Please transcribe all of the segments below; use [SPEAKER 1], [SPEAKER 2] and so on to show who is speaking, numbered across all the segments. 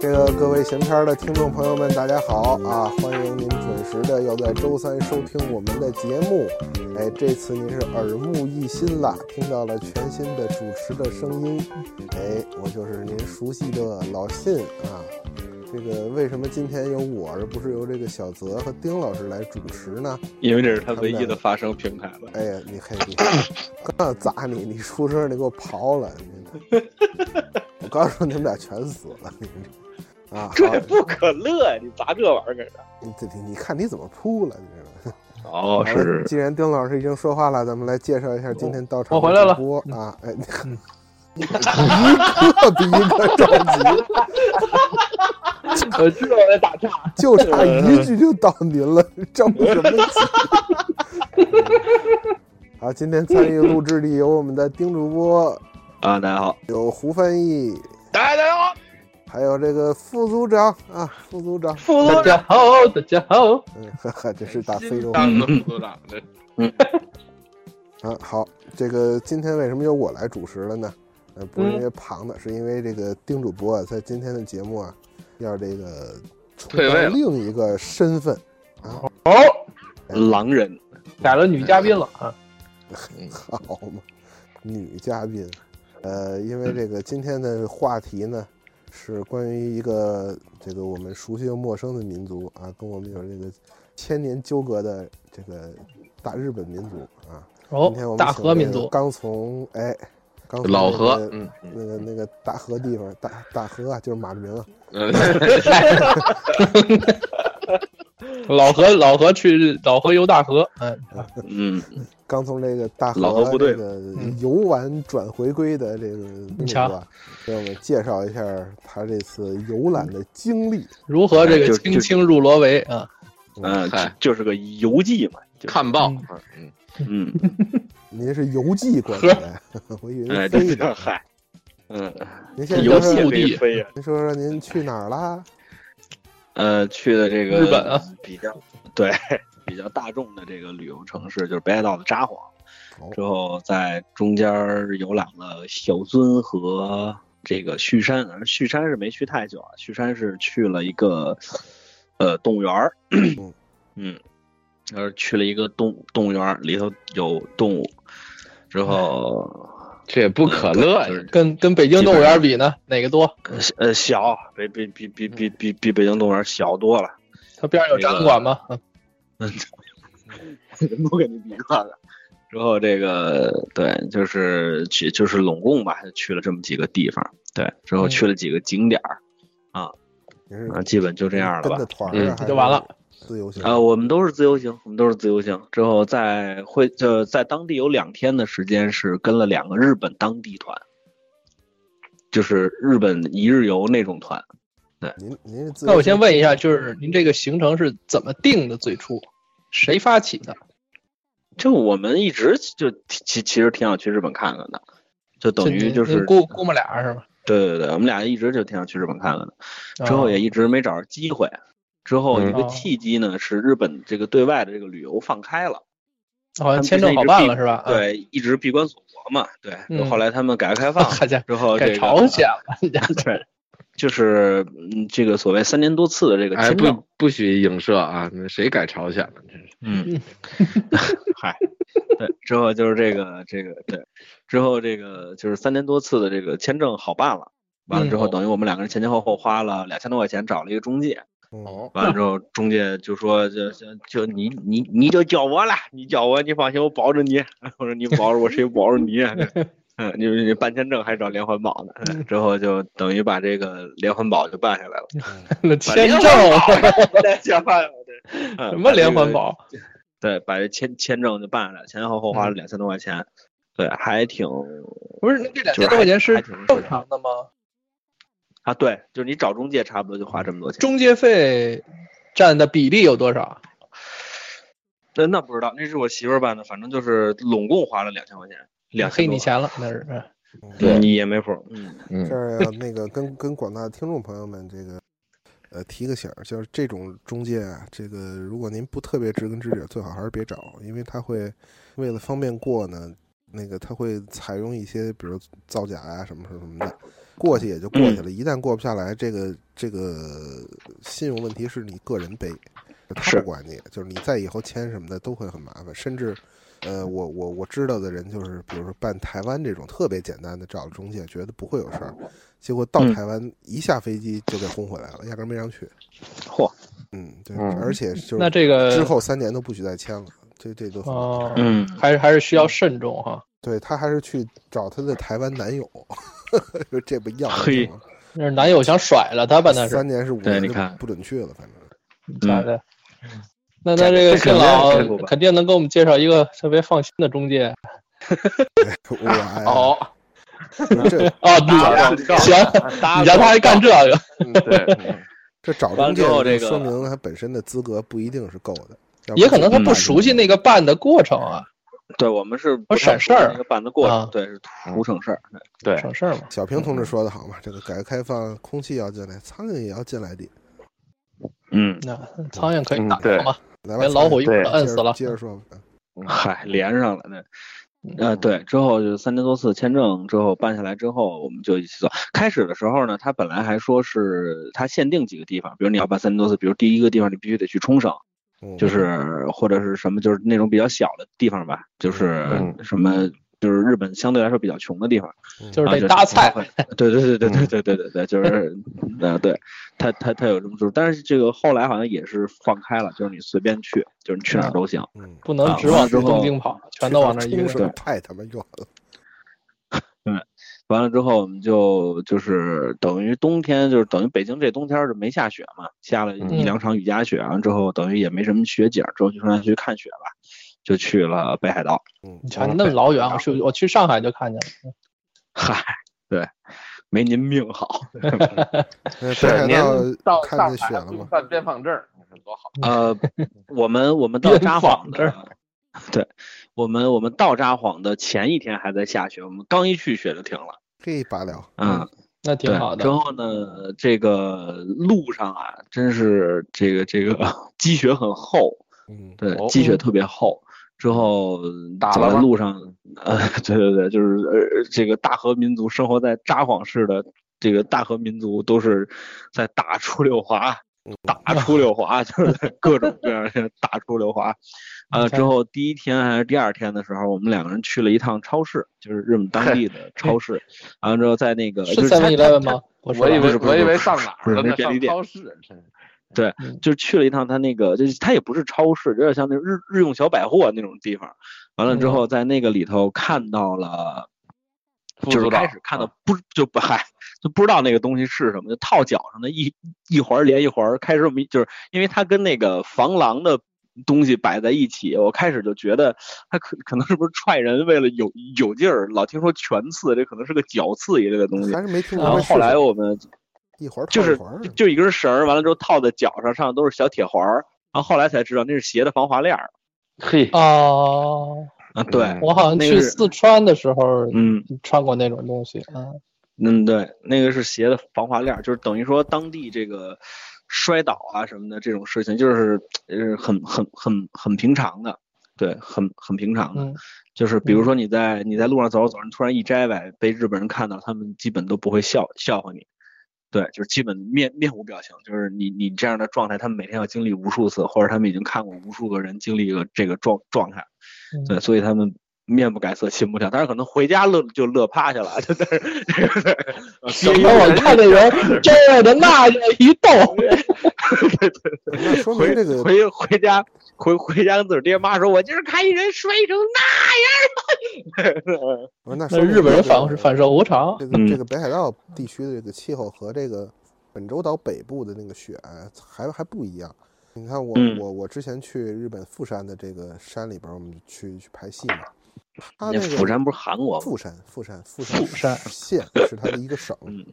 [SPEAKER 1] 个各位闲篇儿的听众朋友们，大家好啊！欢迎您准时的要在周三收听我们的节目。哎，这次您是耳目一新啦，听到了全新的主持的声音。哎，我就是您熟悉的老信啊。这个为什么今天由我而不是由这个小泽和丁老师来主持呢？
[SPEAKER 2] 因为这是他唯一的发声平台 了。
[SPEAKER 1] 哎呀，你看你，刚要砸你，你出声儿你给我刨了，你我刚说你们俩全死了，你这啊，
[SPEAKER 2] 这
[SPEAKER 1] 好
[SPEAKER 2] 也不可乐，你砸这玩意儿啊干啥？
[SPEAKER 1] 你这你你看你怎么扑了，你知道吗？
[SPEAKER 2] 哦
[SPEAKER 1] 好了既然丁老师已经说话了，咱们来介绍一下今天到场
[SPEAKER 3] 我回来
[SPEAKER 1] 的
[SPEAKER 3] 了嗯
[SPEAKER 1] 主播啊，哎，你看，一个比一个着急，
[SPEAKER 3] 我呃知道我在打岔，
[SPEAKER 1] 就差一句就到您了，着什么急？ 好，今天参与录制的有我们的丁主播，
[SPEAKER 2] 啊，大家好，
[SPEAKER 1] 有胡翻译，
[SPEAKER 2] 大家好，
[SPEAKER 1] 还有这个副组长啊，副组长，
[SPEAKER 2] 副组
[SPEAKER 3] 大
[SPEAKER 2] 长
[SPEAKER 3] 家好，大家好，
[SPEAKER 1] 嗯，哈哈，这是大非洲啊。
[SPEAKER 2] 嗯
[SPEAKER 4] 当个副组长的，
[SPEAKER 1] 好，这个今天为什么由我来主持了呢？呃，不
[SPEAKER 4] 嗯
[SPEAKER 1] 是因为庞的，是因为这个丁主播啊，在今天的节目啊，要这个充
[SPEAKER 4] 退位
[SPEAKER 1] 当
[SPEAKER 4] 了
[SPEAKER 1] 另一个身份，
[SPEAKER 3] 好，
[SPEAKER 2] 狼人，
[SPEAKER 3] 哦改了女嘉宾了啊，
[SPEAKER 1] 好嘛，女嘉宾，呃，因为这个今天的话题呢，是关于一个这个我们熟悉又陌生的民族啊，跟我们有这个千年纠葛的这个大日本民族啊。
[SPEAKER 3] 哦
[SPEAKER 1] 今天我，们
[SPEAKER 3] 大
[SPEAKER 1] 请
[SPEAKER 3] 和
[SPEAKER 1] 这
[SPEAKER 3] 民
[SPEAKER 1] 个
[SPEAKER 3] 族，
[SPEAKER 1] 刚从哎，刚从
[SPEAKER 4] 老
[SPEAKER 1] 那
[SPEAKER 4] 何
[SPEAKER 1] 个
[SPEAKER 4] 嗯嗯
[SPEAKER 1] 那个那个大河地方，大大河啊，就是马志明啊，
[SPEAKER 4] 嗯，
[SPEAKER 3] 老何老何去老何游大河，嗯，
[SPEAKER 2] 嗯，
[SPEAKER 1] 刚从这个大河
[SPEAKER 2] 老河部队
[SPEAKER 1] 这个
[SPEAKER 3] 嗯
[SPEAKER 1] 游玩转回归的这个民族啊，给我们介绍一下他这次游览的经历。
[SPEAKER 3] 如何这
[SPEAKER 2] 就就
[SPEAKER 3] 个轻轻入罗围啊？
[SPEAKER 2] 嗯，
[SPEAKER 4] 嗨
[SPEAKER 2] 就就是个游记 嘛，就
[SPEAKER 4] 看报
[SPEAKER 3] 嗯，
[SPEAKER 4] 嗯，
[SPEAKER 2] 嗯，
[SPEAKER 1] 您是游记过来的，我以为
[SPEAKER 2] 哎，
[SPEAKER 1] 是
[SPEAKER 2] 这
[SPEAKER 1] 飞
[SPEAKER 2] 这
[SPEAKER 1] 的。
[SPEAKER 2] 嗨，嗯，
[SPEAKER 1] 您先
[SPEAKER 2] 游
[SPEAKER 1] 说说
[SPEAKER 2] 戏也
[SPEAKER 3] 游，
[SPEAKER 2] 可以飞呀，
[SPEAKER 1] 您说说您去哪儿啦？
[SPEAKER 2] 呃，去的这个
[SPEAKER 3] 日本啊，
[SPEAKER 2] 比较 对比较大众的这个旅游城市就是北海道的札幌
[SPEAKER 1] 哦，
[SPEAKER 2] 之后在中间儿游览了小樽和这个旭山，而旭山是没去太久啊，旭山是去了一个呃动物园儿，
[SPEAKER 1] 嗯
[SPEAKER 2] 嗯，而去了一个动动物园儿里头有动物，之后
[SPEAKER 4] 这也不可乐，
[SPEAKER 2] 就是
[SPEAKER 3] 跟跟北京动物园比呢，哪个多？
[SPEAKER 2] 呃小比比比比比比比北京动物园儿小多了。
[SPEAKER 3] 它边上有展览馆吗？嗯
[SPEAKER 2] 人都给你比划了。之后这个对，就是去就是拢共吧，去了这么几个地方，对，之后
[SPEAKER 3] 嗯
[SPEAKER 2] 去了几个景点儿
[SPEAKER 1] 您是
[SPEAKER 2] 啊，基本就这样了
[SPEAKER 1] 跟
[SPEAKER 2] 吧
[SPEAKER 1] 着。团
[SPEAKER 4] 嗯
[SPEAKER 1] 儿啊还是
[SPEAKER 3] 就完了，
[SPEAKER 1] 自由行
[SPEAKER 2] 啊，我们都是自由行，我们都是自由行。之后在会呃在当地有两天的时间是跟了两个日本当地团，就是日本一日游那种团。
[SPEAKER 1] 您您是自由行。
[SPEAKER 3] 那我先问一下，就是您这个行程是怎么定的？最初谁发起的？
[SPEAKER 2] 就我们一直就其其实挺想去日本看看的，就等于
[SPEAKER 3] 您
[SPEAKER 2] 就
[SPEAKER 3] 您
[SPEAKER 2] 是
[SPEAKER 3] 估估摸俩是吧？
[SPEAKER 2] 对对对，我们俩一直就挺想去日本看看的。
[SPEAKER 3] 啊
[SPEAKER 2] 之后也一直没找着机会。之后一个
[SPEAKER 3] 嗯
[SPEAKER 2] 契机呢，是日本这个对外的这个旅游放开了，
[SPEAKER 3] 好像签证好办了是吧？啊，
[SPEAKER 2] 对，一直闭关锁国嘛，对。
[SPEAKER 3] 嗯
[SPEAKER 2] 后来他们改革开 放
[SPEAKER 3] 好家
[SPEAKER 2] 之后，
[SPEAKER 3] 伙，
[SPEAKER 2] 哦这
[SPEAKER 3] 改
[SPEAKER 2] 个啊
[SPEAKER 3] 朝鲜了，人家
[SPEAKER 2] 对，就是嗯，这个所谓三年多次的这个
[SPEAKER 4] 哎，
[SPEAKER 2] 签证
[SPEAKER 4] 不，不许影射啊，那谁改朝鲜了？真是，
[SPEAKER 2] 嗯，嗨，对，之后就是这个这个对，之后这个就是三年多次的这个签证好办了。完了之后，
[SPEAKER 4] 嗯
[SPEAKER 2] 等于我们两个人前前后后花了两千多块钱找了一个中介，
[SPEAKER 1] 哦，
[SPEAKER 2] 完了之后，中介就说：“就就就你你你就叫我了，你叫我，你放心，我保着你。” 我说：“你保着我，谁保着你啊？” 嗯，你你办签证还找连环保呢，嗯之后就等于把这个连环保就办下来了，
[SPEAKER 3] 那
[SPEAKER 2] 把
[SPEAKER 3] 签证
[SPEAKER 2] 连环保对，
[SPEAKER 3] 什么连环
[SPEAKER 2] 保？
[SPEAKER 3] 保？
[SPEAKER 2] 对，把这签签证就办下来，前前后后花了两千多块钱，对，还挺
[SPEAKER 3] 不是，那这两
[SPEAKER 2] 就是
[SPEAKER 3] 千
[SPEAKER 2] 还
[SPEAKER 3] 多块钱是
[SPEAKER 2] 还挺合适的
[SPEAKER 3] 正常的吗？
[SPEAKER 2] 啊，对，就是你找中介差不多就花这么多钱，
[SPEAKER 3] 中介费占的比例有多少？
[SPEAKER 2] 那那不知道，那是我媳妇儿办的，反正就是拢共花了两千块钱，两
[SPEAKER 3] 黑
[SPEAKER 2] 千多，
[SPEAKER 3] 你钱了，那是。嗯
[SPEAKER 2] 对，你也没谱，嗯。
[SPEAKER 1] 这
[SPEAKER 4] 嗯，
[SPEAKER 1] 儿要那个跟跟广大听众朋友们这个呃提个醒儿，就是这种中介啊，这个如果您不特别知根知底儿，最好还是别找，因为他会为了方便过呢，那个他会采用一些比如造假啊什么什么什么的，过去也就过去了。一旦过不下来，这个这个信用问题是你个人背，他
[SPEAKER 2] 是
[SPEAKER 1] 不管你，就是你在以后签什么的都会很麻烦，甚至。呃，我我我知道的人就是，比如说办台湾这种特别简单的，找了中介，觉得不会有事儿，结果到
[SPEAKER 2] 嗯
[SPEAKER 1] 台湾一下飞机就给轰回来了，压根儿没让去。
[SPEAKER 2] 嚯，
[SPEAKER 1] 嗯，对，
[SPEAKER 4] 嗯
[SPEAKER 1] 而且就是
[SPEAKER 3] 那这个
[SPEAKER 1] 之后三年都不许再签了，这这都很
[SPEAKER 3] 哦，
[SPEAKER 2] 嗯，
[SPEAKER 3] 还是还是需要慎重哈。
[SPEAKER 1] 对他还是去找他的台湾男友， 说这不要
[SPEAKER 2] 嘿
[SPEAKER 1] 了吗
[SPEAKER 3] 那是男友想甩了他吧？那是
[SPEAKER 1] 三年是五
[SPEAKER 2] 对
[SPEAKER 1] 年
[SPEAKER 2] 你
[SPEAKER 1] 就
[SPEAKER 2] 看
[SPEAKER 1] 不准去了，反正
[SPEAKER 3] 咋的？那那这个
[SPEAKER 2] 嗯这肯定
[SPEAKER 3] 信老
[SPEAKER 2] 这不吧
[SPEAKER 3] 肯定能给我们介绍一个特别放心的中介
[SPEAKER 1] 我哎呀，
[SPEAKER 4] 哦，
[SPEAKER 1] 这
[SPEAKER 2] 啊
[SPEAKER 3] 哦，你行，
[SPEAKER 2] 搭
[SPEAKER 3] 你家他还干这个，
[SPEAKER 4] 对， 嗯
[SPEAKER 1] 这找中
[SPEAKER 2] 完之后
[SPEAKER 1] 介
[SPEAKER 2] 这
[SPEAKER 1] 就说
[SPEAKER 2] 个
[SPEAKER 1] 明他本身的资格不一定是够的，要
[SPEAKER 3] 也
[SPEAKER 1] 不
[SPEAKER 3] 可能他
[SPEAKER 1] 就
[SPEAKER 2] 嗯
[SPEAKER 3] 不熟悉那个办的过程啊，
[SPEAKER 2] 对我们是不
[SPEAKER 3] 省
[SPEAKER 2] 太
[SPEAKER 3] 事
[SPEAKER 2] 熟悉
[SPEAKER 3] 儿
[SPEAKER 2] 那个办的过程
[SPEAKER 3] 啊，
[SPEAKER 2] 对，是图省事儿。
[SPEAKER 4] 对，
[SPEAKER 3] 省事儿嘛。
[SPEAKER 1] 小平同志说的好嘛，这个改革开放，空气要进来，苍蝇也要进来的。
[SPEAKER 2] 嗯，
[SPEAKER 3] 那苍蝇可以
[SPEAKER 4] 嗯
[SPEAKER 3] 打
[SPEAKER 4] 对
[SPEAKER 3] 嘛，
[SPEAKER 1] 来吧，
[SPEAKER 3] 连老虎一块
[SPEAKER 4] 对
[SPEAKER 3] 儿摁
[SPEAKER 1] 接
[SPEAKER 3] 死
[SPEAKER 1] 着
[SPEAKER 3] 了。
[SPEAKER 1] 接着说吧，嗯
[SPEAKER 2] 嗨，连上了那。
[SPEAKER 3] 嗯
[SPEAKER 2] 呃，对，之后就三年多次签证之后办下来之后，我们就一起走。开始的时候呢，他本来还说是他限定几个地方，比如你要办三年多次，比如第一个地方你必须得去冲绳，
[SPEAKER 1] 嗯，
[SPEAKER 2] 就是或者是什么，就是那种比较小的地方吧，就是
[SPEAKER 4] 嗯
[SPEAKER 2] 什么。就是日本相对来说比较穷的地方，
[SPEAKER 1] 嗯
[SPEAKER 3] 就是
[SPEAKER 2] 啊
[SPEAKER 3] 得搭菜，嗯
[SPEAKER 2] 对对对对对对对对对，就是，呃，对，他他他有这么说，但是这个后来好像也是放开了，就是你随便去，就是你去哪儿都行，
[SPEAKER 1] 嗯，
[SPEAKER 3] 不能
[SPEAKER 2] 啊
[SPEAKER 3] 只往
[SPEAKER 2] 完了之后
[SPEAKER 3] 东京跑，全都往那儿一个
[SPEAKER 1] 冲
[SPEAKER 3] 人。
[SPEAKER 1] 绳太他妈远了，
[SPEAKER 2] 完了之后，我们就就是等于冬天，就是等于北京这冬天儿是没下雪嘛，下了一
[SPEAKER 4] 嗯
[SPEAKER 2] 两场雨夹雪，完了之后等于也没什么雪景儿，之后就说那去看雪吧，就去了北海道。
[SPEAKER 1] 嗯
[SPEAKER 3] 你，瞧，那么老远，我去我去上海就看见了。
[SPEAKER 2] 嗨，对，没您命好。
[SPEAKER 1] 那
[SPEAKER 4] 是
[SPEAKER 1] 北海
[SPEAKER 4] 您
[SPEAKER 1] 道
[SPEAKER 4] 到
[SPEAKER 1] 看
[SPEAKER 4] 上
[SPEAKER 1] 见
[SPEAKER 4] 海
[SPEAKER 1] 雪了
[SPEAKER 4] 就
[SPEAKER 1] 吗？
[SPEAKER 4] 办边防证儿，你看多好。
[SPEAKER 2] 呃，我们我们到
[SPEAKER 3] 边
[SPEAKER 2] 札幌
[SPEAKER 3] 防这
[SPEAKER 2] 的
[SPEAKER 3] 儿，
[SPEAKER 2] 对，我们我们到札幌的前一天还在下雪，我们刚一去雪就停了。
[SPEAKER 1] 这罢了，
[SPEAKER 2] 嗯，
[SPEAKER 3] 那
[SPEAKER 2] 对，
[SPEAKER 3] 挺好的
[SPEAKER 2] 之。后呢，这个路上啊，真是这个这个 积雪很厚，
[SPEAKER 1] 嗯，
[SPEAKER 2] 对，
[SPEAKER 4] 哦
[SPEAKER 2] 积雪特别厚。之后
[SPEAKER 4] 打
[SPEAKER 2] 走
[SPEAKER 4] 了
[SPEAKER 2] 在
[SPEAKER 4] 吗
[SPEAKER 2] 路上，呃，对对对，就是呃，这个大和民族生活在札幌市的这个大和民族都是在打出溜滑，打出溜滑， 就是在各种各样的打出溜滑。呃，之后第一天还是第二天的时候，我们两个人去了一趟超市，就是日本当地的超市。完了之后，在那个就是是
[SPEAKER 3] Seven
[SPEAKER 2] 他
[SPEAKER 3] Eleven 吗？我说
[SPEAKER 4] 我以
[SPEAKER 2] 不
[SPEAKER 4] 为
[SPEAKER 2] 是不是
[SPEAKER 4] 我以
[SPEAKER 2] 不
[SPEAKER 4] 为
[SPEAKER 2] 是
[SPEAKER 4] 上哪
[SPEAKER 2] 不是
[SPEAKER 4] 儿了
[SPEAKER 2] 那
[SPEAKER 4] 呢？
[SPEAKER 2] 便
[SPEAKER 4] 上
[SPEAKER 2] 利店
[SPEAKER 4] 超市，啊真是
[SPEAKER 2] 就是去了一趟他那个，就是他也不是超市，有点像那种日日用小百货那种地方。完了之后，在那个里头看到了，
[SPEAKER 4] 不
[SPEAKER 2] 就是
[SPEAKER 4] 知道
[SPEAKER 2] 开始看到不就不嗨就不知道那个东西是什么，就套脚上的一一环儿连一环儿。开始我们就是因为它跟那个防狼的东西摆在一起，我开始就觉得他可可能是不是踹人为了有有劲儿，老听说拳刺，这可能是个脚刺一类的东西
[SPEAKER 1] 还。是没听
[SPEAKER 2] 然
[SPEAKER 1] 明白是什
[SPEAKER 2] 后后
[SPEAKER 1] 么。
[SPEAKER 2] 来我们
[SPEAKER 1] 一会儿
[SPEAKER 2] 嗯就
[SPEAKER 1] 套一
[SPEAKER 2] 是
[SPEAKER 1] 会儿，
[SPEAKER 2] 就一根绳儿，完了之后套在脚上，上面都是小铁环儿。然后后来才知道那是鞋的防滑链儿
[SPEAKER 4] 嘿，
[SPEAKER 3] 哦，
[SPEAKER 2] 啊，对
[SPEAKER 4] 嗯，
[SPEAKER 3] 我好像
[SPEAKER 2] 那个
[SPEAKER 3] 去
[SPEAKER 2] 是
[SPEAKER 3] 四川的时候
[SPEAKER 2] 嗯
[SPEAKER 3] 穿过那种东西。嗯，
[SPEAKER 2] 嗯，对，那个是鞋的防滑链儿，就是等于说当地这个摔倒啊什么的这种事情，就是呃很很很很平常的，对，很很平常的。
[SPEAKER 3] 嗯
[SPEAKER 2] 就是比如说你在你在路上走着走着，你突然一摘崴，被日本人看到，他们基本都不会笑笑话你。对，就是基本面面无表情，就是你你这样的状态，他们每天要经历无数次，或者他们已经看过无数个人经历了这个状状态，对，所以他们面不改色心不跳，但是可能回家乐就乐趴下了，就但是这个
[SPEAKER 3] 那我看那 人这的那的一动，
[SPEAKER 1] 那说明
[SPEAKER 2] 回
[SPEAKER 1] 这个
[SPEAKER 2] 回回家回回家跟自个儿爹妈说，我今儿看一人摔成那样了，
[SPEAKER 1] 不是那说
[SPEAKER 3] 那
[SPEAKER 1] 明
[SPEAKER 3] 日本人
[SPEAKER 1] 这
[SPEAKER 3] 反
[SPEAKER 1] 个
[SPEAKER 3] 反射无常。
[SPEAKER 1] 这
[SPEAKER 2] 嗯
[SPEAKER 1] 个这个北海道地区的这个气候和这个本州岛北部的那个雪啊还还不一样。你看我
[SPEAKER 2] 嗯
[SPEAKER 1] 我我之前去日本富山的这个山里边儿，我们去去拍戏嘛，它那
[SPEAKER 2] 那
[SPEAKER 1] 个
[SPEAKER 2] 釜山不是韩国吗？
[SPEAKER 1] 富山富山富山
[SPEAKER 3] 富山
[SPEAKER 1] 县是它的一个省，
[SPEAKER 2] 嗯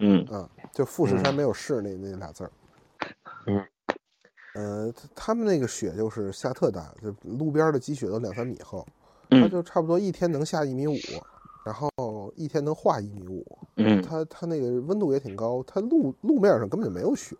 [SPEAKER 2] 嗯
[SPEAKER 1] 嗯，就富士山
[SPEAKER 4] 嗯
[SPEAKER 1] 没有市那那俩字儿。
[SPEAKER 4] 嗯，
[SPEAKER 1] 呃，他他们那个雪就是下特大，就路边的积雪都两三米厚，它
[SPEAKER 2] 嗯
[SPEAKER 1] 就差不多一天能下一米五，然后一天能化一米五。
[SPEAKER 2] 嗯
[SPEAKER 1] 它它那个温度也挺高，它路路面上根本就没有雪，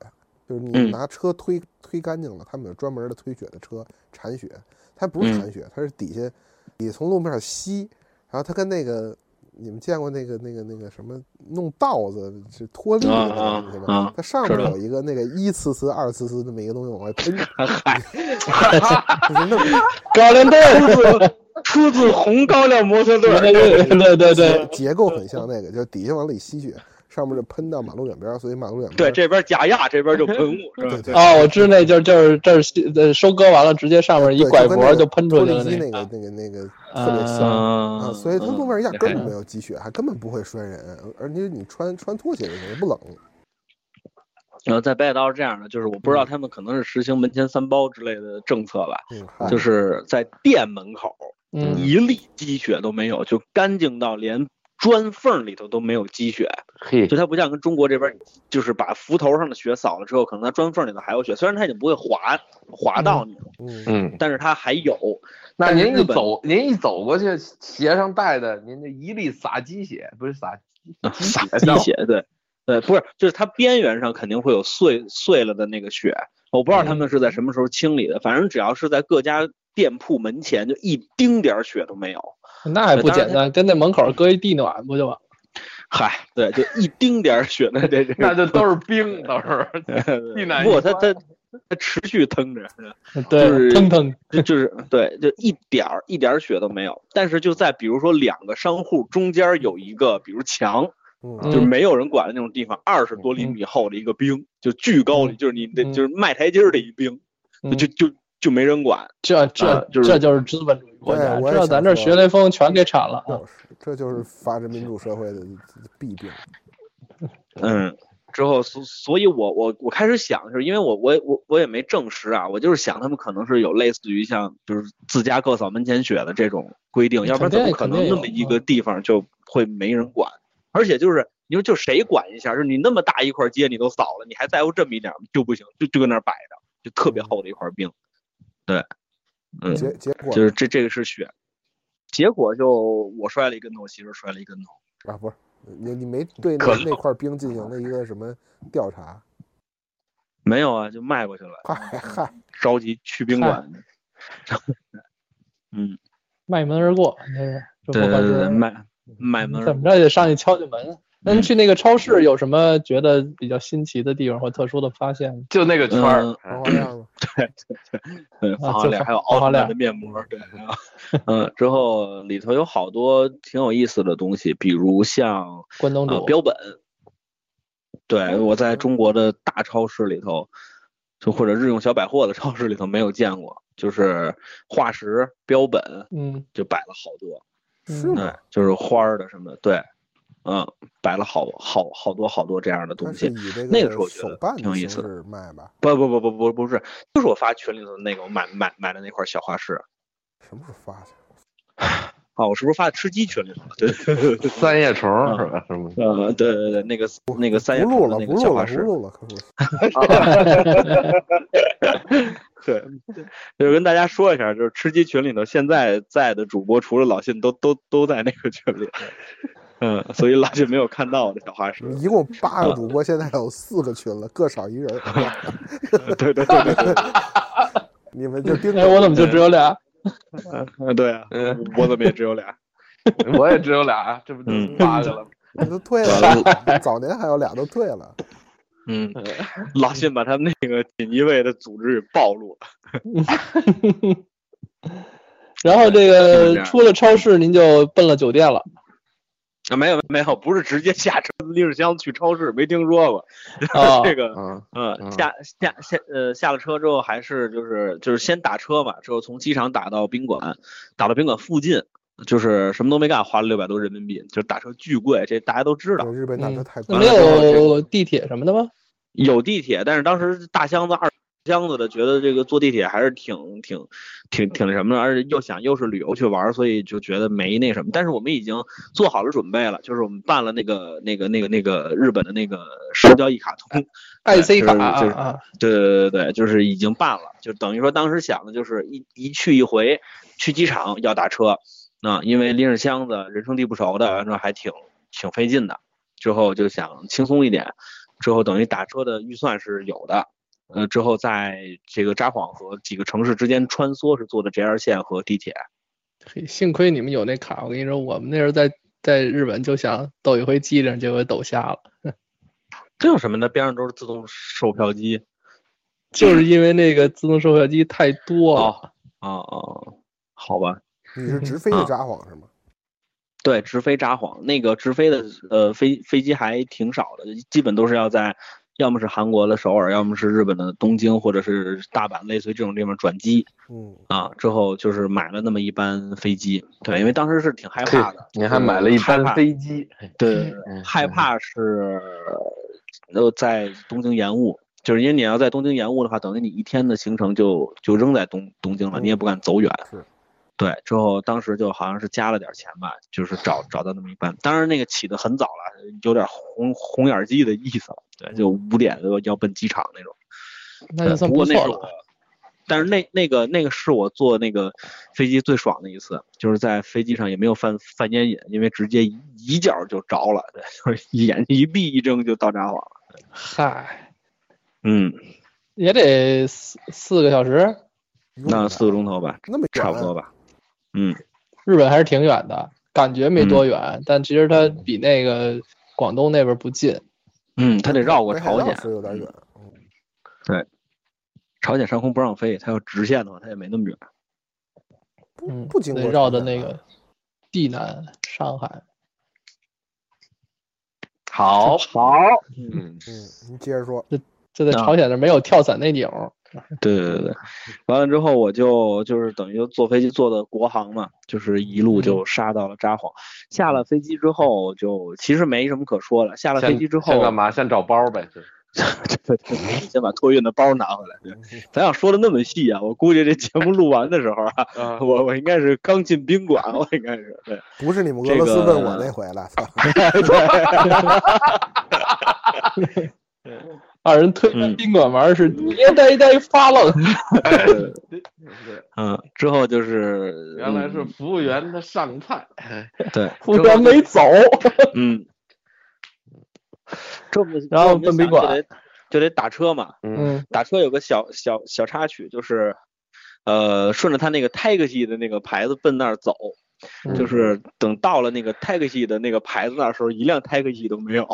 [SPEAKER 1] 就是你
[SPEAKER 2] 嗯
[SPEAKER 1] 拿车推、推干净了，他们有专门的推雪的车铲雪，它不是
[SPEAKER 2] 嗯
[SPEAKER 1] 铲雪，它是底下你从路面上吸，然后它跟那个你们见过那个那个那个什么弄稻子是脱粒的那个东西
[SPEAKER 2] 啊啊
[SPEAKER 1] 吗
[SPEAKER 2] 啊？
[SPEAKER 1] 它上面
[SPEAKER 2] 知道
[SPEAKER 1] 有一个那个一次次、二次次那么一个东西往外喷，
[SPEAKER 2] 嗨，
[SPEAKER 1] 就是那么
[SPEAKER 3] 高粱
[SPEAKER 2] 出
[SPEAKER 3] 豆，
[SPEAKER 2] 自出自红高粱摩托队儿。
[SPEAKER 3] 对对对对，
[SPEAKER 1] 结构很像那个，就底下往里吸血，上面就喷到马路两边儿，所以马路两边
[SPEAKER 2] 对，
[SPEAKER 1] 儿
[SPEAKER 2] 这边假压，这边就喷雾，是吧？
[SPEAKER 1] 对
[SPEAKER 3] 哦，我知那就是就是这是呃收割完了，直接上面一
[SPEAKER 1] 对
[SPEAKER 3] 拐
[SPEAKER 1] 跟
[SPEAKER 3] 脖
[SPEAKER 1] 那
[SPEAKER 3] 就
[SPEAKER 1] 个
[SPEAKER 3] 喷出去了
[SPEAKER 1] 脱粒机那
[SPEAKER 3] 个
[SPEAKER 1] 个那个那个特别像。
[SPEAKER 2] 嗯
[SPEAKER 1] 啊，所以它路面压根本没
[SPEAKER 2] 有。
[SPEAKER 1] 有积雪，还根本不会摔人，而且你穿穿拖鞋就行，也不冷。
[SPEAKER 2] 然后在北海道是这样的，就是我不知道他们可能是实行门前三包之类的政策吧，
[SPEAKER 1] 嗯，嗨
[SPEAKER 2] 就是在店门口
[SPEAKER 3] 嗯
[SPEAKER 2] 一粒积雪都没有，就干净到连砖缝里头都没有积雪。
[SPEAKER 4] 嘿，
[SPEAKER 2] 就它不像跟中国这边，就是把斧头上的雪扫了之后，可能它砖缝里头还有雪，虽然它已经不会滑滑到你了，
[SPEAKER 1] 嗯，
[SPEAKER 4] 嗯，
[SPEAKER 2] 但是它还有。
[SPEAKER 4] 那
[SPEAKER 2] 但是
[SPEAKER 4] 您
[SPEAKER 2] 日
[SPEAKER 4] 一
[SPEAKER 2] 本
[SPEAKER 4] 走，您一走过去，鞋上带的，您这一粒撒鸡血，不 是撒鸡血，
[SPEAKER 2] 滴血，对，对，不是，就是它边缘上肯定会有碎碎了的那个雪，我不知道他们是
[SPEAKER 4] 嗯
[SPEAKER 2] 在什么时候清理的，反正只要是在各家店铺门前，就一丁点儿雪都没有。
[SPEAKER 3] 那也不简单，跟那门口搁一地暖不就完？
[SPEAKER 2] 嗨，对，就一丁点儿雪的这这
[SPEAKER 4] 那
[SPEAKER 2] 个，
[SPEAKER 4] 就 都是冰，都是 一
[SPEAKER 2] 对
[SPEAKER 4] 南
[SPEAKER 2] 不，
[SPEAKER 4] 一
[SPEAKER 2] 它
[SPEAKER 4] 北
[SPEAKER 2] 它它持续腾着，
[SPEAKER 3] 对，腾腾，
[SPEAKER 2] 就就是对，就一点儿一点儿雪都没有。但是就在比如说两个商户中间有一个，比如墙，
[SPEAKER 1] 嗯，
[SPEAKER 2] 就是
[SPEAKER 3] 嗯
[SPEAKER 2] 没有人管的那种地方，二十多厘米厚的一个冰，就巨高，就是你那就是迈台阶儿的一冰，
[SPEAKER 3] 嗯
[SPEAKER 2] 就就就没人管。
[SPEAKER 3] 这这
[SPEAKER 2] 啊就是
[SPEAKER 3] 这就是资本主义国家，
[SPEAKER 1] 对我也
[SPEAKER 3] 这
[SPEAKER 1] 想
[SPEAKER 3] 咱这
[SPEAKER 1] 说嗯
[SPEAKER 3] 学雷锋全给铲了啊！
[SPEAKER 1] 就是，这就是法治民主社会的弊病。
[SPEAKER 2] 嗯，之后所所以我，我我开始想，就是因为我我我我也没证实啊，我就是想他们可能是有类似于像就是自家各扫门前雪的这种规定，要不然怎么可能那么一个地方就会没人管？而且就是你说就谁管一下？就是你那么大一块街你都扫了，你还在乎这么一点儿就不行，就就搁那儿摆着，就特
[SPEAKER 3] 嗯
[SPEAKER 2] 别厚的一块冰。对，嗯，
[SPEAKER 1] 结结果
[SPEAKER 2] 就是这这个是雪，结果就我摔了一跟头，我媳妇儿摔了一跟头。
[SPEAKER 1] 啊，不是你你没对那
[SPEAKER 4] 可
[SPEAKER 1] 那块冰进行了一个什么调查？
[SPEAKER 2] 没有啊，就迈过去了。
[SPEAKER 1] 嗨嗨，
[SPEAKER 2] 着急去宾馆。嗯，
[SPEAKER 3] 卖门而过，这是这
[SPEAKER 2] 对
[SPEAKER 3] 不合
[SPEAKER 2] 对对，
[SPEAKER 3] 适。
[SPEAKER 2] 卖卖门
[SPEAKER 3] 怎么
[SPEAKER 2] 儿，
[SPEAKER 3] 着也得上去敲敲门。那您
[SPEAKER 2] 嗯
[SPEAKER 3] 去那个超市有什么觉得比较新奇的地方或特殊的发现吗？
[SPEAKER 4] 就那个圈儿
[SPEAKER 2] 嗯，
[SPEAKER 1] 黄花亮了，
[SPEAKER 2] 对，
[SPEAKER 3] 啊
[SPEAKER 2] 放好
[SPEAKER 3] 就
[SPEAKER 2] 脸，
[SPEAKER 3] 放
[SPEAKER 2] 还有
[SPEAKER 3] 放
[SPEAKER 2] 奥
[SPEAKER 3] 好
[SPEAKER 2] 特曼
[SPEAKER 3] 脸
[SPEAKER 2] 的面膜，对，然后嗯，之后里头有好多挺有意思的东西，比如像
[SPEAKER 3] 关东
[SPEAKER 2] 呃
[SPEAKER 3] 煮，
[SPEAKER 2] 标本，对我在中国的大超市里头，就或者日用小百货的超市里头没有见过，就是化石标本
[SPEAKER 3] 嗯，
[SPEAKER 2] 就摆了好多，
[SPEAKER 1] 是吗？
[SPEAKER 2] 哎，就是花儿的什么的，对，嗯，摆了好好好多好多这样的
[SPEAKER 1] 它
[SPEAKER 2] 东
[SPEAKER 1] 是
[SPEAKER 2] 西。
[SPEAKER 1] 以这
[SPEAKER 2] 那个时
[SPEAKER 1] 个
[SPEAKER 2] 候我觉得
[SPEAKER 1] 手办
[SPEAKER 2] 挺有
[SPEAKER 1] 的
[SPEAKER 2] 意
[SPEAKER 1] 形
[SPEAKER 2] 思的
[SPEAKER 1] 式卖吧？
[SPEAKER 2] 不不不不不不是，就是我发群里头那个我买买买的那块小花石
[SPEAKER 1] 什么时候发的？
[SPEAKER 2] 啊，我是不是发在吃鸡群里头了？对 对对对，
[SPEAKER 4] 三叶虫
[SPEAKER 2] 嗯
[SPEAKER 4] 是吧？什么？
[SPEAKER 2] 呃，对对对，那个那个三叶
[SPEAKER 1] 不
[SPEAKER 2] 虫
[SPEAKER 1] 录了，
[SPEAKER 2] 的那
[SPEAKER 1] 不
[SPEAKER 2] 个小
[SPEAKER 1] 录了，
[SPEAKER 2] 花
[SPEAKER 1] 不
[SPEAKER 2] 石，
[SPEAKER 1] 录 了， 可不是。
[SPEAKER 2] 对，就是跟大家说一下，就是吃鸡群里头现在在的主播，除了老信，都都都在那个群里，嗯，所以老信没有看到我的小花石，
[SPEAKER 1] 一共八个主播，现在有四个群了，各少一人。
[SPEAKER 2] 对对对对对，
[SPEAKER 1] 你们就盯
[SPEAKER 3] 哎，
[SPEAKER 1] 着
[SPEAKER 3] 我怎么就只有
[SPEAKER 2] 呃
[SPEAKER 3] 俩？
[SPEAKER 2] 嗯对啊，
[SPEAKER 4] 嗯，
[SPEAKER 2] 我怎么也只有俩。
[SPEAKER 4] 我也只有俩，这不就
[SPEAKER 2] 嗯
[SPEAKER 4] 八个了？
[SPEAKER 1] 你都退
[SPEAKER 2] 呃
[SPEAKER 1] 了，早年还有俩都退了。
[SPEAKER 2] 嗯，老信把他们那个锦衣卫的组织给暴露了。
[SPEAKER 3] 然
[SPEAKER 2] 就是
[SPEAKER 3] 后这
[SPEAKER 2] 这
[SPEAKER 3] 个
[SPEAKER 2] 样
[SPEAKER 3] 出了超市，您就奔了酒店了。
[SPEAKER 2] 啊，没有没有，不是直接下车拎着箱去超市，没听说过。
[SPEAKER 3] 啊
[SPEAKER 2] 这个，
[SPEAKER 4] 嗯，
[SPEAKER 2] 嗯，
[SPEAKER 4] 嗯
[SPEAKER 2] 下下下呃下了车之后，还是就是就是先打车嘛，之后从机场打到宾馆，打到宾馆附近，就是什么都没干，花了六百多人民币，就是打车巨贵，这大家都知道。
[SPEAKER 1] 对日本打车太贵
[SPEAKER 3] 那
[SPEAKER 1] 了，
[SPEAKER 3] 嗯没有地铁什么的吗？
[SPEAKER 2] 有地铁，但是当时大箱子二箱子的，觉得这个坐地铁还是挺挺挺挺那什么的，而且又想又是旅游去玩儿，所以就觉得没那什么。但是我们已经做好了准备了，就是我们办了那个那个那个那个日本的那个社交一卡通，对
[SPEAKER 3] ？IC
[SPEAKER 2] 就
[SPEAKER 3] 卡
[SPEAKER 2] 是就是
[SPEAKER 3] 啊，
[SPEAKER 2] 对对对对，就是已经办了，就等于说当时想的就是一一去一回，去机场要打车，啊、因为拎着箱子，人生地不熟的，那还挺挺费劲的。之后就想轻松一点，之后等于打车的预算是有的，呃，之后在这个札幌和几个城市之间穿梭是坐的 JR 线和地铁，
[SPEAKER 3] 嘿幸亏你们有那卡，我跟你说，我们那时候在在日本就想抖一回机灵，结果抖瞎了，
[SPEAKER 2] 这有什么呢？边上都是自动售票机。
[SPEAKER 3] 就是因为那个自动售票机太多了。
[SPEAKER 2] 哦哦哦，好吧。
[SPEAKER 1] 你是直飞
[SPEAKER 2] 嗯
[SPEAKER 1] 就札幌是吗？
[SPEAKER 2] 对，直飞札幌那个直飞的呃飞飞机还挺少的，基本都是要在要么是韩国的首尔，要么是日本的东京或者是大阪，类似于这种地方转机
[SPEAKER 1] 嗯，
[SPEAKER 2] 啊。之后就是买了那么一班飞机，对，因为当时是挺害怕的。
[SPEAKER 4] 你还买了一
[SPEAKER 2] 害
[SPEAKER 4] 班
[SPEAKER 2] 怕
[SPEAKER 4] 飞机，
[SPEAKER 2] 对对对，
[SPEAKER 4] 嗯
[SPEAKER 2] 害怕是呃在东京延误，就是因为你要在东京延误的话，等于你一天的行程就就扔在东东京了，
[SPEAKER 1] 嗯
[SPEAKER 2] 你也不敢走远。
[SPEAKER 1] 是
[SPEAKER 2] 对，之后当时就好像是加了点钱吧，就是找找到那么一班，当然那个起的很早了，有点红红眼鸡的意思了，对，就五点多要奔机场那种。
[SPEAKER 3] 那就算
[SPEAKER 2] 不过那
[SPEAKER 3] 错
[SPEAKER 2] 是我
[SPEAKER 3] 了。，
[SPEAKER 2] 但是那那个那个是我坐那个飞机最爽的一次，就是在飞机上也没有犯犯烟瘾，因为直接一一脚就着了， 对，就是一眼睛一闭一睁就到札幌了。
[SPEAKER 3] 嗨，
[SPEAKER 2] 嗯，
[SPEAKER 3] 也得四四个小时，
[SPEAKER 1] 嗯
[SPEAKER 2] 那四个钟头吧，
[SPEAKER 1] 那么远
[SPEAKER 2] 差不多吧。
[SPEAKER 3] 日本还是挺远的，感觉没
[SPEAKER 2] 嗯
[SPEAKER 3] 多远，但其实它比那个广东那边不近。
[SPEAKER 2] 嗯，他得绕过朝
[SPEAKER 1] 北海
[SPEAKER 2] 鲜
[SPEAKER 1] 道，是有点远。
[SPEAKER 2] 朝鲜上空不让飞，他要直线的话，他也没那么远。
[SPEAKER 3] 嗯，
[SPEAKER 1] 不经过
[SPEAKER 3] 得
[SPEAKER 1] 朝
[SPEAKER 3] 绕着
[SPEAKER 1] 鲜
[SPEAKER 3] 那
[SPEAKER 1] 吧
[SPEAKER 3] 个济南、上海。
[SPEAKER 2] 好，好，
[SPEAKER 4] 嗯，
[SPEAKER 1] 嗯，你接着说。
[SPEAKER 3] 这在
[SPEAKER 2] 啊
[SPEAKER 3] 朝鲜那没有跳伞那钮儿，
[SPEAKER 2] 对对对对，完了之后我就就是等于坐飞机坐的国航嘛，就是一路就
[SPEAKER 4] 嗯
[SPEAKER 2] 杀到了札幌。下了飞机之后就其实没什么可说了，下了飞
[SPEAKER 4] 先
[SPEAKER 2] 机之后
[SPEAKER 4] 先干嘛？先找包呗，就
[SPEAKER 2] 对对对，先把托运的包拿回来。对，咱要说的那么细啊，我估计这节目录完的时候啊，
[SPEAKER 4] 啊
[SPEAKER 2] 我我应该是刚进宾馆，我应该是对。
[SPEAKER 1] 不是你们俄罗斯
[SPEAKER 2] 这个
[SPEAKER 1] 问我那回了，操！
[SPEAKER 3] 二人推
[SPEAKER 2] 嗯
[SPEAKER 3] 宾馆玩儿是捏呆呆 发愣。
[SPEAKER 2] 嗯，之后就是
[SPEAKER 4] 原来是服务员的上菜，
[SPEAKER 2] 嗯对，
[SPEAKER 3] 服务员没走，
[SPEAKER 2] 嗯，这么
[SPEAKER 3] 然后
[SPEAKER 2] 这么
[SPEAKER 3] 奔宾馆
[SPEAKER 2] 就得就得打车嘛，
[SPEAKER 3] 嗯，
[SPEAKER 2] 打车有个小小小插曲，就是呃顺着他那个 taxi 的那个牌子奔那儿走，就是等到了那个 taxi 的那个牌子那儿的时候，一辆 taxi 都没有。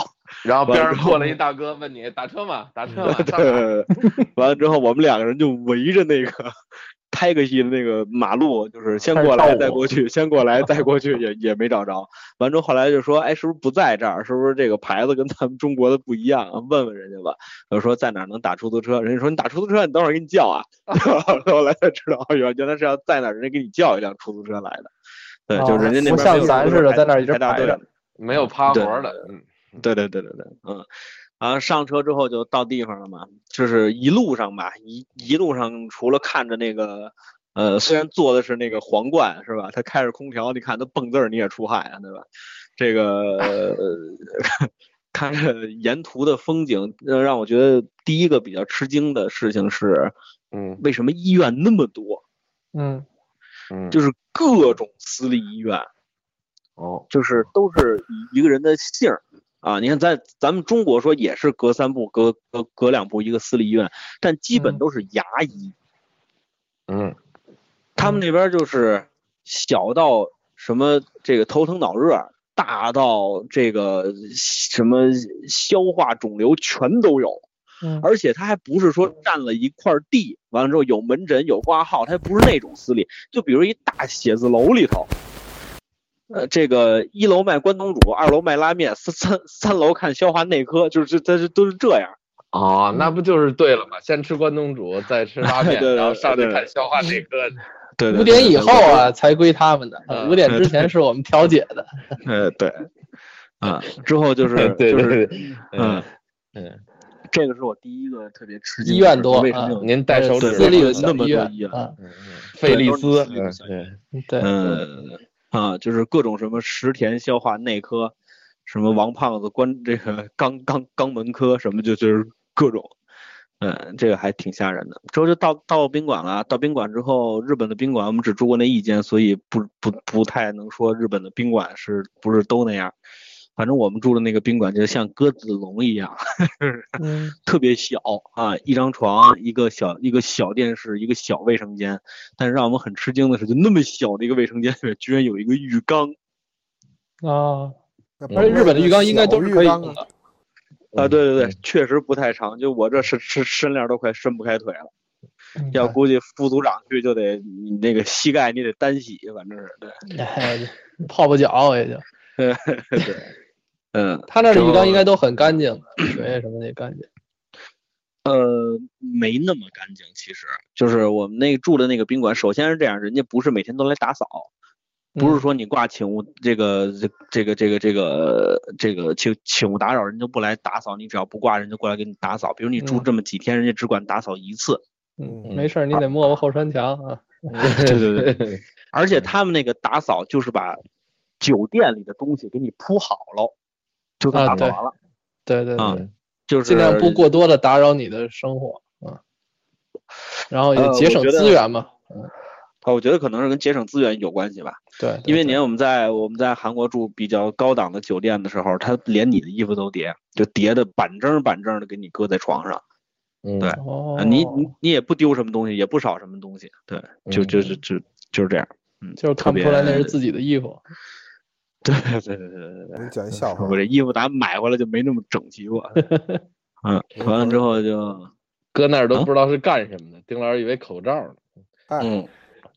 [SPEAKER 4] 然后边上过来一大哥问你打车吗？打
[SPEAKER 2] 嗯
[SPEAKER 4] 车吗？啊 上哪儿
[SPEAKER 2] 对， 完了之后我们两个人就围着那个 Taxi 的那个马路，就是先过
[SPEAKER 3] 开
[SPEAKER 2] 来
[SPEAKER 3] 始照
[SPEAKER 2] 再
[SPEAKER 3] 顾
[SPEAKER 2] 过去，先过来再过去， 也也没找着。完之后后来就说，哎，是不是不在这儿？是不是这个牌子跟咱们中国的不一样啊？问问人家吧。我说在哪儿能打出租车？人家说你打出租车，你等会儿给你叫啊。 后来才知道，哦原原来是要在哪儿人家给你叫一辆出租车来的。对，
[SPEAKER 3] 哦
[SPEAKER 2] 就是人家那
[SPEAKER 1] 不
[SPEAKER 2] 边
[SPEAKER 1] 像
[SPEAKER 2] 没有
[SPEAKER 1] 咱
[SPEAKER 2] 出租
[SPEAKER 3] 似的
[SPEAKER 2] 车
[SPEAKER 3] 在那儿一直
[SPEAKER 2] 排大队
[SPEAKER 3] 排着
[SPEAKER 2] 了
[SPEAKER 4] 没有趴活的，嗯
[SPEAKER 2] 对对对对对，嗯，啊，上车之后就到地方了嘛，就是一路上吧，一一路上除了看着那个，呃，虽然坐的是那个皇冠是吧，它开着空调，你看它蹦字儿你也出汗啊，对吧？这个、 呃看着沿途的风景，呃让我觉得第一个比较吃惊的事情是，
[SPEAKER 4] 嗯
[SPEAKER 2] 为什么医院那么多？
[SPEAKER 3] 嗯，
[SPEAKER 4] 嗯，
[SPEAKER 2] 就是各种私立医院，
[SPEAKER 4] 哦，
[SPEAKER 2] 就是都是以一个人的姓儿啊。你看在咱们中国说也是隔三步隔隔隔两步一个私立医院，但基本
[SPEAKER 3] 嗯
[SPEAKER 2] 都是牙医。
[SPEAKER 4] 嗯
[SPEAKER 2] 他们那边就是小到什么这个头疼脑热，大到这个什么消化肿瘤全都有。
[SPEAKER 3] 嗯
[SPEAKER 2] 而且他还不是说占了一块地，完了之后有门诊有挂号，他还不是那种私立，就比如一大写字楼里头，呃，这个一楼卖关东煮，二楼卖拉面，三三三楼看消化内科，就是这这都是这样。
[SPEAKER 4] 哦，那不就是对了吗？先吃关东煮，再吃拉面，
[SPEAKER 2] 对 对
[SPEAKER 4] 然后上去
[SPEAKER 2] 对
[SPEAKER 4] 看消化内科。
[SPEAKER 2] 对啊
[SPEAKER 3] 五点以后，啊才归他们的，
[SPEAKER 4] 嗯
[SPEAKER 3] 五点之前是我们调解的。
[SPEAKER 2] 呃， 对，啊，之后 就是
[SPEAKER 4] 对
[SPEAKER 2] 就是
[SPEAKER 4] 对对，
[SPEAKER 2] 嗯
[SPEAKER 4] 嗯，
[SPEAKER 2] 这个是我第一个特别吃惊
[SPEAKER 3] 医
[SPEAKER 2] 的事，
[SPEAKER 3] 院多
[SPEAKER 2] 为什么
[SPEAKER 3] 啊
[SPEAKER 2] 有
[SPEAKER 4] 嗯您带手指
[SPEAKER 3] 私立的
[SPEAKER 2] 对
[SPEAKER 3] 小
[SPEAKER 2] 那么
[SPEAKER 3] 医
[SPEAKER 2] 多
[SPEAKER 3] 院
[SPEAKER 2] 医院
[SPEAKER 3] 啊，
[SPEAKER 4] 嗯嗯费利斯，
[SPEAKER 2] 对都是私立的
[SPEAKER 4] 嗯
[SPEAKER 3] 对，
[SPEAKER 2] 嗯啊，就是各种什么石田消化内科，什么王胖子关这个 肛肛肛门科，什么就就是各种，嗯，这个还挺吓人的。之后就到到宾馆了，到宾馆之后，日本的宾馆我们只住过那一间，所以不不不太能说日本的宾馆是不是都那样。反正我们住的那个宾馆就像鸽子笼一样，
[SPEAKER 3] 嗯，
[SPEAKER 2] 特别小啊，一张床，一个小一个小电视，一个小卫生间。但是让我们很吃惊的是，就那么小的一个卫生间里面，居然有一个浴缸。
[SPEAKER 3] 啊，
[SPEAKER 1] 那
[SPEAKER 3] 而且日本的浴缸应该都是可以
[SPEAKER 1] 小浴缸
[SPEAKER 3] 用
[SPEAKER 1] 啊
[SPEAKER 3] 的。
[SPEAKER 2] 啊，对对对，确实不太长，就我这伸伸伸链儿都快伸不开腿了。
[SPEAKER 3] 嗯
[SPEAKER 2] 要估计副组长去就得你那个膝盖你得单洗，反正是对
[SPEAKER 3] 哎泡泡脚也就，
[SPEAKER 2] 对，嗯
[SPEAKER 3] 他那的浴
[SPEAKER 2] 就
[SPEAKER 3] 缸应该都很干净，水什么的也干净。
[SPEAKER 2] 呃没那么干净，其实就是我们那住的那个宾馆，首先是这样，人家不是每天都来打扫，
[SPEAKER 3] 嗯
[SPEAKER 2] 不是说你挂请勿这个这个这个这个这个请请勿打扰，人就不来打扫，你只要不挂，人就过来给你打扫。比如你住
[SPEAKER 3] 嗯
[SPEAKER 2] 这么几天，人家只管打扫一 次。
[SPEAKER 3] 嗯，
[SPEAKER 4] 嗯
[SPEAKER 3] 没事儿，你得摸摸后穿墙啊。
[SPEAKER 2] 对 对对，
[SPEAKER 4] 对，
[SPEAKER 2] 而且他们那个打扫就是把酒店里的东西给你铺好了，就算
[SPEAKER 3] 啊
[SPEAKER 2] 打扫
[SPEAKER 3] 对
[SPEAKER 2] 完了，
[SPEAKER 3] 对对
[SPEAKER 2] 啊
[SPEAKER 3] 对，
[SPEAKER 2] 就是
[SPEAKER 3] 尽量不过多的打扰你的生活啊，然后也
[SPEAKER 2] 呃
[SPEAKER 3] 节
[SPEAKER 2] 我
[SPEAKER 3] 省
[SPEAKER 2] 觉得
[SPEAKER 3] 资源嘛。
[SPEAKER 2] 啊，我觉得可能是跟节省资源有关系吧。
[SPEAKER 3] 对，对
[SPEAKER 2] 因为
[SPEAKER 3] 对
[SPEAKER 2] 您我们在我们在韩国住比较高档的酒店的时候，他连你的衣服都叠，就叠的板正板正的给你搁在床上，
[SPEAKER 4] 嗯
[SPEAKER 2] 对
[SPEAKER 3] 哦
[SPEAKER 2] 啊，你你你也不丢什么东西，也不少什么东西，对，就就就就就是这样， 嗯，
[SPEAKER 3] 就是
[SPEAKER 2] 特
[SPEAKER 3] 看不
[SPEAKER 2] 别
[SPEAKER 3] 出来那是自己的衣服。
[SPEAKER 2] 对对对对对对
[SPEAKER 1] 我给你讲一笑
[SPEAKER 3] 哦
[SPEAKER 1] 话
[SPEAKER 2] 我，这衣服咱买回来就没那么整齐 过，嗯，完了之后就
[SPEAKER 4] 搁那儿都不知道是干什么的，丁老师以为口罩呢。
[SPEAKER 1] 哎，
[SPEAKER 2] 嗯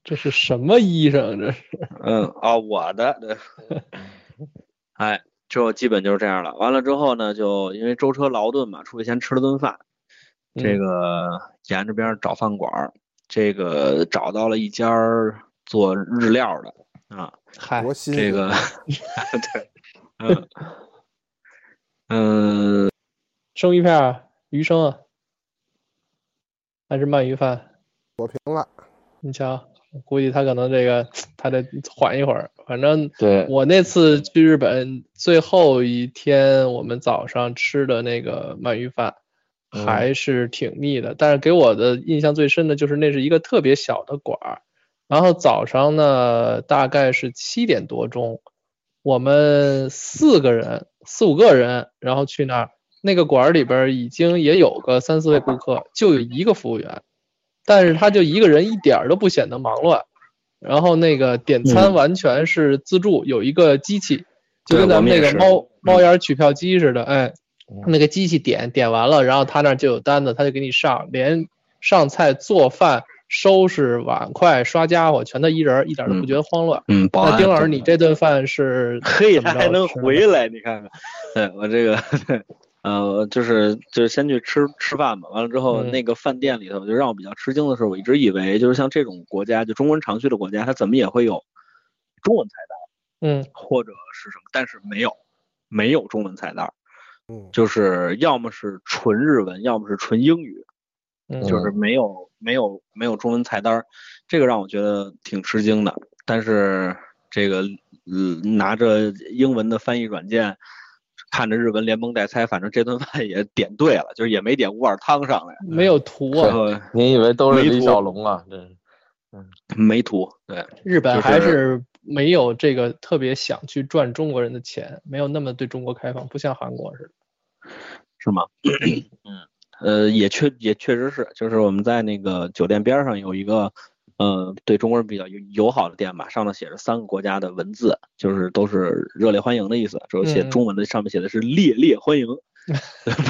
[SPEAKER 3] 这是什么衣裳？这是
[SPEAKER 2] 嗯啊，我的，对 哎，就基本就是这样了。完了之后呢，就因为舟车劳顿嘛，出去先吃了顿饭，
[SPEAKER 3] 嗯
[SPEAKER 2] 这个沿着边儿找饭馆儿，这个找到了一家儿做日料的啊，
[SPEAKER 3] 嗨，
[SPEAKER 1] 多新
[SPEAKER 2] 这
[SPEAKER 1] 鲜！
[SPEAKER 2] 个对，嗯嗯，
[SPEAKER 3] 生鱼片儿、鱼生啊，还是鳗鱼饭？
[SPEAKER 1] 我平了，
[SPEAKER 3] 你瞧，估计他可能这个他得缓一会儿。反正
[SPEAKER 4] 对，
[SPEAKER 3] 我那次去日本最后一天，我们早上吃的那个鳗鱼饭
[SPEAKER 4] 嗯
[SPEAKER 3] 还是挺腻的，但是给我的印象最深的就是那是一个特别小的馆儿，然后早上呢大概是七点多钟，我们四个人四五个人，然后去那儿，那个馆儿里边儿已经也有个三四位顾客，就有一个服务员，但是他就一个人一点儿都不显得忙乱。然后那个点餐
[SPEAKER 2] 嗯
[SPEAKER 3] 完全是自助，有一个机器，就
[SPEAKER 2] 对
[SPEAKER 3] 跟咱
[SPEAKER 2] 我们
[SPEAKER 3] 们那
[SPEAKER 2] 也
[SPEAKER 3] 个
[SPEAKER 2] 是嗯
[SPEAKER 3] 猫猫眼儿取票机似的，哎
[SPEAKER 4] 嗯，
[SPEAKER 3] 那个机器点点完了，然后他那儿就有单子，他就给你上，连上菜、做饭、收拾碗筷、刷家伙，全他一人儿，一点儿都
[SPEAKER 2] 嗯
[SPEAKER 3] 不觉得慌乱。
[SPEAKER 2] 嗯，保
[SPEAKER 3] 那
[SPEAKER 2] 安。
[SPEAKER 3] 丁老师，你这顿 饭是
[SPEAKER 2] 嘿，
[SPEAKER 3] 怎么
[SPEAKER 2] 他还
[SPEAKER 3] 着
[SPEAKER 2] 能
[SPEAKER 3] 吃的
[SPEAKER 2] 回来，你看看。 对我这个，呃，就是就是先去吃吃饭嘛，完了之后，
[SPEAKER 3] 嗯
[SPEAKER 2] 那个饭店里头，就让我比较吃惊的是，我一直以为就是像这种国家，就中文常去的国家，它怎么也会有中文菜单
[SPEAKER 3] 嗯
[SPEAKER 2] 或者是什么，但是没有，没有中文菜单，
[SPEAKER 1] 嗯，
[SPEAKER 2] 就是要么是纯日文，要么是纯英语，
[SPEAKER 3] 嗯，
[SPEAKER 2] 就是没有没有没有中文菜单儿，这个让我觉得挺吃惊的。但是这个嗯，拿着英文的翻译软件，看着日文连蒙带猜，反正这顿饭也点对了，就是也没点五碗汤上来，
[SPEAKER 3] 没有图
[SPEAKER 2] 然
[SPEAKER 3] 啊，
[SPEAKER 2] 后
[SPEAKER 4] 您以为都是
[SPEAKER 2] 没
[SPEAKER 4] 李
[SPEAKER 2] 错
[SPEAKER 4] 小龙啊？这是
[SPEAKER 2] 没图，对，
[SPEAKER 3] 日本
[SPEAKER 2] 就
[SPEAKER 3] 还
[SPEAKER 2] 是
[SPEAKER 3] 是没有这个特别想去赚中国人的钱，没有那么对中国开放，不像韩国似的。
[SPEAKER 2] 是吗？嗯， 呃，也确也确实是，就是我们在那个酒店边儿上有一个，呃，对中国人比较友友好的店吧，上头写着三个国家的文字，就是都是热烈欢迎的意思，只有写
[SPEAKER 3] 嗯嗯
[SPEAKER 2] 中文的上面写的是烈烈欢 迎，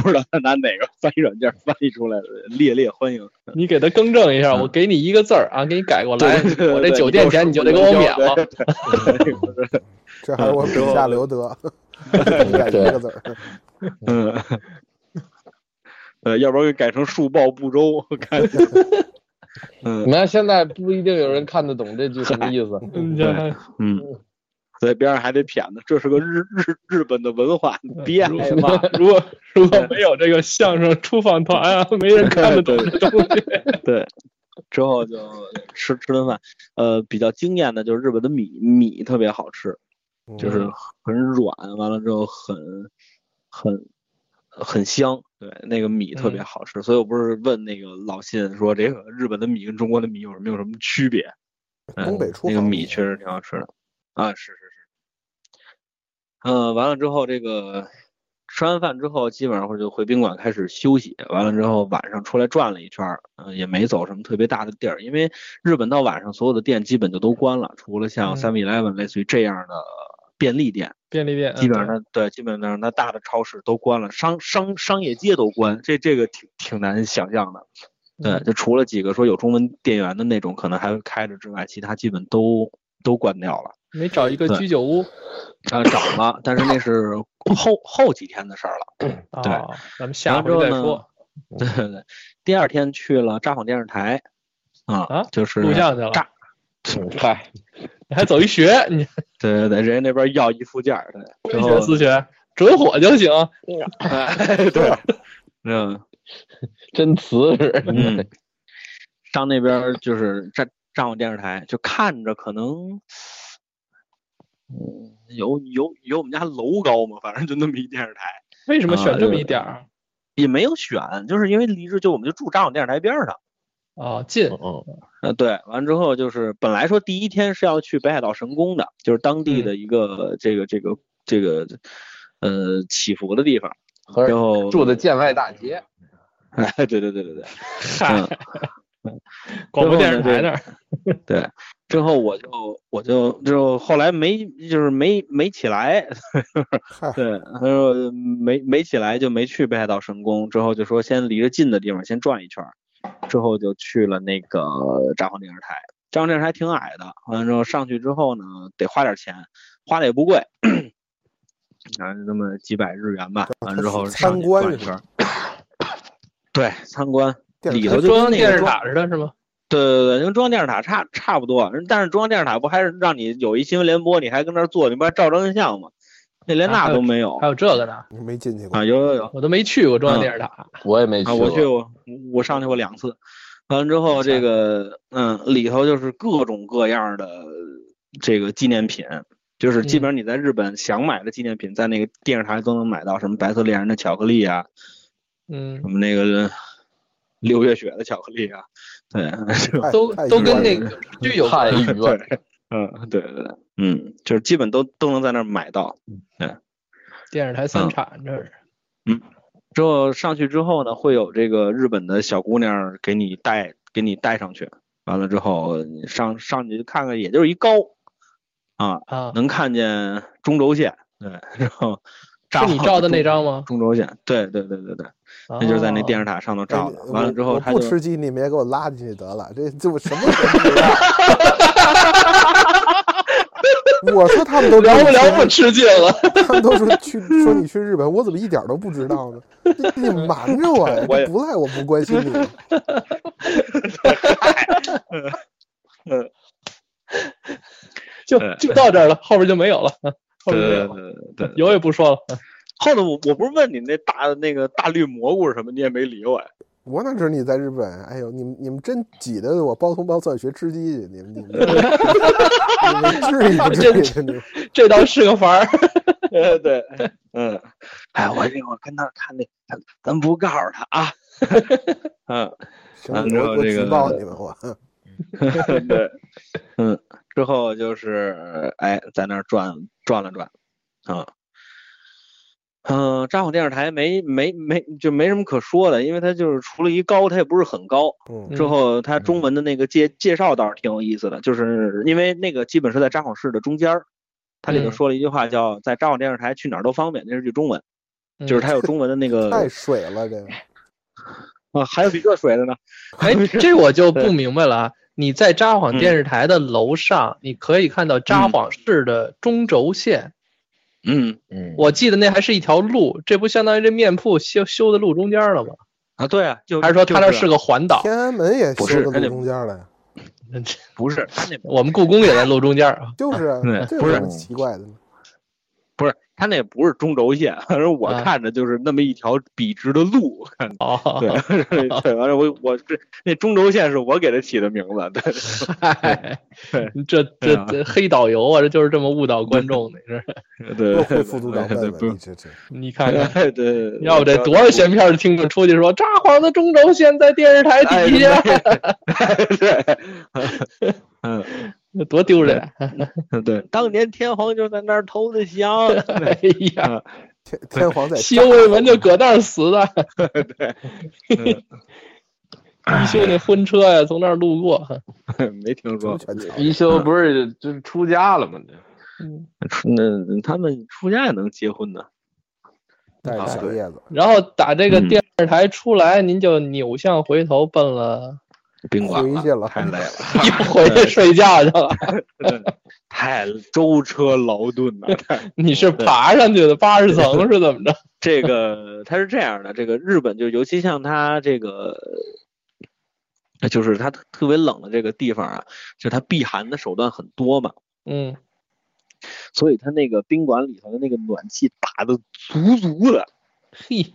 [SPEAKER 2] 不知道他拿哪个翻译软件翻译出来的烈烈欢迎。
[SPEAKER 3] 你给他更正一下，
[SPEAKER 2] 嗯
[SPEAKER 3] 我给你一个字儿啊，给你改过来，
[SPEAKER 2] 对对对
[SPEAKER 3] 我这
[SPEAKER 2] 对
[SPEAKER 3] 酒店钱你就得给我免
[SPEAKER 4] 啊
[SPEAKER 3] 了。。
[SPEAKER 2] 对对对
[SPEAKER 1] 这还是我笔下留 德，改一个字儿，
[SPEAKER 2] 嗯，呃，要不然给改成树报不周，我看。 嗯
[SPEAKER 4] 你看现在不一定有人看得懂这句什么意思。
[SPEAKER 3] 嗯，这还
[SPEAKER 2] 嗯，所以边上还得谝呢，这是个日日日本的文化，你别挨骂。
[SPEAKER 3] 如果如果没有这个相声出访团啊，没人看得懂这东西。
[SPEAKER 2] 对，之后就吃吃顿饭。呃，比较惊艳的就是日本的米米特别好吃，就是很软，完了之后很很很香。对，那个米特别好吃，所以我不是问那个老信说这个日本的米跟中国的米有什么有什么区别？嗯
[SPEAKER 1] 东北出
[SPEAKER 2] 那个
[SPEAKER 1] 房
[SPEAKER 2] 米确实挺好吃的啊，是是是。嗯、完了之后，这个吃完饭之后，基本上会就回宾馆开始休息。完了之后，晚上出来转了一圈儿，嗯、也没走什么特别大的地儿，因为日本到晚上所有的店基本就都关了，除了像
[SPEAKER 3] 嗯
[SPEAKER 2] Seven Eleven 类似于这样的便利店，
[SPEAKER 3] 便利店，
[SPEAKER 2] 基本上
[SPEAKER 3] 嗯
[SPEAKER 2] 它对，基本上它大的超市都关了，商商商业街都关，这这个挺挺难想象的。
[SPEAKER 3] 嗯
[SPEAKER 2] 对，就除了几个说有中文店员的那种可能还会开着之外，其他基本都都关掉了。
[SPEAKER 3] 对没找一个
[SPEAKER 2] 对
[SPEAKER 3] 居酒屋
[SPEAKER 2] 啊，找了，但是那是后后几天的事儿了。
[SPEAKER 3] 啊
[SPEAKER 2] 对，
[SPEAKER 3] 咱
[SPEAKER 2] 然
[SPEAKER 3] 们下
[SPEAKER 2] 后
[SPEAKER 3] 回
[SPEAKER 2] 之后
[SPEAKER 3] 再
[SPEAKER 2] 呢
[SPEAKER 3] 说，
[SPEAKER 2] 对对对，第二天去了札幌电视台，啊，
[SPEAKER 3] 啊
[SPEAKER 2] 就是
[SPEAKER 3] 录像去了，
[SPEAKER 2] 炸
[SPEAKER 4] 嗨，
[SPEAKER 3] 你还走一学，你
[SPEAKER 2] 对对对，人家那边要一附件儿，对，之
[SPEAKER 3] 文
[SPEAKER 2] 后
[SPEAKER 3] 学思学准火就行，
[SPEAKER 2] 哎对，嗯
[SPEAKER 4] 真瓷实。
[SPEAKER 2] 嗯，上那边儿就是站站我电视台，就看着可能，嗯，有有有我们家楼高嘛，反正就那么一电视台，
[SPEAKER 3] 为什么
[SPEAKER 2] 啊
[SPEAKER 3] 选这么
[SPEAKER 2] 对
[SPEAKER 3] 一点儿
[SPEAKER 2] 也没有选，就是因为离着就我们就住站我电视台边儿上。
[SPEAKER 3] 啊？近
[SPEAKER 4] 嗯
[SPEAKER 2] 呃，对，完之后就是本来说第一天是要去北海道神宫的，就是当地的一个这个这个这个呃祈福的地方，
[SPEAKER 4] 合
[SPEAKER 2] 然
[SPEAKER 4] 着
[SPEAKER 2] 后
[SPEAKER 4] 住的建外大街，
[SPEAKER 2] 哎， 对对对对对对，
[SPEAKER 3] 嗨
[SPEAKER 2] 嗯，
[SPEAKER 3] 广播电视
[SPEAKER 2] 最后呢
[SPEAKER 3] 台那儿
[SPEAKER 2] 对，之后我就我就之后后来没就是没没起来，
[SPEAKER 1] 嗨，
[SPEAKER 2] 对，他说没没起来就没去北海道神宫，之后就说先离着近的地方先转一圈儿，之后就去了那个札幌电视台。札幌电视台挺矮的，完之后上去之后呢，得花点钱，花的也不贵， 然后就那么几百日元吧。完之后
[SPEAKER 1] 它是
[SPEAKER 2] 上
[SPEAKER 1] 参
[SPEAKER 2] 去
[SPEAKER 1] 观
[SPEAKER 2] 转一
[SPEAKER 1] 是
[SPEAKER 2] 圈儿，对，参观。
[SPEAKER 1] 电
[SPEAKER 2] 里
[SPEAKER 1] 视
[SPEAKER 2] 头
[SPEAKER 1] 台
[SPEAKER 2] 就
[SPEAKER 3] 中
[SPEAKER 2] 跟
[SPEAKER 3] 央
[SPEAKER 2] 那
[SPEAKER 3] 电
[SPEAKER 2] 个
[SPEAKER 3] 视
[SPEAKER 2] 中
[SPEAKER 3] 塔似的，是吗？
[SPEAKER 2] 对对对，跟中央电视塔差差不多，但是中央电视塔不还是让你有一新闻联播，你还跟那儿坐，你不还照张相吗？那连
[SPEAKER 3] 啊还
[SPEAKER 2] 那
[SPEAKER 3] 有
[SPEAKER 2] 都没有
[SPEAKER 3] 还有这个呢，
[SPEAKER 1] 你没进去过
[SPEAKER 2] 啊！有有有，
[SPEAKER 3] 我都没去过
[SPEAKER 2] 嗯
[SPEAKER 3] 中央电视塔，嗯
[SPEAKER 4] 我也没去
[SPEAKER 2] 啊，
[SPEAKER 4] 过。
[SPEAKER 2] 我去过，我上去过两次。完了之后，这个嗯，里头就是各种各样的这个纪念品，就是基
[SPEAKER 3] 嗯
[SPEAKER 2] 本上你在日本想买的纪念品，在那个电视台都能买到，什么白色恋人的巧克力啊，
[SPEAKER 3] 嗯
[SPEAKER 2] 什，么那个六月雪的巧克力啊，对，
[SPEAKER 1] 太
[SPEAKER 3] 都
[SPEAKER 1] 太
[SPEAKER 3] 都
[SPEAKER 1] 远
[SPEAKER 3] 跟
[SPEAKER 1] 了
[SPEAKER 3] 那个剧有
[SPEAKER 4] 太
[SPEAKER 3] 关，
[SPEAKER 4] 远 了，
[SPEAKER 2] 嗯，对对对，嗯，就是基本都都能在那儿买到。
[SPEAKER 3] 电视台
[SPEAKER 2] 嗯
[SPEAKER 3] 三产这是
[SPEAKER 2] 之后上去之后呢，会有这个日本的小姑娘给你带给你带上去，完了之后你上上去看看，也就是一高啊，
[SPEAKER 3] 啊，
[SPEAKER 2] 能看见中轴线，对，然后
[SPEAKER 3] 是你照的那张吗？哦
[SPEAKER 2] 中轴线，对对对对对， 那就是在那电
[SPEAKER 3] 视
[SPEAKER 2] 视塔上头
[SPEAKER 1] 哎
[SPEAKER 2] 照的，
[SPEAKER 1] 我
[SPEAKER 2] 完了之后
[SPEAKER 1] 我
[SPEAKER 2] 他
[SPEAKER 1] 不
[SPEAKER 2] 就
[SPEAKER 1] 吃鸡，你们也给我拉进去得了，这这我什么都不知道。我说他们都
[SPEAKER 3] 聊不聊 不
[SPEAKER 1] 不，
[SPEAKER 3] 吃劲了，
[SPEAKER 1] 他们都说去说你去日本，我怎么一点都不知道 呢？你你瞒着我呀！
[SPEAKER 2] 我也
[SPEAKER 1] 这不赖我不关心你，
[SPEAKER 3] 就
[SPEAKER 2] 对
[SPEAKER 3] 就到这儿了，后边就没有了，后
[SPEAKER 2] 对
[SPEAKER 3] 边就没
[SPEAKER 2] 对
[SPEAKER 3] 有了，
[SPEAKER 2] 对对对。
[SPEAKER 3] 有也不说了，
[SPEAKER 2] 后头我我不是问你那大那个大绿蘑菇是什么，你也没理我呀。
[SPEAKER 1] 我哪知道你在日本？哎呦，你们你们真挤得我包通包算学吃鸡去，你们你们你们至于不 至于的？你
[SPEAKER 3] 这倒是个法儿，
[SPEAKER 2] 对对，嗯，哎，我这我跟他看那，咱咱不告诉他啊。 嗯，
[SPEAKER 1] 行，
[SPEAKER 2] 按照
[SPEAKER 1] 我我
[SPEAKER 2] 这个
[SPEAKER 1] 举报你们我。
[SPEAKER 2] 对， 嗯，之后就是哎，在那儿转转了转，啊、嗯，札幌电视台没没没就没什么可说的，因为它就是除了一高，它也不是很高。
[SPEAKER 1] 嗯
[SPEAKER 3] 嗯
[SPEAKER 2] 之后它中文的那个介介绍倒是挺有意思的，就是因为那个基本是在札幌市的中间儿，它里头
[SPEAKER 3] 嗯
[SPEAKER 2] 说了一句话叫“在札幌电视台去哪儿都方便”，那是句中文。 就是
[SPEAKER 3] 嗯
[SPEAKER 2] 它有中文的那个
[SPEAKER 1] 太水了这个。
[SPEAKER 2] 啊，还有比这水的呢。
[SPEAKER 3] 哎， 这我就不明白了啊！你在札
[SPEAKER 2] 嗯
[SPEAKER 3] 幌电视台的楼上，你可以看到札幌市的中轴线。
[SPEAKER 2] 嗯
[SPEAKER 4] 嗯，
[SPEAKER 3] 我记得那还是一条路，这不相当于这面铺修修的路中间了吗？
[SPEAKER 2] 啊，对啊，就
[SPEAKER 3] 还是说
[SPEAKER 2] 就
[SPEAKER 3] 它那
[SPEAKER 2] 是
[SPEAKER 3] 是个环岛？
[SPEAKER 1] 天安门也
[SPEAKER 2] 不
[SPEAKER 1] 修
[SPEAKER 2] 是
[SPEAKER 1] 到
[SPEAKER 2] 它
[SPEAKER 1] 路
[SPEAKER 2] 得啊
[SPEAKER 1] 中间了呀，
[SPEAKER 2] 不是他那
[SPEAKER 3] 我们故宫也在路中 间啊。
[SPEAKER 1] 就是啊
[SPEAKER 2] 对
[SPEAKER 1] 这
[SPEAKER 2] 不
[SPEAKER 1] 有
[SPEAKER 2] 是
[SPEAKER 1] 什么奇怪的呢？
[SPEAKER 2] 不是他那不是中轴线，反正我
[SPEAKER 3] 啊
[SPEAKER 2] 看着就是那么一条笔直的路。对
[SPEAKER 3] 哦，
[SPEAKER 2] 对，完了我我这那中轴线是我给它起的名字。对，
[SPEAKER 3] 嗨
[SPEAKER 2] 对，
[SPEAKER 3] 这
[SPEAKER 2] 对
[SPEAKER 3] 这
[SPEAKER 2] 啊
[SPEAKER 3] 这黑导游啊，这就是这么误导观众 的，是
[SPEAKER 2] 对
[SPEAKER 1] 多
[SPEAKER 2] 对
[SPEAKER 1] 亏
[SPEAKER 2] 对，
[SPEAKER 1] 副组长
[SPEAKER 2] 对
[SPEAKER 1] 问
[SPEAKER 2] 对不
[SPEAKER 1] 问
[SPEAKER 2] 是
[SPEAKER 1] 你，这这
[SPEAKER 3] 你看看，
[SPEAKER 2] 对啊对， 啊
[SPEAKER 3] 要不
[SPEAKER 2] 这
[SPEAKER 3] 这多少闲篇的听众出去说札幌的中轴线在电视台
[SPEAKER 2] 哎
[SPEAKER 3] 底下，
[SPEAKER 2] 对，嗯，
[SPEAKER 3] 那 多丢人！啊
[SPEAKER 2] 嗯对，当年天皇就在那儿投的降。
[SPEAKER 3] 哎呀。
[SPEAKER 2] 啊，
[SPEAKER 1] 天天皇在
[SPEAKER 3] 西游未闻就搁那儿死的。
[SPEAKER 2] 嗯
[SPEAKER 3] 一修那婚车呀，从那儿路过，
[SPEAKER 2] 没听说
[SPEAKER 1] 全球
[SPEAKER 4] 嗯一休不是就是出家了吗？这
[SPEAKER 3] 嗯，
[SPEAKER 2] 出那他们出家也能结婚的，
[SPEAKER 1] 带着
[SPEAKER 2] 啊
[SPEAKER 1] 小
[SPEAKER 2] 对
[SPEAKER 1] 叶子，
[SPEAKER 3] 然后打这个
[SPEAKER 2] 嗯
[SPEAKER 3] 电视台出来，您就扭向回头奔 了，
[SPEAKER 2] 宾馆
[SPEAKER 1] 回去了
[SPEAKER 2] 太累了，
[SPEAKER 3] 又回去睡觉去了。
[SPEAKER 2] 太舟车劳顿了。太
[SPEAKER 3] 你是爬上去的八十层是怎么着？
[SPEAKER 2] 这个它是这样的，这个日本就尤其像它这个，呃就是它特特别冷的这个地方啊，就它避寒的手段很多嘛，
[SPEAKER 3] 嗯，
[SPEAKER 2] 所以它那个宾馆里头的那个暖气打的足足的，
[SPEAKER 3] 嘿，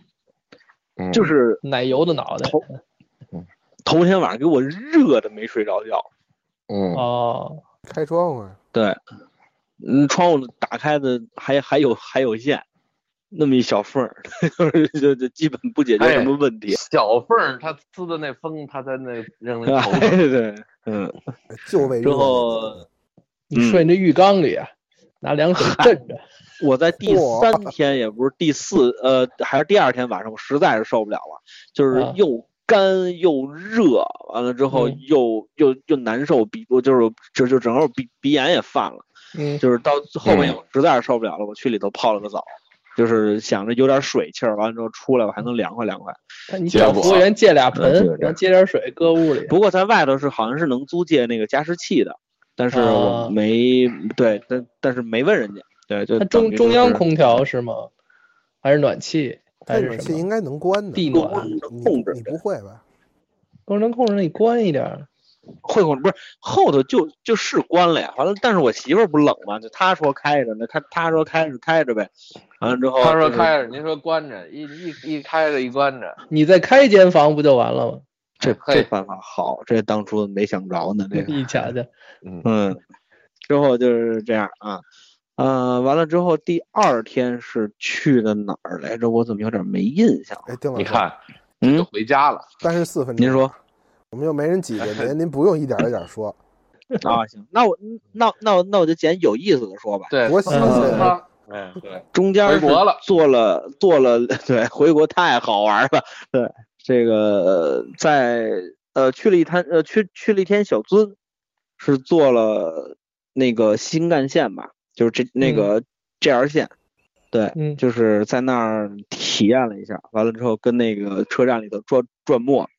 [SPEAKER 4] 嗯
[SPEAKER 2] 就是是
[SPEAKER 3] 奶油的脑袋。
[SPEAKER 2] 头头天晚上给我热的没睡着觉，
[SPEAKER 4] 嗯
[SPEAKER 3] 哦，
[SPEAKER 1] 开窗户，
[SPEAKER 2] 对，嗯，窗户打开的还还有还有线，那么一小缝儿， 就是就就基本不解决什么问题。
[SPEAKER 4] 小缝儿，它呲的那风，它在那扔 那头
[SPEAKER 2] 哎
[SPEAKER 4] 上，
[SPEAKER 2] 对，嗯，
[SPEAKER 1] 就为
[SPEAKER 2] 之
[SPEAKER 1] 热闹
[SPEAKER 2] 后
[SPEAKER 3] 你睡那浴缸里啊，拿凉水镇着。
[SPEAKER 2] 我在第
[SPEAKER 1] 嚯
[SPEAKER 2] 三天，也不是第四，呃，还是第二天晚上，我实在是受不了了，就是
[SPEAKER 3] 啊
[SPEAKER 2] 又干又热，完了之后
[SPEAKER 3] 嗯
[SPEAKER 2] 又、又又难受，鼻我就是就就整个鼻鼻炎也犯了。
[SPEAKER 3] 嗯，
[SPEAKER 2] 就是到后面
[SPEAKER 4] 嗯
[SPEAKER 2] 我实在是受不了了，我去里头泡了个澡，就是想着有点水气儿，完了之后出来我还能凉快凉快。
[SPEAKER 3] 你
[SPEAKER 4] 结
[SPEAKER 3] 找
[SPEAKER 4] 果
[SPEAKER 3] 服务员借俩
[SPEAKER 2] 嗯
[SPEAKER 3] 盆
[SPEAKER 2] 对，
[SPEAKER 3] 然后接点水搁屋里。
[SPEAKER 2] 不过在外头是好像是能租借那个加湿器的，但是我
[SPEAKER 3] 啊
[SPEAKER 2] 没、对，但但是没问人家。对，就
[SPEAKER 3] 它
[SPEAKER 2] 等于就是
[SPEAKER 3] 中中央空调是吗？还是暖气？还
[SPEAKER 1] 这
[SPEAKER 3] 是
[SPEAKER 1] 暖
[SPEAKER 3] 什
[SPEAKER 1] 气
[SPEAKER 3] 么？
[SPEAKER 1] 应该能关的，你
[SPEAKER 3] 地暖
[SPEAKER 1] 你
[SPEAKER 2] 控制
[SPEAKER 1] 你不会吧？
[SPEAKER 3] 工程控制那你关一点儿。
[SPEAKER 2] 会控制不是后头就就是关了呀。完了，但是我媳妇儿不冷嘛，就她说开着呢，她她说开着开着呗。完了之后
[SPEAKER 4] 他说
[SPEAKER 2] 就是
[SPEAKER 4] 开着，您说关着，一一一开着一关着，
[SPEAKER 3] 你再开一间房不就完了吗？
[SPEAKER 2] 这这
[SPEAKER 4] 嘿
[SPEAKER 2] 办法好，这当初没想着呢， 这个。
[SPEAKER 3] 你瞧瞧，
[SPEAKER 4] 嗯
[SPEAKER 2] 嗯，之后就是这样啊，呃，完了之后第二天是去的哪儿来着？我怎么有点没印象？
[SPEAKER 1] 哎，丁老
[SPEAKER 4] 你
[SPEAKER 1] 师，
[SPEAKER 4] 看，
[SPEAKER 2] 嗯
[SPEAKER 4] 就回家了，
[SPEAKER 1] 三十四分钟，
[SPEAKER 2] 您 说哎
[SPEAKER 1] 我们又没人挤着您，您不用一点儿一点儿说。
[SPEAKER 2] 啊？行，那我那那我那我就捡有意思的说吧。
[SPEAKER 4] 对，
[SPEAKER 1] 多
[SPEAKER 4] 我
[SPEAKER 1] 新
[SPEAKER 3] 鲜
[SPEAKER 4] 他，嗯，对，
[SPEAKER 2] 中间
[SPEAKER 4] 回
[SPEAKER 2] 是
[SPEAKER 4] 国了
[SPEAKER 2] 做了做了， 对，回国太好玩了。对，这个呃在呃去了一摊呃去去了一天小樽，是坐了那个新干线吧，就是这那个 JR 线，对，
[SPEAKER 3] 嗯，
[SPEAKER 2] 就是在那儿体验了一下，完了之后跟那个车站里头转转磨，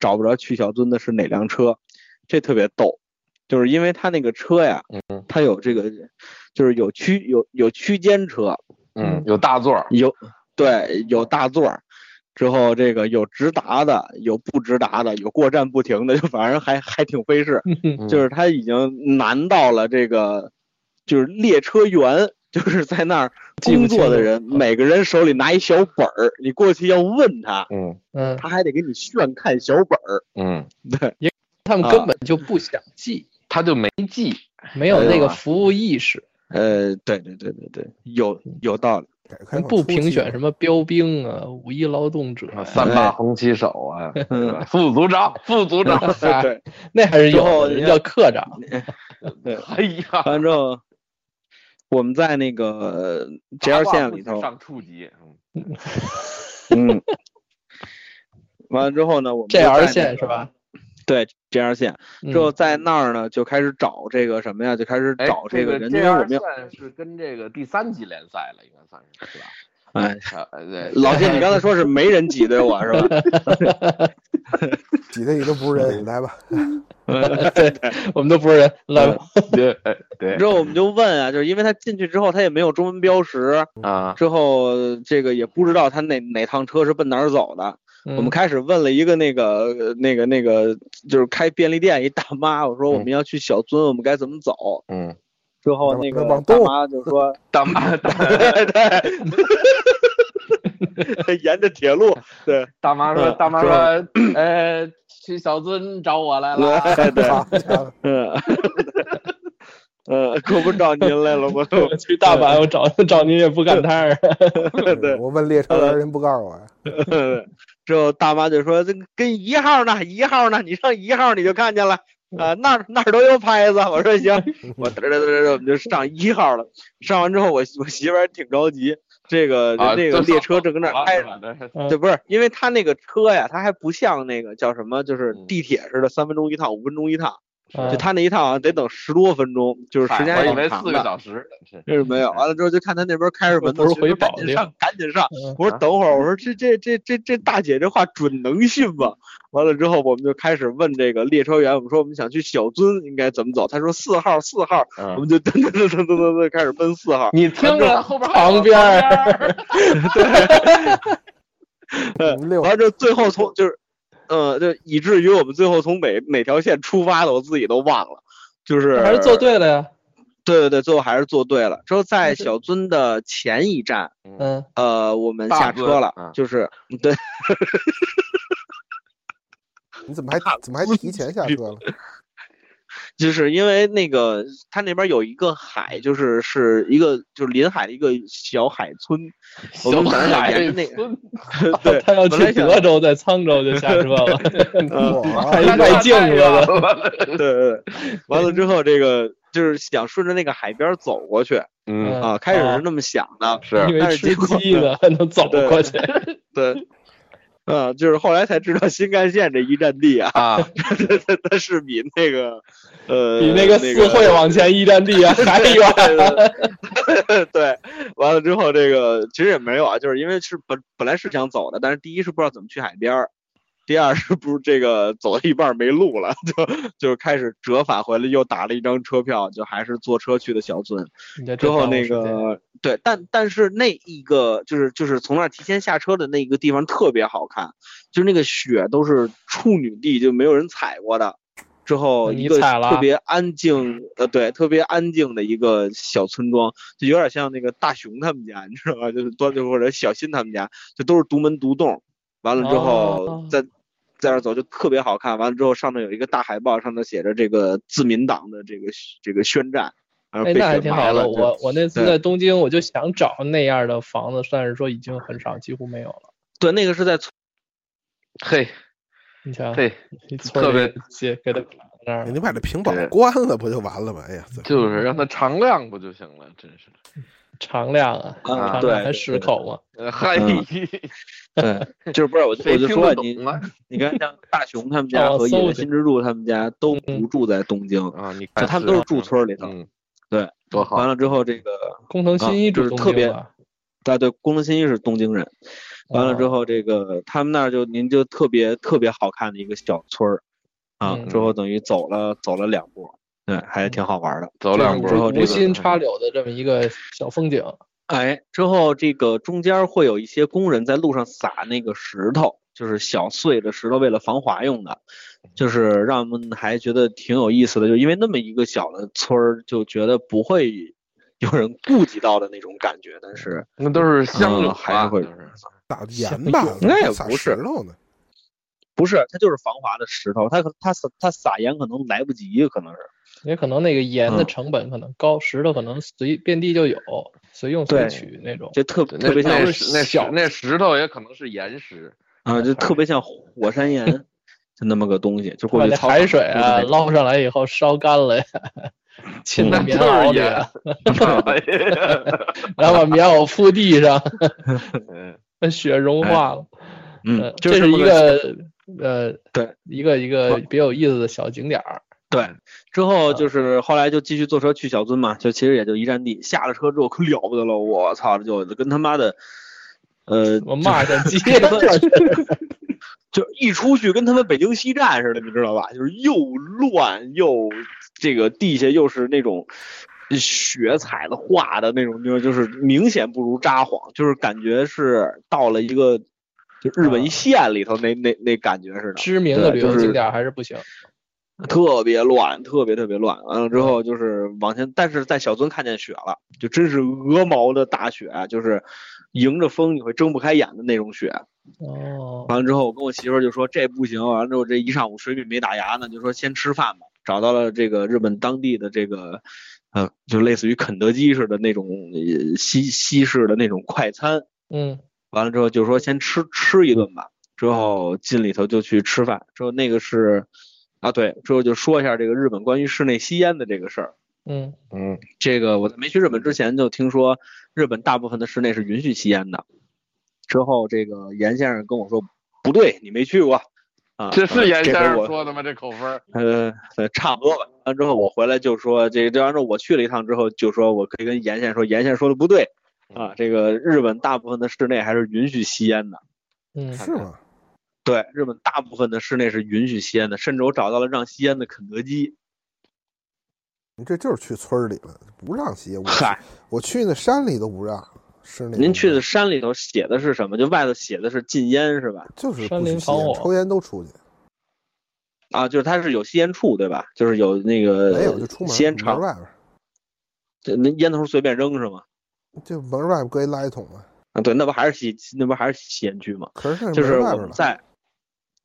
[SPEAKER 2] 找不着去小樽的是哪辆车，这特别逗，就是因为他那个车呀，
[SPEAKER 4] 嗯
[SPEAKER 2] 它有这个，就是有区有有区间车，
[SPEAKER 4] 嗯，有大座儿，
[SPEAKER 2] 有对有大座儿，之后这个有直达的，有不直达的，有过站不停的，就反正还还挺费事，
[SPEAKER 4] 嗯
[SPEAKER 2] 就是他已经难到了这个，就是列车员，就是在那儿
[SPEAKER 3] 记不
[SPEAKER 2] 工
[SPEAKER 3] 清
[SPEAKER 2] 作的
[SPEAKER 3] 楚
[SPEAKER 2] 人，每个人手里拿一小本儿，你过去要问他，
[SPEAKER 4] 嗯
[SPEAKER 3] 嗯，
[SPEAKER 2] 他还得给你炫看小本儿。
[SPEAKER 4] 嗯，
[SPEAKER 2] 对，
[SPEAKER 3] 他们
[SPEAKER 2] 啊
[SPEAKER 3] 根本就不想记，
[SPEAKER 4] 他就没记，
[SPEAKER 3] 没有那
[SPEAKER 2] 哎呦
[SPEAKER 3] 个
[SPEAKER 2] 啊
[SPEAKER 3] 服务意识，
[SPEAKER 2] 呃，对对对对对，有有道理。
[SPEAKER 1] 改革
[SPEAKER 2] 哎
[SPEAKER 1] 开放
[SPEAKER 3] 不
[SPEAKER 1] 初期
[SPEAKER 3] 评选
[SPEAKER 1] 嘛
[SPEAKER 3] 什么标兵啊、五一劳动者
[SPEAKER 2] 哎
[SPEAKER 3] 呀、
[SPEAKER 4] 三八红旗手 啊，对吧副组长，副组长，
[SPEAKER 3] 哎
[SPEAKER 2] 对，
[SPEAKER 3] 那还是有
[SPEAKER 2] 之后
[SPEAKER 3] 的
[SPEAKER 2] 人
[SPEAKER 3] 人
[SPEAKER 2] 家
[SPEAKER 3] 叫科长。
[SPEAKER 4] 哎呀，
[SPEAKER 2] 完了之后，我们在那个
[SPEAKER 4] 八
[SPEAKER 2] JR
[SPEAKER 4] 卦
[SPEAKER 2] 线
[SPEAKER 4] 不
[SPEAKER 2] 里
[SPEAKER 4] 许
[SPEAKER 2] 头，
[SPEAKER 4] 上处级，嗯
[SPEAKER 2] 嗯，完了之后呢，我们就
[SPEAKER 3] JR
[SPEAKER 2] 在那
[SPEAKER 3] 线
[SPEAKER 2] 个
[SPEAKER 3] 是吧？
[SPEAKER 2] 对 JR 线，
[SPEAKER 3] 嗯
[SPEAKER 2] 之后在那儿呢就开始找这个什么呀，就开始
[SPEAKER 4] 哎，
[SPEAKER 2] 找
[SPEAKER 4] 这
[SPEAKER 2] 个
[SPEAKER 4] 个
[SPEAKER 2] 人，因为我
[SPEAKER 4] JR
[SPEAKER 2] 们要
[SPEAKER 4] 算是跟这个第三级联赛了，应该算是是吧？
[SPEAKER 2] 哎，
[SPEAKER 4] 啊，呃对，
[SPEAKER 2] 老金，你刚才说是没人挤兑我是吧？
[SPEAKER 1] 挤的你都不是 人，来吧，
[SPEAKER 3] 嗯我们都不是
[SPEAKER 2] 嗯
[SPEAKER 3] 人，来吧，
[SPEAKER 4] 对 哎对
[SPEAKER 2] 之后我们就问啊，就是因为他进去之后他也没有中文标识，
[SPEAKER 4] 啊，
[SPEAKER 2] 之后这个也不知道他哪哪趟车是奔哪儿走的。
[SPEAKER 3] 我
[SPEAKER 2] 我们开始问了一个那个呃那个那个就是开便利店一大妈，我说我们要去小樽，我们该怎么走？
[SPEAKER 4] 嗯，
[SPEAKER 2] 之后那个
[SPEAKER 1] 那往
[SPEAKER 2] 大
[SPEAKER 1] 东
[SPEAKER 2] 妈就说，
[SPEAKER 4] 大妈大
[SPEAKER 2] 对， 沿着铁路，对，
[SPEAKER 4] 大妈说，
[SPEAKER 2] 嗯
[SPEAKER 4] 大妈说，呃，去小樽找我来了，
[SPEAKER 2] 对，
[SPEAKER 1] 好家伙
[SPEAKER 2] 嗯，呃，可不找您来了，我
[SPEAKER 3] 我去大阪，我找找您也不赶趟儿。
[SPEAKER 2] 对
[SPEAKER 1] 我问列车员，人不告诉我呀。
[SPEAKER 2] 之后大妈就说：“这个跟一号呢，一号呢，你上一号你就看见了啊，那儿那儿都有牌子。”我说：“行，我嘚嘚嘚嘚嘚，我们就上一号了。上完之后，我我媳妇儿还挺着急，这个
[SPEAKER 4] 啊，
[SPEAKER 2] 那个列车正跟那儿开着。
[SPEAKER 4] 呢，
[SPEAKER 3] 嗯
[SPEAKER 2] 对，不是，因为他那个车呀，他还不像那个叫什么，就是
[SPEAKER 4] 嗯
[SPEAKER 2] 地铁似的，三分钟一趟，五分钟一趟。
[SPEAKER 3] 啊
[SPEAKER 2] 就他那一趟好像得等十多分钟，就是时间
[SPEAKER 4] 嗨
[SPEAKER 2] 还
[SPEAKER 4] 我以
[SPEAKER 2] 挺
[SPEAKER 4] 为
[SPEAKER 2] 长
[SPEAKER 4] 四个
[SPEAKER 2] 的。
[SPEAKER 4] 小时嗯呢，是
[SPEAKER 2] 就是没有，完了之后就看他那边开着门的
[SPEAKER 3] 不
[SPEAKER 2] 学
[SPEAKER 3] 是
[SPEAKER 2] 生
[SPEAKER 3] 回
[SPEAKER 2] 说赶
[SPEAKER 3] 保
[SPEAKER 2] 紧
[SPEAKER 3] 的呀
[SPEAKER 2] 上，赶紧上。
[SPEAKER 3] 嗯
[SPEAKER 2] 我说等会儿，我说这这这这这大姐这话准能信吗？完了之后，我们就开始问这个列车员，我们说我们想去小樽，应该怎么走？他说四号，四号，我
[SPEAKER 4] 嗯，
[SPEAKER 2] 们就噔噔噔噔噔噔噔开始奔四号。
[SPEAKER 3] 你听
[SPEAKER 4] 着
[SPEAKER 3] 着
[SPEAKER 4] 后边还有
[SPEAKER 3] 旁边儿，
[SPEAKER 1] 五六
[SPEAKER 2] 呃完了之后，最后从就是，呃，就以至于我们最后从每每条线出发的，我自己都忘了，就是
[SPEAKER 3] 还是做对了呀？
[SPEAKER 2] 对对对，最后还是坐对了。之后在小樽的前一站，
[SPEAKER 3] 嗯，
[SPEAKER 2] 呃，我们
[SPEAKER 4] 大
[SPEAKER 2] 下
[SPEAKER 4] 哥
[SPEAKER 2] 车了，
[SPEAKER 4] 嗯
[SPEAKER 2] 就是对
[SPEAKER 1] 你怎么还怎么还提前下 车了？
[SPEAKER 2] 就是因为那个他那边有一个海，就是是一个就是临海的一个小海村， 我
[SPEAKER 4] 小
[SPEAKER 2] 们本来想
[SPEAKER 4] 海
[SPEAKER 2] 沿着那个，
[SPEAKER 4] 村
[SPEAKER 2] 对，
[SPEAKER 3] 他要
[SPEAKER 2] 本来
[SPEAKER 3] 去
[SPEAKER 2] 想
[SPEAKER 3] 德州，在沧州就下车 了。
[SPEAKER 2] 嗯
[SPEAKER 1] 我啊
[SPEAKER 3] 还
[SPEAKER 4] 那
[SPEAKER 3] 外境
[SPEAKER 4] 太
[SPEAKER 3] 是吧
[SPEAKER 4] 远了
[SPEAKER 2] 对对，对完了之后这个就是想顺着那个海边走过去
[SPEAKER 4] 嗯，
[SPEAKER 2] 啊，开始是
[SPEAKER 3] 啊
[SPEAKER 2] 那么想的，
[SPEAKER 4] 是
[SPEAKER 3] 以为
[SPEAKER 2] 但是
[SPEAKER 3] 吃
[SPEAKER 2] 结果
[SPEAKER 3] 鸡呢，还能走
[SPEAKER 2] 对
[SPEAKER 3] 过去。
[SPEAKER 2] 对。啊，就是后来才知道新干线这一站地啊，
[SPEAKER 4] 啊，
[SPEAKER 2] 它它它是比那个，呃，
[SPEAKER 3] 比那
[SPEAKER 2] 个
[SPEAKER 3] 个四惠往前一 站地啊还
[SPEAKER 2] 对
[SPEAKER 3] 远。
[SPEAKER 2] 对 对，完了之后这个其实也没有啊，就是因为是本本来是想走的，但是第一是不知道怎么去海边儿，第二是不是这个走到一半儿没路了，就就是开始折返回来又打了一张车票，就还是坐车去的小樽。
[SPEAKER 3] 你这
[SPEAKER 2] 之
[SPEAKER 3] 真
[SPEAKER 2] 后
[SPEAKER 3] 耽误
[SPEAKER 2] 那
[SPEAKER 3] 时间
[SPEAKER 2] 个对，但但是那一个就是就是从那儿提前下车的那个地方特别好看，就是那个雪都是处女地，就没有人踩过的。之后
[SPEAKER 3] 你
[SPEAKER 2] 一个
[SPEAKER 3] 踩了
[SPEAKER 2] 特别安静，呃，对，特别安静的一个小村庄，就有点像那个大雄他们家，你知道吧？就是多就或者小新他们家，就都是独门独栋。完了之后
[SPEAKER 3] 哦
[SPEAKER 2] 在在那儿走就特别好看。完了之后上头有一个大海报，上头写着这个自民党的这个这个宣战，然后
[SPEAKER 3] 哎，
[SPEAKER 2] 被
[SPEAKER 3] 那还
[SPEAKER 2] 雪
[SPEAKER 3] 挺
[SPEAKER 2] 埋
[SPEAKER 3] 好的。
[SPEAKER 2] 了。就
[SPEAKER 3] 我我那次
[SPEAKER 2] 对
[SPEAKER 3] 在东京，我就想找那样的房子，但是说已经很少，几乎没有了。
[SPEAKER 2] 对，那个是在 村
[SPEAKER 4] 嘿
[SPEAKER 3] 你瞧，
[SPEAKER 4] 嘿，
[SPEAKER 3] 你村
[SPEAKER 4] 特别
[SPEAKER 3] 里接给他卡那儿了，
[SPEAKER 1] 你把这屏保关了不就完了吗？哎呀，这
[SPEAKER 4] 就是让它常亮不就行了？真是，
[SPEAKER 3] 常亮啊，
[SPEAKER 4] 啊
[SPEAKER 3] 常
[SPEAKER 2] 对
[SPEAKER 3] 亮还十口嘛。
[SPEAKER 4] 呃嗨，
[SPEAKER 2] 嗯对，就是不是我就
[SPEAKER 4] 谁
[SPEAKER 2] 我就
[SPEAKER 4] 听
[SPEAKER 2] 说
[SPEAKER 4] 得
[SPEAKER 2] 你
[SPEAKER 4] 懂啊？
[SPEAKER 2] 你看像大雄他们家
[SPEAKER 3] 哦
[SPEAKER 2] 和
[SPEAKER 3] 搜
[SPEAKER 2] 野
[SPEAKER 3] 去
[SPEAKER 2] 新之助他们家都不
[SPEAKER 3] 嗯
[SPEAKER 2] 住在东京，
[SPEAKER 4] 啊，你
[SPEAKER 2] 就
[SPEAKER 4] 看
[SPEAKER 2] 他们都是住
[SPEAKER 4] 啊
[SPEAKER 2] 村里头。
[SPEAKER 4] 嗯，
[SPEAKER 2] 对，
[SPEAKER 4] 多好
[SPEAKER 2] 完，了之后，这个
[SPEAKER 3] 工藤新一
[SPEAKER 2] 啊就
[SPEAKER 3] 住
[SPEAKER 2] 是
[SPEAKER 3] 东
[SPEAKER 2] 特别
[SPEAKER 3] 京吧？
[SPEAKER 2] 大对宫藤新一是东京人，完了之
[SPEAKER 3] 哦
[SPEAKER 2] 后这个他们那儿就您就特别特别好看的一个小村儿啊，
[SPEAKER 3] 嗯
[SPEAKER 2] 之后等于走了走了两步，对，还挺好玩的。
[SPEAKER 4] 走
[SPEAKER 3] 就是
[SPEAKER 4] 两步
[SPEAKER 2] 之后
[SPEAKER 3] 无
[SPEAKER 2] 这个
[SPEAKER 3] 无心插柳的这么一个小风景，
[SPEAKER 2] 哎，之后这个中间会有一些工人在路上撒那个石头，就是小碎的石头，为了防滑用的，就是让我们还觉得挺有意思的，就因为那么一个小的村儿，就觉得不会有人顾及到的那种感觉，但是
[SPEAKER 4] 那都是乡
[SPEAKER 2] 嗯
[SPEAKER 4] 里
[SPEAKER 2] 还是会
[SPEAKER 4] 就是
[SPEAKER 1] 打盐吧？
[SPEAKER 2] 应该也
[SPEAKER 1] 撒
[SPEAKER 2] 不是
[SPEAKER 1] 石头呢？
[SPEAKER 2] 不是它就是防滑的石头，它可它撒它撒盐可能来不及，可能是
[SPEAKER 3] 也可能那个盐的
[SPEAKER 2] 嗯
[SPEAKER 3] 成本可能高，石头可能随遍地就有，随用随
[SPEAKER 2] 对
[SPEAKER 3] 取那种。
[SPEAKER 2] 就特
[SPEAKER 4] 对
[SPEAKER 2] 特别像
[SPEAKER 4] 那那
[SPEAKER 3] 是
[SPEAKER 4] 石那石
[SPEAKER 3] 小
[SPEAKER 4] 那石头也可能是 岩石，
[SPEAKER 2] 啊，就特别像火山 岩，就那么个东西，就过
[SPEAKER 3] 把
[SPEAKER 2] 去
[SPEAKER 3] 那
[SPEAKER 2] 操
[SPEAKER 3] 海
[SPEAKER 2] 场
[SPEAKER 3] 水
[SPEAKER 2] 就是
[SPEAKER 3] 啊
[SPEAKER 2] 那种
[SPEAKER 3] 捞上来以后烧干 了呀，浸到
[SPEAKER 4] 那
[SPEAKER 3] 棉
[SPEAKER 4] 就是
[SPEAKER 3] 袄里
[SPEAKER 4] 盐
[SPEAKER 3] 啊， 然后把棉袄铺地上，
[SPEAKER 4] 嗯
[SPEAKER 3] 把雪融化了。
[SPEAKER 2] 嗯
[SPEAKER 3] 呃，
[SPEAKER 2] 就
[SPEAKER 3] 这
[SPEAKER 2] 这
[SPEAKER 3] 是
[SPEAKER 2] 么
[SPEAKER 3] 一个呃，
[SPEAKER 2] 对，
[SPEAKER 3] 一个一个比较有意思的小景点儿。
[SPEAKER 2] 对，之后就是后来就继续坐车去小樽嘛，就其实也就一站地。下了车之后可了不得了，我操，就跟他妈的，呃，
[SPEAKER 3] 我骂一 下街，
[SPEAKER 2] 就一出去跟他们北京西站似的，你知道吧？就是又乱又这个地下又是那种雪踩的化的那种地方，就是明显不如札幌，就是感觉是到了一个就日本一县里头那那那感觉似的。
[SPEAKER 3] 知名的
[SPEAKER 2] 对
[SPEAKER 3] 旅
[SPEAKER 2] 就
[SPEAKER 3] 游
[SPEAKER 2] 是
[SPEAKER 3] 景点儿还是不行。
[SPEAKER 2] 特别乱，特别特别乱。完了之后就是往前，但是在小樽看见雪了，就真是鹅毛的大雪，就是迎着风你会睁不开眼的那种雪。
[SPEAKER 3] 哦，
[SPEAKER 2] 完了之后，我跟我媳妇儿就说这不行。完了之后，这一上午水里没打牙呢，就说先吃饭吧。找到了这个日本当地的这个，呃，就类似于肯德基似的那种呃西西式的那种快餐。
[SPEAKER 3] 嗯，
[SPEAKER 2] 完了之后就说先吃吃一顿吧，之后进里头就去吃饭。之后那个是啊，对，之后就说一下这个日本关于室内吸烟的这个事儿。
[SPEAKER 3] 嗯，
[SPEAKER 4] 嗯，
[SPEAKER 2] 这个我在没去日本之前就听说，日本大部分的室内是允许吸烟的。之后这个严先生跟我说，不对，你没去过。啊，
[SPEAKER 4] 这是严
[SPEAKER 2] 这
[SPEAKER 4] 先
[SPEAKER 2] 回
[SPEAKER 4] 生
[SPEAKER 2] 我
[SPEAKER 4] 说的吗？这口风儿
[SPEAKER 2] 呃，呃差不多吧。完之后我回来就说，这这完之后我去了一趟之后，就说我可以跟严先生说，严先生说的不对啊，这个日本大部分的室内还是允许吸烟的。
[SPEAKER 3] 嗯，
[SPEAKER 1] 是吗？
[SPEAKER 2] 对，日本大部分的室内是允许吸烟的，甚至我找到了让吸烟的肯德基。
[SPEAKER 1] 你这就是去村儿里了，不让吸。我去
[SPEAKER 2] 嗨，
[SPEAKER 1] 我去那山里都不让，室内
[SPEAKER 2] 您
[SPEAKER 1] 都不
[SPEAKER 2] 去
[SPEAKER 1] 让
[SPEAKER 2] 的山里头写的是什么？就外头写的是禁烟是吧？
[SPEAKER 1] 就是
[SPEAKER 3] 山
[SPEAKER 1] 不许
[SPEAKER 3] 林
[SPEAKER 1] 吸
[SPEAKER 3] 防
[SPEAKER 1] 烟
[SPEAKER 3] 火
[SPEAKER 1] 抽烟都出去，
[SPEAKER 2] 啊，就是它是有吸烟处对吧？就是有那个
[SPEAKER 1] 没有就出门
[SPEAKER 2] 吸烟
[SPEAKER 1] 门
[SPEAKER 2] 场，
[SPEAKER 1] 外边儿，
[SPEAKER 2] 这那烟头随便扔是吗？
[SPEAKER 1] 就门外边搁一垃圾桶嘛。
[SPEAKER 2] 啊，对，那不还是吸那不还是吸烟区吗？
[SPEAKER 1] 可是那
[SPEAKER 2] 就是
[SPEAKER 1] 门外
[SPEAKER 2] 我
[SPEAKER 1] 边
[SPEAKER 2] 们
[SPEAKER 1] 了，
[SPEAKER 2] 在，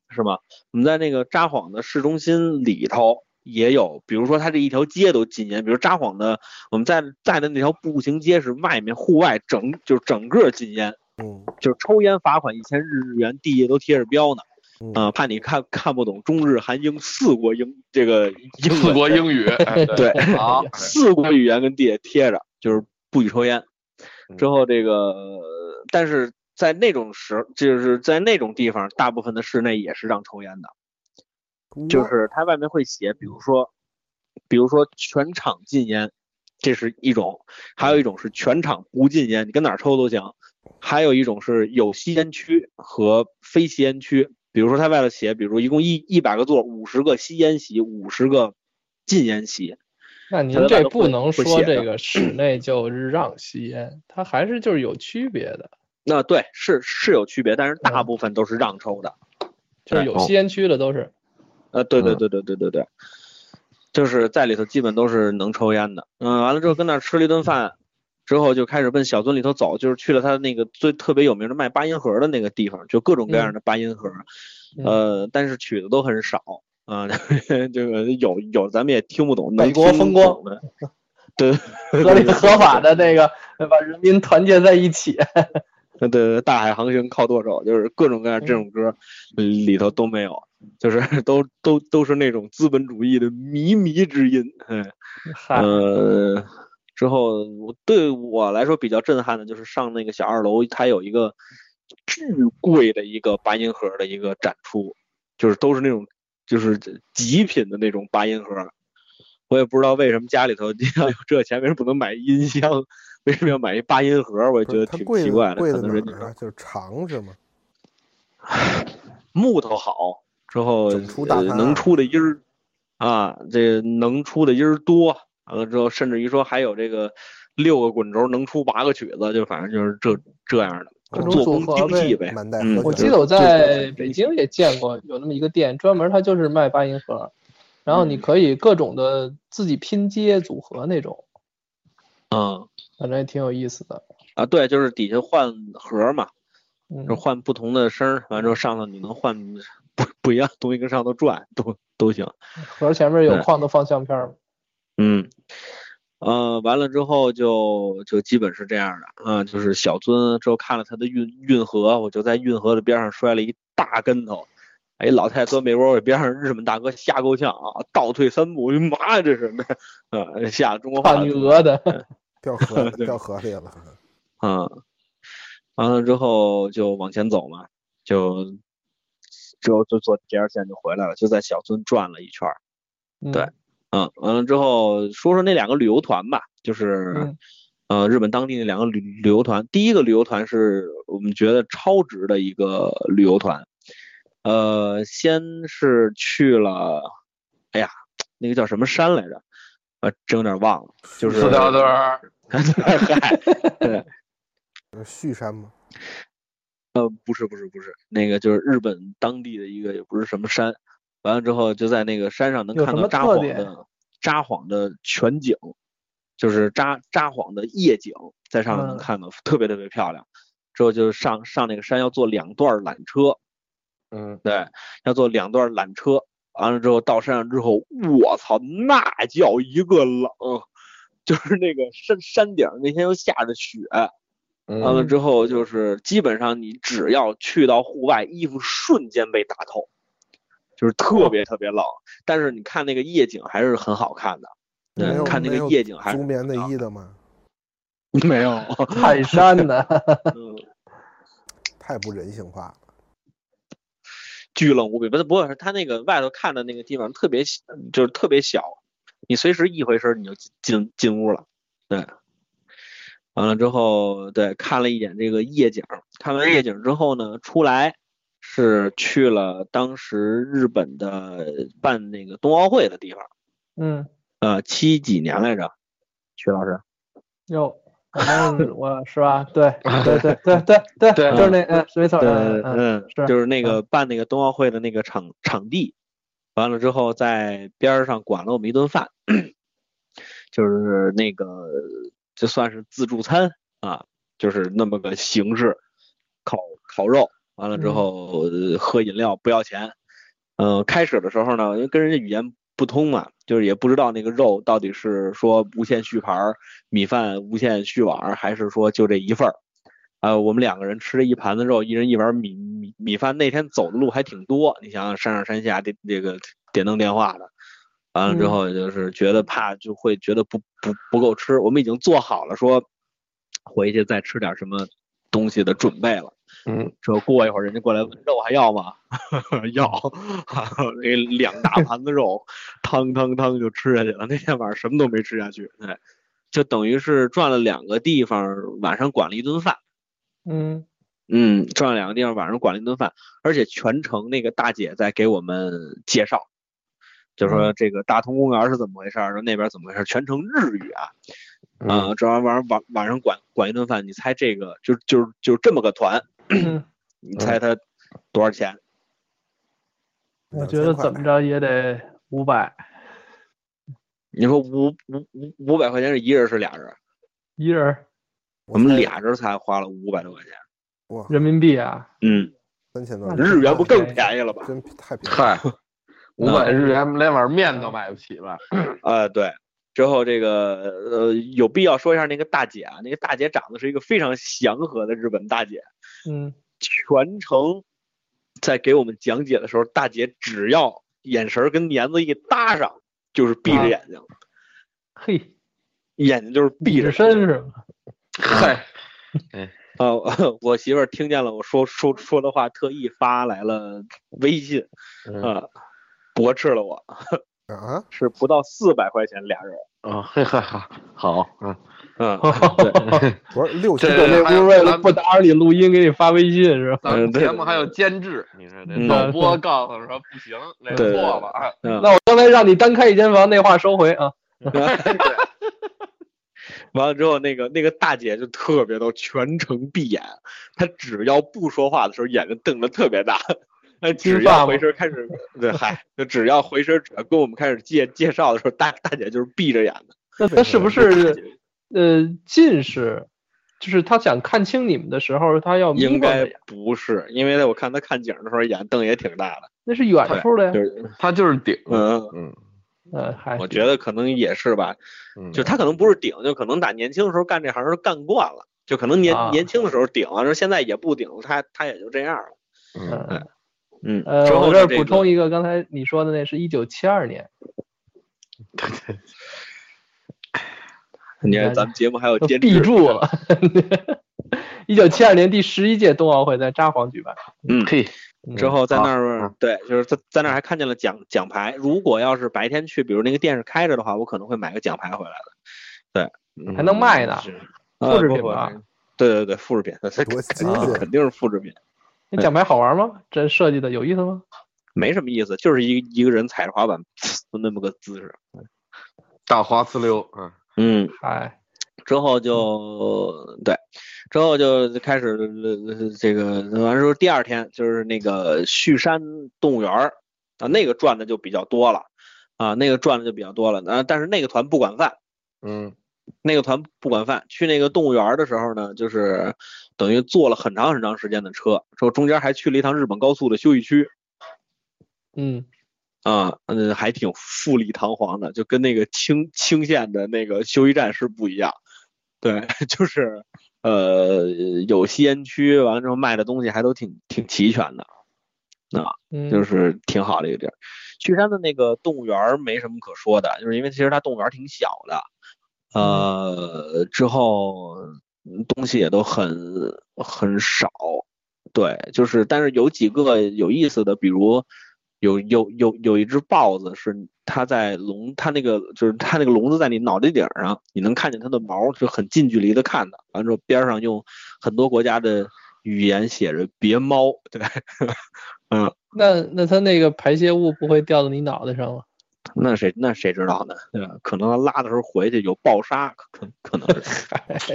[SPEAKER 2] 是吗？我们在那个札幌的市中心里头也有，比如说它这一条街都禁烟，比如札幌的我们在在的那条步行街是外面户外整就是整个禁烟，
[SPEAKER 1] 嗯
[SPEAKER 2] 就是抽烟罚款一千日元，地下都贴着标呢，
[SPEAKER 1] 嗯
[SPEAKER 2] 啊、怕你看看不懂中日韩英四国英这个英
[SPEAKER 4] 四
[SPEAKER 2] 文
[SPEAKER 4] 国英 语，哎
[SPEAKER 2] 对
[SPEAKER 4] 好，
[SPEAKER 2] 四国语言跟地下贴着，就是不许抽烟。之后这个，呃但是在那种时，就是在那种地方，大部分的室内也是让抽烟的，
[SPEAKER 1] 嗯
[SPEAKER 2] 就是它外面会写，比如说，比如说全场禁烟，这是一种；还有一种是全场不禁烟，你跟哪儿抽都行；还有一种是有吸烟区和非吸烟区，比如说它外头写，比如一共一一百个座，五十个吸烟席，五十个禁烟席。
[SPEAKER 3] 那您
[SPEAKER 2] 它的外
[SPEAKER 3] 这
[SPEAKER 2] 头
[SPEAKER 3] 不
[SPEAKER 2] 会
[SPEAKER 3] 能
[SPEAKER 2] 会
[SPEAKER 3] 说
[SPEAKER 2] 写
[SPEAKER 3] 这
[SPEAKER 2] 的
[SPEAKER 3] 个 室内就是让吸烟，它还是就是有区别的，
[SPEAKER 2] 那对是是有区别，但是大
[SPEAKER 3] 嗯
[SPEAKER 2] 部分都是让抽的。
[SPEAKER 3] 就是
[SPEAKER 2] 对
[SPEAKER 3] 有
[SPEAKER 4] 哦
[SPEAKER 3] 吸烟区的都是。
[SPEAKER 2] 呃，对对
[SPEAKER 4] 嗯
[SPEAKER 2] 对对对对对，就是在里头基本都是能抽烟的。嗯，完了之后跟那儿吃了一顿饭，之后就开始奔小樽里头走，就是去了他那个最特别有名的卖八音盒的那个地方，就各种各样的八音盒，
[SPEAKER 3] 嗯
[SPEAKER 2] 呃，但是曲子都很少啊、这个有有咱们也听不懂，
[SPEAKER 3] 美
[SPEAKER 2] 能
[SPEAKER 3] 国
[SPEAKER 2] 听
[SPEAKER 3] 风光
[SPEAKER 2] 懂的，对，
[SPEAKER 3] 合理合法的那个，把人民团结在一起。
[SPEAKER 2] 对对对，大海航行靠舵手，就是各种各样这种歌里头都没有，就是 都都都是那种资本主义的靡靡之音。嗯，
[SPEAKER 3] 嗨，
[SPEAKER 2] 呃，之后我对我来说比较震撼的就是上那个小二楼，它有一个巨贵的一个八音盒的一个展出，就是都是那种就是极品的那种八音盒。我也不知道为什么家里头 要有这钱，为什么不能买音箱？为什么要买一八音盒？我也
[SPEAKER 1] 不是
[SPEAKER 2] 觉得
[SPEAKER 1] 它
[SPEAKER 2] 挺
[SPEAKER 1] 贵
[SPEAKER 2] 奇
[SPEAKER 1] 的
[SPEAKER 2] 怪的，
[SPEAKER 1] 贵
[SPEAKER 2] 可
[SPEAKER 1] 的哪
[SPEAKER 2] 能人家
[SPEAKER 1] 儿啊？就是长是吗？
[SPEAKER 2] 木头好，之后
[SPEAKER 1] 整出大
[SPEAKER 2] 呃
[SPEAKER 1] 盘啊
[SPEAKER 2] 能出的音儿啊，这能出的音儿多，完了之后甚至于说还有这个六个滚轴能出八个曲子，就反正就是这这样的
[SPEAKER 1] 各种
[SPEAKER 2] 做
[SPEAKER 3] 组合
[SPEAKER 2] 工精细
[SPEAKER 1] 呗
[SPEAKER 2] 呗
[SPEAKER 1] 满带。
[SPEAKER 2] 嗯
[SPEAKER 1] 合
[SPEAKER 3] 我
[SPEAKER 1] 就
[SPEAKER 3] 记
[SPEAKER 1] 是
[SPEAKER 3] 得我
[SPEAKER 2] 做工
[SPEAKER 3] 在
[SPEAKER 2] 精
[SPEAKER 3] 北
[SPEAKER 2] 细
[SPEAKER 3] 京也见过有那么一个店，专门它就是卖八音盒，然
[SPEAKER 2] 嗯
[SPEAKER 3] 后你可以各种的自己拼接组合那种，
[SPEAKER 2] 嗯
[SPEAKER 3] 反正也挺有意思的。
[SPEAKER 2] 啊，对，就是底下换盒嘛，
[SPEAKER 3] 嗯
[SPEAKER 2] 就，换不同的声儿，完之后上头你能换不不一样的东西跟上头转都都行。
[SPEAKER 3] 盒前面有
[SPEAKER 2] 对
[SPEAKER 3] 框子放相片儿。
[SPEAKER 2] 嗯，呃，完了之后就就基本是这样的，啊、就是小尊之后看了他的运运河，我就在运河的边上摔了一大跟头，哎，老太太钻被窝，我边上日本大哥吓够呛啊，倒退三步，我的妈呀，这是，呃，吓得中国
[SPEAKER 3] 画
[SPEAKER 2] 话
[SPEAKER 3] 女俄的，
[SPEAKER 1] 掉河
[SPEAKER 2] 对
[SPEAKER 1] 掉河里了，
[SPEAKER 2] 嗯，完了之后就往前走嘛，就就就坐 JR 线就回来了，就在小樽转了一圈儿，
[SPEAKER 3] 嗯
[SPEAKER 2] 对嗯，完了之后说说那两个旅游团吧，就是。
[SPEAKER 3] 嗯
[SPEAKER 2] 呃，日本当地的两个旅旅游团，第一个旅游团是我们觉得超值的一个旅游团，呃，先是去了，哎呀，那个叫什么山来着？呃，真有点忘了，就是
[SPEAKER 4] 四条腿儿，
[SPEAKER 2] 嗨，
[SPEAKER 1] 是旭山吗？
[SPEAKER 2] 呃，不是不是不是，那个就是日本当地的一个，也不是什么山，完了之后就在那个山上能
[SPEAKER 3] 有
[SPEAKER 2] 看
[SPEAKER 3] 什
[SPEAKER 2] 到
[SPEAKER 3] 么
[SPEAKER 2] 札
[SPEAKER 3] 特
[SPEAKER 2] 幌
[SPEAKER 3] 点
[SPEAKER 2] 的札幌的全景，就是札札幌的夜景，在上面能
[SPEAKER 3] 嗯
[SPEAKER 2] 看到，特别特别漂亮。之后就上上那个山要坐两段缆车，
[SPEAKER 4] 嗯，
[SPEAKER 2] 对，要坐两段缆车。完了之后到山上之后，我操，那叫一个冷， 就是那个山山顶那天又下着雪，完
[SPEAKER 4] 嗯
[SPEAKER 2] 了之后就是基本上你只要去到户外，衣服瞬间被打透，就是特别特别冷。但是你看那个夜景还是很好看的，
[SPEAKER 1] 没
[SPEAKER 2] 对，
[SPEAKER 1] 有
[SPEAKER 2] 嗯看那
[SPEAKER 1] 没
[SPEAKER 2] 个
[SPEAKER 1] 有
[SPEAKER 2] 夜景还是
[SPEAKER 1] 租棉内衣的吗？
[SPEAKER 4] 嗯
[SPEAKER 2] 没有，
[SPEAKER 3] 泰山呢？
[SPEAKER 2] 嗯
[SPEAKER 1] 太不人性化了。
[SPEAKER 2] 巨冷无比。不是，不过他那个外头看的那个地方特别小，就是特别小，你随时一回身你就进进屋了。对，完了之后，对，看了一眼这个夜景，看完夜景之后呢，出来是去了当时日本的办那个冬奥会的地方，
[SPEAKER 3] 嗯，
[SPEAKER 2] 呃，七几年来着，徐老师。
[SPEAKER 3] 哟，我 们我是吧？对对对对对对，
[SPEAKER 4] 对
[SPEAKER 3] 就是那嗯，没错，
[SPEAKER 2] 对，
[SPEAKER 3] 嗯嗯，
[SPEAKER 2] 嗯，
[SPEAKER 3] 是
[SPEAKER 2] 就是那个办那个冬奥会的那个场场地，完了之后在边儿上管了我们一顿饭， 就是那个就算是自助餐啊，就是那么个形式，烤烤肉，完了之
[SPEAKER 3] 嗯
[SPEAKER 2] 后、呃喝饮料不要钱。嗯、开始的时候呢，因为跟人家语言不通嘛，就是也不知道那个肉到底是说无限续盘儿米饭无限续碗儿，还是说就这一份儿。呃，我们两个人吃了一盘子肉，一人一碗米米米饭。那天走的路还挺多，你想想山上山下这这个点灯电话的，完了之
[SPEAKER 3] 嗯
[SPEAKER 2] 后就是觉得怕就会觉得不不不够吃。我们已经做好了说回去再吃点什么东西的准备了。
[SPEAKER 4] 嗯，
[SPEAKER 2] 说过一会儿人家过来问肉还要吗？ 要，那两大盘子肉，汤汤汤就吃下去了。那天晚上什么都没吃下去，哎，就等于是转了两个地方，晚上管了一顿饭。
[SPEAKER 3] 嗯
[SPEAKER 2] 嗯，转了两个地方，晚上管了一顿饭，而且全程那个大姐在给我们介绍，就说这个大同公园是怎么回事儿，说那边怎么回事儿，全程日语啊，啊、这玩意儿晚上晚晚上管管一顿饭，你猜这个就就就这么个团，
[SPEAKER 3] 嗯，
[SPEAKER 2] 你猜他多少钱？
[SPEAKER 3] 我觉得怎么着也得五百，
[SPEAKER 2] 你说五五五五百块钱是一人是俩人？
[SPEAKER 3] 一人儿
[SPEAKER 2] 我们俩人才花了五百多块钱，
[SPEAKER 1] 哇，
[SPEAKER 3] 人民币啊，
[SPEAKER 2] 嗯，
[SPEAKER 1] 三千多
[SPEAKER 3] 那，
[SPEAKER 2] 日元不更便宜了吧？
[SPEAKER 1] 真太便宜了。
[SPEAKER 4] 嗨，五百日元连碗面都买不起了。
[SPEAKER 2] 啊、对。之后这个呃，有必要说一下那个大姐啊，那个大姐长得是一个非常祥和的日本大姐，
[SPEAKER 3] 嗯，
[SPEAKER 2] 全程在给我们讲解的时候，大姐只要眼神儿跟帘子一搭上，就是闭着
[SPEAKER 3] 啊
[SPEAKER 2] 眼睛，
[SPEAKER 3] 嘿，
[SPEAKER 2] 眼睛就是闭
[SPEAKER 3] 比
[SPEAKER 2] 着
[SPEAKER 3] 着
[SPEAKER 2] 眼
[SPEAKER 3] 身
[SPEAKER 2] 睛
[SPEAKER 3] 是 吗？
[SPEAKER 2] 嗯
[SPEAKER 4] 嗨，
[SPEAKER 2] 啊、 我媳妇儿听见了我说说说的话，特意发来了微信
[SPEAKER 4] 嗯
[SPEAKER 2] 啊、驳斥了我，
[SPEAKER 1] 啊，
[SPEAKER 2] 是不到四百块钱俩人。
[SPEAKER 4] 啊，嘿嘿好，好，嗯，
[SPEAKER 2] 嗯，
[SPEAKER 1] 不是六千
[SPEAKER 4] 这
[SPEAKER 1] 多
[SPEAKER 3] 那不是为了不打扰你录音，给你发微信是吧？
[SPEAKER 4] 咱
[SPEAKER 2] 嗯
[SPEAKER 4] 们
[SPEAKER 2] 对
[SPEAKER 4] 节目还有监制，你说这
[SPEAKER 2] 嗯
[SPEAKER 4] 导播告诉说不行，那
[SPEAKER 2] 对
[SPEAKER 4] 错了啊。
[SPEAKER 2] 嗯
[SPEAKER 3] 那我刚才让你单开一间房，那话收回啊。
[SPEAKER 2] 完了之后，那个那个大姐就特别逗，全程闭眼，她只要不说话的时候，眼睛瞪得特别大。她只
[SPEAKER 3] 金发
[SPEAKER 2] 要
[SPEAKER 3] 吗
[SPEAKER 2] 回身开始， 对，嗨，就只要回身，只要跟我们开始介介绍的时候，大大姐就是闭着眼的。
[SPEAKER 3] 那他是不是呃近视？就是他想看清你们的时候，他要眯
[SPEAKER 2] 应
[SPEAKER 3] 缝着
[SPEAKER 2] 该
[SPEAKER 3] 眼，
[SPEAKER 2] 不是，因为我看她看景的时候，眼瞪也挺大的。
[SPEAKER 3] 那是远处的
[SPEAKER 2] 就
[SPEAKER 3] 呀。
[SPEAKER 2] 是，
[SPEAKER 4] 他就是顶，
[SPEAKER 2] 嗯，
[SPEAKER 4] 嗯
[SPEAKER 3] 嗯，还
[SPEAKER 2] 我觉得可能也是吧，
[SPEAKER 4] 嗯，
[SPEAKER 2] 就她可能不是顶，就可能打年轻的时候干这行儿干惯了，就可能年、
[SPEAKER 3] 啊
[SPEAKER 2] 年轻的时候顶，说现在也不顶，她她也就这样了。
[SPEAKER 4] 嗯
[SPEAKER 3] 嗯
[SPEAKER 2] 嗯，
[SPEAKER 3] 呃，
[SPEAKER 2] 之
[SPEAKER 3] 我
[SPEAKER 2] 后
[SPEAKER 3] 这儿
[SPEAKER 2] 就个
[SPEAKER 3] 补充一个，刚才你说的那是一九七二年，
[SPEAKER 2] 你看咱们节目还有
[SPEAKER 3] 都
[SPEAKER 2] 监
[SPEAKER 3] 闭
[SPEAKER 2] 制，
[SPEAKER 3] 住了。 一九七二年第十一届冬奥会在札幌举办。
[SPEAKER 2] 嗯，
[SPEAKER 4] 嘿，
[SPEAKER 2] 之后在那
[SPEAKER 4] 好
[SPEAKER 2] 儿
[SPEAKER 4] 嗯
[SPEAKER 2] 对，就是在在那儿还看见了奖奖牌。如果要是白天去，比如那个店是开着的话，我可能会买个奖牌回来的。
[SPEAKER 3] 还能卖呢，
[SPEAKER 2] 是
[SPEAKER 3] 啊复制品？
[SPEAKER 2] 啊
[SPEAKER 3] 吧
[SPEAKER 2] 不不对对对，复制品，它它
[SPEAKER 1] 多新
[SPEAKER 2] 肯
[SPEAKER 1] 鲜！
[SPEAKER 2] 肯定是复制品，
[SPEAKER 3] 那奖牌好玩吗？这设计的有意思吗？
[SPEAKER 2] 没什么意思，就是一一个人踩着滑板 就那么个姿势。
[SPEAKER 4] 大花呲溜，嗯，
[SPEAKER 2] 嗯，
[SPEAKER 3] 嗨，
[SPEAKER 2] 之后就对，之后就开始呃这个完了之后，第二天就是那个旭山动物园儿啊，那个转的就比较多了啊，那个转的就比较多了。啊，但是那个团不管饭，
[SPEAKER 4] 嗯
[SPEAKER 2] 那个团不管饭，去那个动物园儿的时候呢，就是等于坐了很长很长时间的车，说中间还去了一趟日本高速的休息区
[SPEAKER 3] 嗯，
[SPEAKER 2] 啊，嗯，还挺富丽堂皇的，就跟那个青青县的那个休息站是不一样。对， 就是呃，有吸烟区，完了之后卖的东西还都挺挺齐全的，
[SPEAKER 3] 嗯
[SPEAKER 2] 就是挺好的一个地儿。旭山的那个动物园儿没什么可说的，就是因为其实它动物园儿挺小的，呃，之后嗯东西也都很很少，对，就是但是有几个有意思的，比如有有有有一只豹子是它在笼，它那个就是它那个笼子在你脑袋顶上，你能看见它的毛，就很近距离的看它。完之后边上用很多国家的语言写着“别猫”，对，嗯，
[SPEAKER 3] 那那它那个排泄物不会掉到你脑袋上吗？
[SPEAKER 2] 那谁那谁知道呢？对吧？可能它拉的时候回去有爆沙，可可能 是，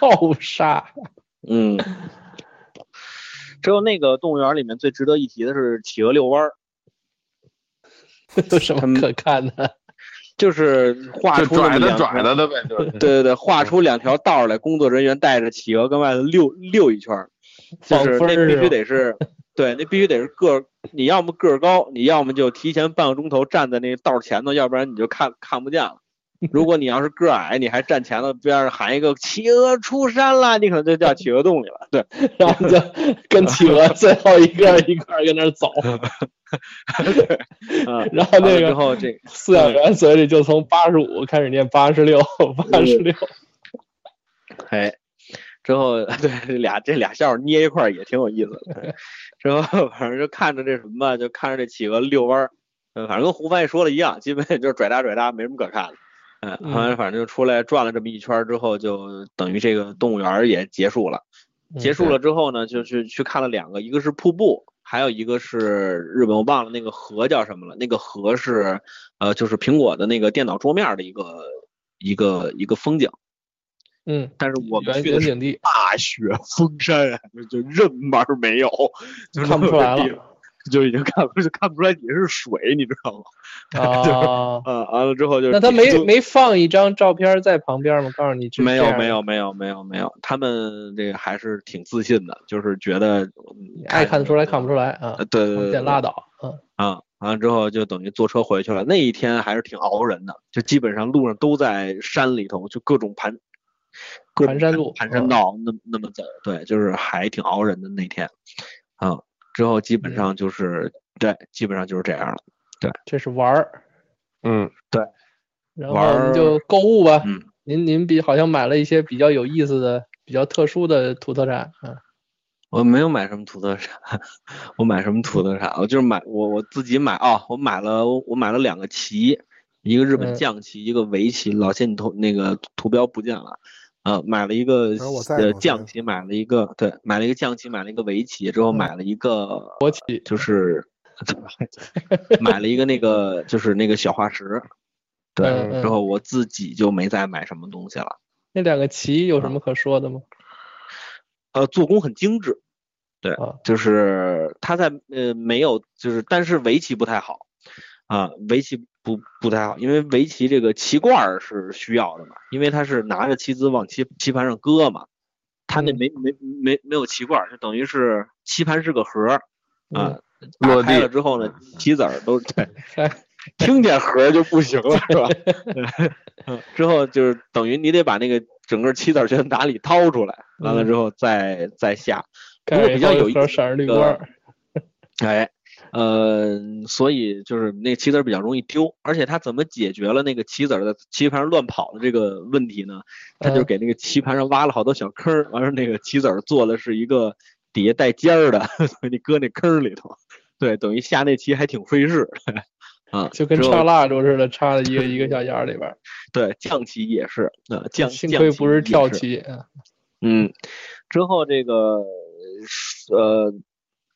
[SPEAKER 3] 爆杀，
[SPEAKER 2] 嗯。只有那个动物园里面最值得一提的是企鹅遛弯儿，
[SPEAKER 3] 有什么可看的？
[SPEAKER 2] 就是画
[SPEAKER 4] 就
[SPEAKER 2] 出那么
[SPEAKER 4] 拽的
[SPEAKER 2] 两
[SPEAKER 4] 拽
[SPEAKER 2] 条
[SPEAKER 4] 的的呗，就是
[SPEAKER 2] 对对对，
[SPEAKER 3] 嗯
[SPEAKER 2] 画出两条道儿来，工作人员带着企鹅跟外头溜溜一圈儿，就
[SPEAKER 3] 放
[SPEAKER 2] 是
[SPEAKER 3] 分
[SPEAKER 2] 那
[SPEAKER 3] 儿
[SPEAKER 2] 必须
[SPEAKER 3] 是吧
[SPEAKER 2] 得是，对，那必须得是个儿，你要么个儿高，你要么就提前半个钟头站在那道儿前头，要不然你就看看不见 了。如果你要是个儿矮，你还站前头边上喊一个“企鹅出山啦”，你可能就掉企鹅洞里了。对，
[SPEAKER 3] 然后就跟企 鹅最后一个一块儿跟那儿走，
[SPEAKER 2] 啊，
[SPEAKER 3] 然后
[SPEAKER 2] 完了
[SPEAKER 3] 那
[SPEAKER 2] 之
[SPEAKER 3] 个
[SPEAKER 2] 后嗯这
[SPEAKER 3] 饲养员嘴里就从八十五开始念八十六，八十六，
[SPEAKER 2] 哎，之后 对这俩这俩笑话捏一块儿也挺有意思的。之后反正就看着这什么，就看着这企鹅遛弯儿，嗯，反正跟胡翻译说的一样，基本就是拽搭拽搭，没什么可看的。嗯，
[SPEAKER 3] 嗯
[SPEAKER 2] 反正反正就出来转了这么一圈儿之后，就等于这个动物园儿也结束了。结束了之后呢，就去去看了两个，一个是瀑布，还有一个是日本我忘了那个河叫什么了，那个河是呃就是苹果的那个电脑桌面儿的一个一个一个风景，
[SPEAKER 3] 嗯，
[SPEAKER 2] 但是我们
[SPEAKER 3] 原
[SPEAKER 2] 去的
[SPEAKER 3] 原
[SPEAKER 2] 是
[SPEAKER 3] 景地
[SPEAKER 2] 大雪封山，就任门儿没有，就是
[SPEAKER 3] 看不出来
[SPEAKER 2] 那个地
[SPEAKER 3] 了
[SPEAKER 2] 方，就已经看不就看不出来你是水，你知道吗？
[SPEAKER 3] 啊。
[SPEAKER 2] 啊，完了之 后就
[SPEAKER 3] 那他没
[SPEAKER 2] 就
[SPEAKER 3] 没放一张照片在旁边吗？告诉你这，
[SPEAKER 2] 没
[SPEAKER 3] 这
[SPEAKER 2] 有
[SPEAKER 3] 样
[SPEAKER 2] 没有没有没有没有，他们这个还是挺自信的，就是觉得嗯
[SPEAKER 3] 你爱看得出来看不出来啊
[SPEAKER 2] 呃，对对对
[SPEAKER 3] 得
[SPEAKER 2] 对，
[SPEAKER 3] 拉倒，嗯，
[SPEAKER 2] 啊，完了之后就等于坐车回去了。那一天还是挺熬人的，就基本上路上都在山里头，就各种盘，各种
[SPEAKER 3] 盘山路
[SPEAKER 2] 盘山
[SPEAKER 3] 嗯
[SPEAKER 2] 道，那那么走，对，就是还挺熬人的那天，啊，之后基本
[SPEAKER 3] 嗯
[SPEAKER 2] 上就是对，基本上就是这样了。
[SPEAKER 3] 这是玩儿，
[SPEAKER 4] 嗯，
[SPEAKER 3] 然后
[SPEAKER 2] 玩儿
[SPEAKER 3] 您就购物吧。
[SPEAKER 2] 嗯
[SPEAKER 3] 您您比好像买了一些比较有意思的、比较特殊的土特产，嗯，
[SPEAKER 2] 我没有买什么土特产，我买什么土特产？我就是买我我自己买啊、我买了我买了两个棋，一个日本
[SPEAKER 3] 嗯
[SPEAKER 2] 将棋，一个围棋。老谢，你图那个图标不见了，呃，买了一个
[SPEAKER 1] 啊我在呢
[SPEAKER 2] 呃
[SPEAKER 1] 我在
[SPEAKER 2] 将
[SPEAKER 1] 呢
[SPEAKER 2] 棋，买了一个对，买了一个将棋，买了一个围棋，之后买了一个
[SPEAKER 3] 嗯国旗
[SPEAKER 2] 就是，买了一个那个就是那个小化石，对，
[SPEAKER 3] 嗯嗯
[SPEAKER 2] 之后我自己就没再买什么东西了。
[SPEAKER 3] 那两个旗有什么可说的吗？
[SPEAKER 2] 呃，做工很精致，对
[SPEAKER 3] 啊，
[SPEAKER 2] 就是它在呃没有就是，但是围棋不太好啊，围棋不不太好，因为围棋这个棋罐儿是需要的嘛，因为它是拿着棋子往棋棋盘上搁嘛，它那
[SPEAKER 3] 嗯
[SPEAKER 2] 没没没没有棋罐儿，就等于是棋盘是个盒儿啊，
[SPEAKER 3] 嗯
[SPEAKER 2] 打
[SPEAKER 4] 落
[SPEAKER 2] 开
[SPEAKER 4] 地
[SPEAKER 2] 了之后呢，棋子儿都嗯 对
[SPEAKER 3] 哎，
[SPEAKER 2] 听见盒儿就不行了是吧？嗯 之后就是等于你得把那个整个棋子儿全打里掏出来，完了之后再再下。如
[SPEAKER 3] 盖
[SPEAKER 2] 果
[SPEAKER 3] 着
[SPEAKER 2] 比
[SPEAKER 3] 一
[SPEAKER 2] 较
[SPEAKER 3] 个
[SPEAKER 2] 有意
[SPEAKER 3] 盒
[SPEAKER 2] 思
[SPEAKER 3] 闪着绿
[SPEAKER 2] 的
[SPEAKER 3] 光儿，
[SPEAKER 2] 哎，呃，所以就是那个棋子儿比较容易丢，而且他怎么解决了那个棋子儿的棋盘上乱跑的这个问题呢？他就
[SPEAKER 3] 嗯
[SPEAKER 2] 给那个棋盘上挖了好多小坑儿，完事儿那个棋子儿做的是一个底下带尖儿的， 所以你搁那坑儿里头，对，等于下那棋还挺费事。 啊，
[SPEAKER 3] 就跟
[SPEAKER 2] 之后
[SPEAKER 3] 插蜡烛似的，插在一个一个小眼儿里边儿。
[SPEAKER 2] 对将棋也是，呃，将
[SPEAKER 3] 幸
[SPEAKER 2] 将
[SPEAKER 3] 亏
[SPEAKER 2] 棋
[SPEAKER 3] 不是
[SPEAKER 2] 也
[SPEAKER 3] 跳
[SPEAKER 2] 是
[SPEAKER 3] 棋，嗯
[SPEAKER 2] 嗯，之后这个是呃，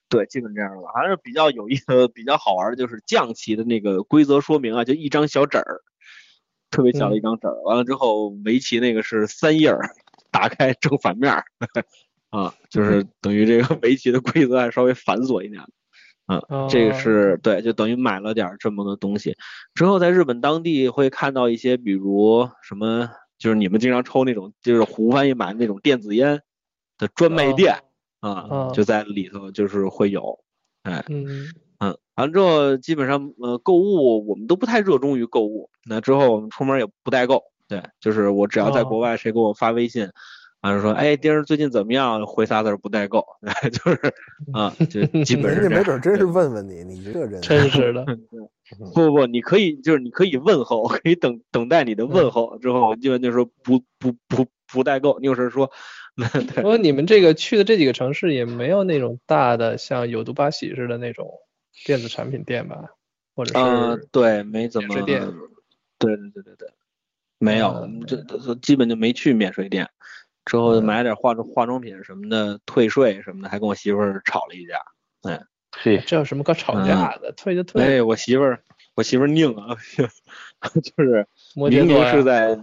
[SPEAKER 2] 对，基本这样了。还是比较有意思、比较好玩的，就是将棋的那个规则说明啊，就一张小纸儿，特别小的一张纸儿。完了之后，围棋那个是三页儿，打开正反面儿 啊，就是等于这个 围棋的规则还稍微繁琐一点。这个
[SPEAKER 3] 哦
[SPEAKER 2] 是对，就等于买了点儿这么个东西。之后在日本当地会看到一些，比如什么，就是你们经常抽那种，就是胡翻译买那种电子烟的专卖
[SPEAKER 3] 哦
[SPEAKER 2] 店啊、
[SPEAKER 3] 哦
[SPEAKER 2] 就在里头就是会有。
[SPEAKER 3] 嗯，
[SPEAKER 2] 嗯，完了之后基本上呃购物我们都不太热衷于购物，那之后我们出门也不代购，对，就是我只要在
[SPEAKER 3] 哦
[SPEAKER 2] 国外谁给我发微信，完了说哎丁儿最近怎么样，回仨字儿不代购， 就是啊、就基本
[SPEAKER 1] 人家
[SPEAKER 2] 上这
[SPEAKER 1] 没
[SPEAKER 2] 样
[SPEAKER 1] 准真
[SPEAKER 2] 对
[SPEAKER 1] 是问问你，你这人
[SPEAKER 3] 真 是的，
[SPEAKER 2] 不不，你可以就是你可以问候，
[SPEAKER 3] 嗯
[SPEAKER 2] 可以等等待你的问候之后，我基本就说不不不不代购。你有事说，
[SPEAKER 3] 不过你们这个去的这几个城市也没有那种大的像有毒巴喜似的那种电子产品店吧，或者
[SPEAKER 2] 嗯
[SPEAKER 3] 是，
[SPEAKER 2] 对，没怎
[SPEAKER 3] 免
[SPEAKER 2] 么
[SPEAKER 3] 税店
[SPEAKER 2] 对对对对对，没有，我
[SPEAKER 3] 嗯
[SPEAKER 2] 们这这基本就没去免税店。之后买点化妆化妆品什么的，退税什么的，还跟我媳妇儿吵了一架。
[SPEAKER 4] 嘿，
[SPEAKER 3] 这有什么可吵架的？退就退，
[SPEAKER 2] 哎，我媳妇儿，我媳妇儿拧啊， 就是
[SPEAKER 3] 摩羯
[SPEAKER 2] 明
[SPEAKER 3] 座
[SPEAKER 2] 明是
[SPEAKER 3] 呀
[SPEAKER 2] 在，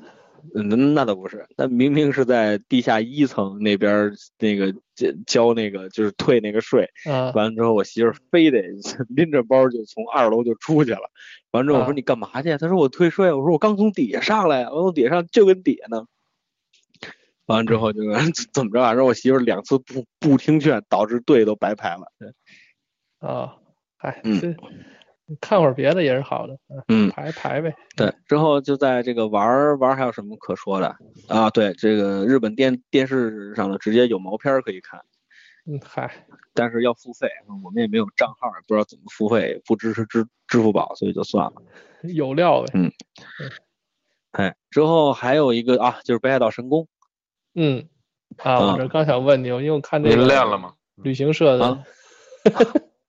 [SPEAKER 2] 嗯，那倒不是，但明明是在地下一层那边儿那个交交那个就是退那个税，
[SPEAKER 3] 啊，
[SPEAKER 2] 完了之后我媳妇儿非得 拎着包就从二楼就出去了，完了之后我说
[SPEAKER 3] 啊
[SPEAKER 2] 你干嘛去？她说我退税，我说我刚从底下上来，我从底下上就跟底下呢。完了之后就 怎么着啊？让我媳妇儿两次不不听劝，导致队都白排了。
[SPEAKER 3] 啊，哎，
[SPEAKER 2] 嗯
[SPEAKER 3] 这看会儿别的也是好的，啊
[SPEAKER 2] 嗯
[SPEAKER 3] 排排呗，
[SPEAKER 2] 对，之后就在这个玩儿玩儿还有什么可说的啊？对，这个日本电电视上的直接有毛片儿可以看，
[SPEAKER 3] 嗯，嗨，
[SPEAKER 2] 但是要付费，嗯我们也没有账号，也不知道怎么付费，不支持支支付宝，所以就算了。
[SPEAKER 3] 有料呗，
[SPEAKER 2] 哎，之后还有一个啊，就是北海道神宫，
[SPEAKER 3] 嗯，啊，我
[SPEAKER 2] 啊
[SPEAKER 3] 这刚想问你，因为我看这
[SPEAKER 4] 您
[SPEAKER 3] 个
[SPEAKER 4] 练了吗？
[SPEAKER 3] 旅行社的
[SPEAKER 2] 啊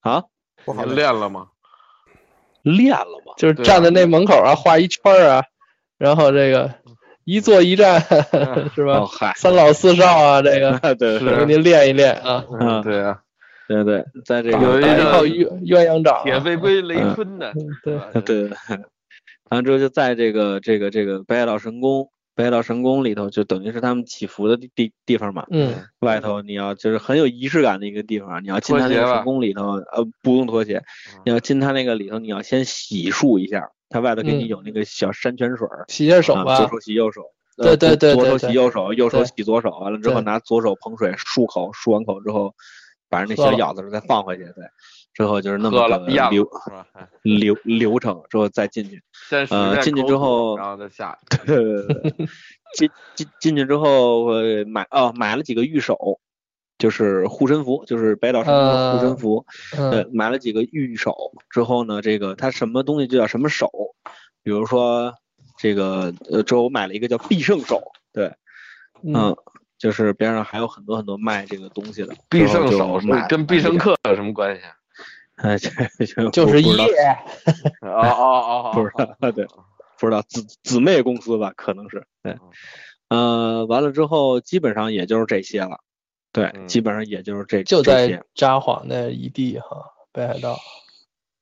[SPEAKER 2] 啊，
[SPEAKER 1] 不好
[SPEAKER 4] 您
[SPEAKER 1] 聊。
[SPEAKER 4] 练了吗？
[SPEAKER 2] 练了吗？
[SPEAKER 3] 就是
[SPEAKER 4] 对啊
[SPEAKER 3] 站在那门口啊，画一圈儿啊，然后这个一坐一站
[SPEAKER 4] 嗯
[SPEAKER 3] 是
[SPEAKER 2] 哦
[SPEAKER 3] 吧？
[SPEAKER 2] 嗨，
[SPEAKER 3] 三老四少啊，这个
[SPEAKER 2] 对
[SPEAKER 4] 是
[SPEAKER 3] 给您练一练啊。
[SPEAKER 2] 嗯
[SPEAKER 4] 对啊，
[SPEAKER 2] 对对，在这
[SPEAKER 4] 有
[SPEAKER 2] 个
[SPEAKER 4] 一
[SPEAKER 3] 打一
[SPEAKER 4] 个
[SPEAKER 3] 套鸳鸳鸯掌啊，
[SPEAKER 4] 嗯铁肺归雷春呢，
[SPEAKER 3] 嗯对，
[SPEAKER 4] 吧
[SPEAKER 2] 对对，对完了之后就在这个这个这个北海道神宫，北海道神宫里头就等于是他们祈福的地地地方嘛，
[SPEAKER 3] 嗯
[SPEAKER 2] 外头你要就是很有仪式感的一个地方，啊你要进
[SPEAKER 4] 脱
[SPEAKER 2] 他那
[SPEAKER 4] 鞋
[SPEAKER 2] 个
[SPEAKER 4] 吧
[SPEAKER 2] 神宫里头，呃，不用脱鞋，你
[SPEAKER 4] 嗯
[SPEAKER 2] 要进他那个里头，你要先洗漱一下，他外头给你
[SPEAKER 3] 嗯
[SPEAKER 2] 有那个小山泉水儿，
[SPEAKER 3] 洗下手
[SPEAKER 2] 啊左
[SPEAKER 3] 吧，
[SPEAKER 2] 手洗右手，
[SPEAKER 3] 对
[SPEAKER 2] 呃
[SPEAKER 3] 对
[SPEAKER 2] 左
[SPEAKER 3] 对
[SPEAKER 2] 左
[SPEAKER 3] 对
[SPEAKER 2] 手
[SPEAKER 3] 对
[SPEAKER 2] 洗右手，右手
[SPEAKER 3] 对
[SPEAKER 2] 洗左手，完了之后
[SPEAKER 3] 对
[SPEAKER 2] 拿左手捧水漱口，漱完口之后，把那
[SPEAKER 3] 喝
[SPEAKER 2] 小
[SPEAKER 3] 了
[SPEAKER 2] 舀子儿再放回去，对，之后就是那
[SPEAKER 4] 喝
[SPEAKER 2] 么
[SPEAKER 4] 了
[SPEAKER 2] 个
[SPEAKER 4] 咽了
[SPEAKER 2] 流
[SPEAKER 4] 是吧？哎
[SPEAKER 2] 流流程，之后再进去，
[SPEAKER 4] 先实
[SPEAKER 2] 呃
[SPEAKER 4] 验
[SPEAKER 2] 进去
[SPEAKER 4] 口
[SPEAKER 2] 之
[SPEAKER 4] 吐
[SPEAKER 2] 后
[SPEAKER 4] 然后再下。
[SPEAKER 2] 呃 进进进去之后，呃买哦买了几个御守，就是护身符，就是北岛神宫的护身
[SPEAKER 3] 呃
[SPEAKER 2] 符。对
[SPEAKER 3] 嗯，
[SPEAKER 2] 买了几个玉手之后呢，这个它什么东西就叫什么手，比如说这个呃，之后我买了一个叫必胜手，对，
[SPEAKER 3] 嗯，
[SPEAKER 2] 就是边上还有很多很多卖这个东西的，
[SPEAKER 4] 必
[SPEAKER 2] 之后
[SPEAKER 4] 胜
[SPEAKER 2] 就
[SPEAKER 4] 手是
[SPEAKER 2] 买
[SPEAKER 4] 跟必胜，客有什么关系啊？
[SPEAKER 2] 哎，这这
[SPEAKER 3] 嗯就是
[SPEAKER 2] 不
[SPEAKER 3] 夜
[SPEAKER 2] 知道，
[SPEAKER 4] 哦
[SPEAKER 3] 啊
[SPEAKER 4] 哦哦，
[SPEAKER 2] 不知道， 对，不知道姊姊妹公司吧，可能是
[SPEAKER 3] 嗯
[SPEAKER 2] 对，呃，完了之后基本上也就是这些了，对，
[SPEAKER 4] 嗯
[SPEAKER 2] 基本上也就是这
[SPEAKER 3] 就
[SPEAKER 2] 这些
[SPEAKER 3] 在，札幌那一地哈，北海道。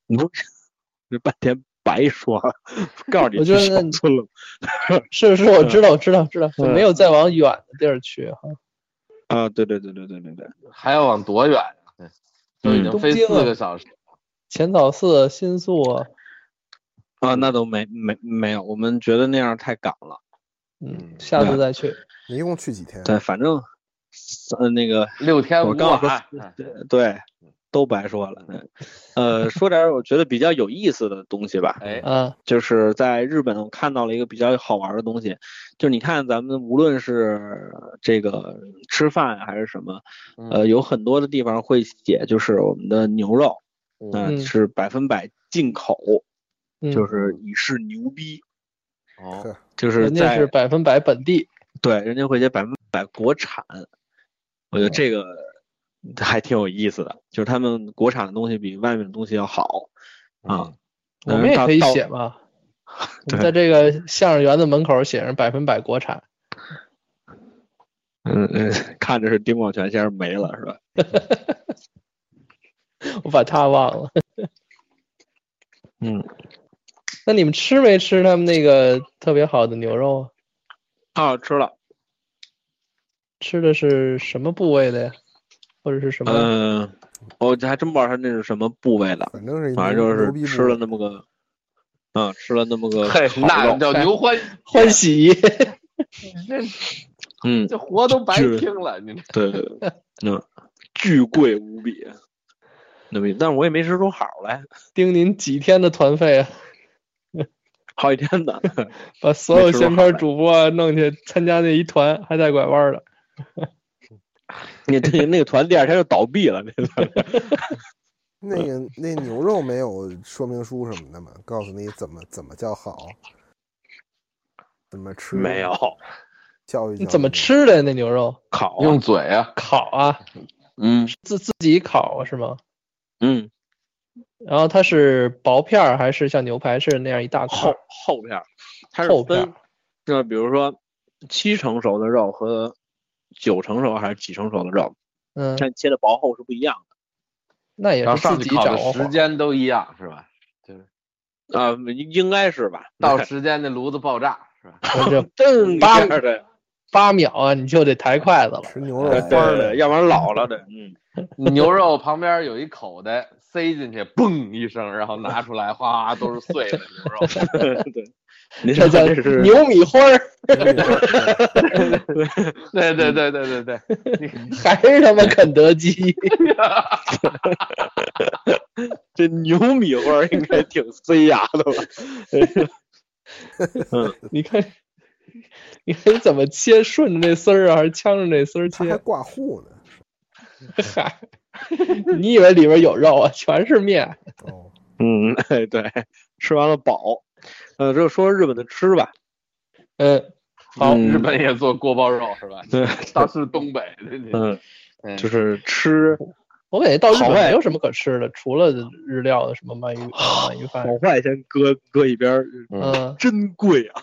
[SPEAKER 2] 不是，这半天白说 了，告诉你
[SPEAKER 3] 我
[SPEAKER 2] 去
[SPEAKER 3] 觉得
[SPEAKER 2] 小
[SPEAKER 3] 那
[SPEAKER 2] 村了。
[SPEAKER 3] 是是，我知道，我知道，知道，
[SPEAKER 4] 嗯
[SPEAKER 3] 就没有再往远的地儿去哈。
[SPEAKER 2] 啊，对对对对对对对，
[SPEAKER 4] 还要往多远啊？对都已
[SPEAKER 2] 嗯
[SPEAKER 4] 经飞
[SPEAKER 3] 东京
[SPEAKER 4] 四
[SPEAKER 3] 啊
[SPEAKER 4] 个小时，
[SPEAKER 3] 浅草寺、新宿啊，
[SPEAKER 2] 啊，那都没没没有，我们觉得那样太赶了。
[SPEAKER 3] 嗯，
[SPEAKER 4] 嗯
[SPEAKER 3] 下次再去。
[SPEAKER 1] 你一共去几
[SPEAKER 3] 嗯
[SPEAKER 1] 天？
[SPEAKER 2] 对，反正，呃，那个
[SPEAKER 4] 六天
[SPEAKER 2] 我
[SPEAKER 4] 五
[SPEAKER 2] 刚要说
[SPEAKER 4] 晚。
[SPEAKER 3] 啊
[SPEAKER 4] 哎
[SPEAKER 3] 嗯
[SPEAKER 2] 对，都白说了。嗯呃，说点儿我觉得比较有意思的东西吧，
[SPEAKER 4] 哎，
[SPEAKER 3] 啊，
[SPEAKER 2] 就是在日本我看到了一个比较好玩的东西，就是你看咱们无论是这个吃饭还是什么，
[SPEAKER 4] 嗯
[SPEAKER 2] 呃，有很多的地方会写，就是我们的牛肉，
[SPEAKER 4] 嗯，
[SPEAKER 2] 嗯，
[SPEAKER 3] 嗯
[SPEAKER 2] 是百分百进口，
[SPEAKER 3] 嗯，
[SPEAKER 2] 就是以示牛逼，
[SPEAKER 4] 哦，
[SPEAKER 1] 对
[SPEAKER 2] 就是
[SPEAKER 3] 人家
[SPEAKER 2] 在
[SPEAKER 3] 是百分百本地，
[SPEAKER 2] 对，人家会写百分百国产，我觉得这个还挺有意思的，就是他们国产的东西比外面的东西要好啊。
[SPEAKER 3] 我们也可以写
[SPEAKER 2] 嘛，
[SPEAKER 3] 嘛。我
[SPEAKER 2] 对
[SPEAKER 3] 们在这个相声园子门口写上百分百国产，
[SPEAKER 2] 嗯嗯，看着是丁广泉先生没了是吧？
[SPEAKER 3] 我把他忘了。
[SPEAKER 2] 嗯，
[SPEAKER 3] 那你们吃没吃他们那个特别好的牛肉啊？
[SPEAKER 2] 啊，吃了，
[SPEAKER 3] 吃的是什么部位的呀？或者是什
[SPEAKER 4] 呃
[SPEAKER 3] 么？
[SPEAKER 2] 嗯、我还真不知道他那是什么部位的，
[SPEAKER 1] 反正是一
[SPEAKER 2] 反正
[SPEAKER 1] 牛
[SPEAKER 2] 就
[SPEAKER 1] 牛逼
[SPEAKER 2] 是吃了
[SPEAKER 1] 部
[SPEAKER 2] 那么个，嗯，吃了那么个
[SPEAKER 4] 嘿，
[SPEAKER 2] 烤
[SPEAKER 4] 那
[SPEAKER 2] 肉，
[SPEAKER 4] 叫牛欢，
[SPEAKER 3] 欢喜
[SPEAKER 4] 这
[SPEAKER 2] 嗯，
[SPEAKER 4] 这活都 白
[SPEAKER 2] 是
[SPEAKER 4] 听了，你这
[SPEAKER 2] 对对 对，嗯，巨贵无比，那么，但是我也没吃出好来，
[SPEAKER 3] 盯您几天的团费啊，
[SPEAKER 2] 好几天 呢。
[SPEAKER 3] 把所有
[SPEAKER 2] 没吃过
[SPEAKER 3] 闲
[SPEAKER 2] 好的
[SPEAKER 3] 篇主播啊弄去参加那一团，还带拐弯的。
[SPEAKER 2] 那那那个团第二天就倒闭了，那个团
[SPEAKER 1] 那个那牛肉没有说明书什么的吗？ 告诉你怎么怎么叫好，怎么吃？
[SPEAKER 2] 没有，
[SPEAKER 1] 教育教育。
[SPEAKER 3] 你怎
[SPEAKER 4] 嗯
[SPEAKER 3] 么？吃的呀那牛肉？
[SPEAKER 2] 烤啊
[SPEAKER 4] 用 嘴啊，
[SPEAKER 3] 烤啊，
[SPEAKER 2] 嗯
[SPEAKER 3] 自自己烤啊是吗？
[SPEAKER 2] 嗯，
[SPEAKER 3] 然后它是薄片儿还是像牛排似的那样一大块
[SPEAKER 2] 厚
[SPEAKER 3] 儿？
[SPEAKER 2] 厚片儿，它是
[SPEAKER 3] 厚片
[SPEAKER 2] 分，就比如说七成熟的肉和九成熟还是几成熟的肉，
[SPEAKER 3] 嗯，
[SPEAKER 2] 看切的薄厚是不一样
[SPEAKER 3] 那也
[SPEAKER 4] 然后
[SPEAKER 3] 是
[SPEAKER 4] 上
[SPEAKER 3] 自
[SPEAKER 4] 去
[SPEAKER 3] 己
[SPEAKER 4] 烤
[SPEAKER 3] 掌
[SPEAKER 4] 的
[SPEAKER 3] 握
[SPEAKER 4] 时
[SPEAKER 3] 好。
[SPEAKER 4] 间都一样是吧？
[SPEAKER 2] 的啊，应该是吧？
[SPEAKER 4] 到时间那炉子爆炸是吧？
[SPEAKER 3] 那就
[SPEAKER 2] 蹬一
[SPEAKER 3] 八
[SPEAKER 2] 下的，
[SPEAKER 3] 八秒啊，你就得抬筷子了。
[SPEAKER 1] 吃牛肉
[SPEAKER 2] 对
[SPEAKER 1] 花儿
[SPEAKER 2] 哎对
[SPEAKER 1] 的
[SPEAKER 2] 对，，要不然老了的，嗯，
[SPEAKER 4] 牛肉旁边有一口袋，塞进去，嘣一声，然后拿出来，哗，都是碎的牛肉。
[SPEAKER 2] 对，您
[SPEAKER 3] 这
[SPEAKER 2] 说
[SPEAKER 3] 叫
[SPEAKER 2] 这是
[SPEAKER 3] 牛米花儿，
[SPEAKER 4] 对对对对对对，
[SPEAKER 3] 还是他妈肯德基？
[SPEAKER 2] 这牛米花儿应该挺塞牙的吧？
[SPEAKER 3] 你看，你看你怎么切？顺着那丝儿啊，还是呛着那丝儿
[SPEAKER 1] 他还
[SPEAKER 3] 切？
[SPEAKER 1] 挂糊呢。
[SPEAKER 3] 嗨，你以为里边有肉啊？全是面。
[SPEAKER 1] 哦，
[SPEAKER 2] 嗯，哎对，吃完了饱。呃，就说日本的吃吧，
[SPEAKER 3] 嗯，好，
[SPEAKER 2] 嗯
[SPEAKER 4] 日本也做锅包肉是吧？
[SPEAKER 2] 对，
[SPEAKER 4] 倒是东北，对对
[SPEAKER 2] 嗯，
[SPEAKER 4] 嗯
[SPEAKER 2] 就是吃
[SPEAKER 3] 我感觉到日
[SPEAKER 2] 好
[SPEAKER 3] 本
[SPEAKER 2] 外
[SPEAKER 3] 没有什么可吃的，除了日料的什么鳗鱼、鳗鱼饭
[SPEAKER 2] 啊好。坏先搁搁一边儿，
[SPEAKER 3] 嗯，
[SPEAKER 2] 真贵啊！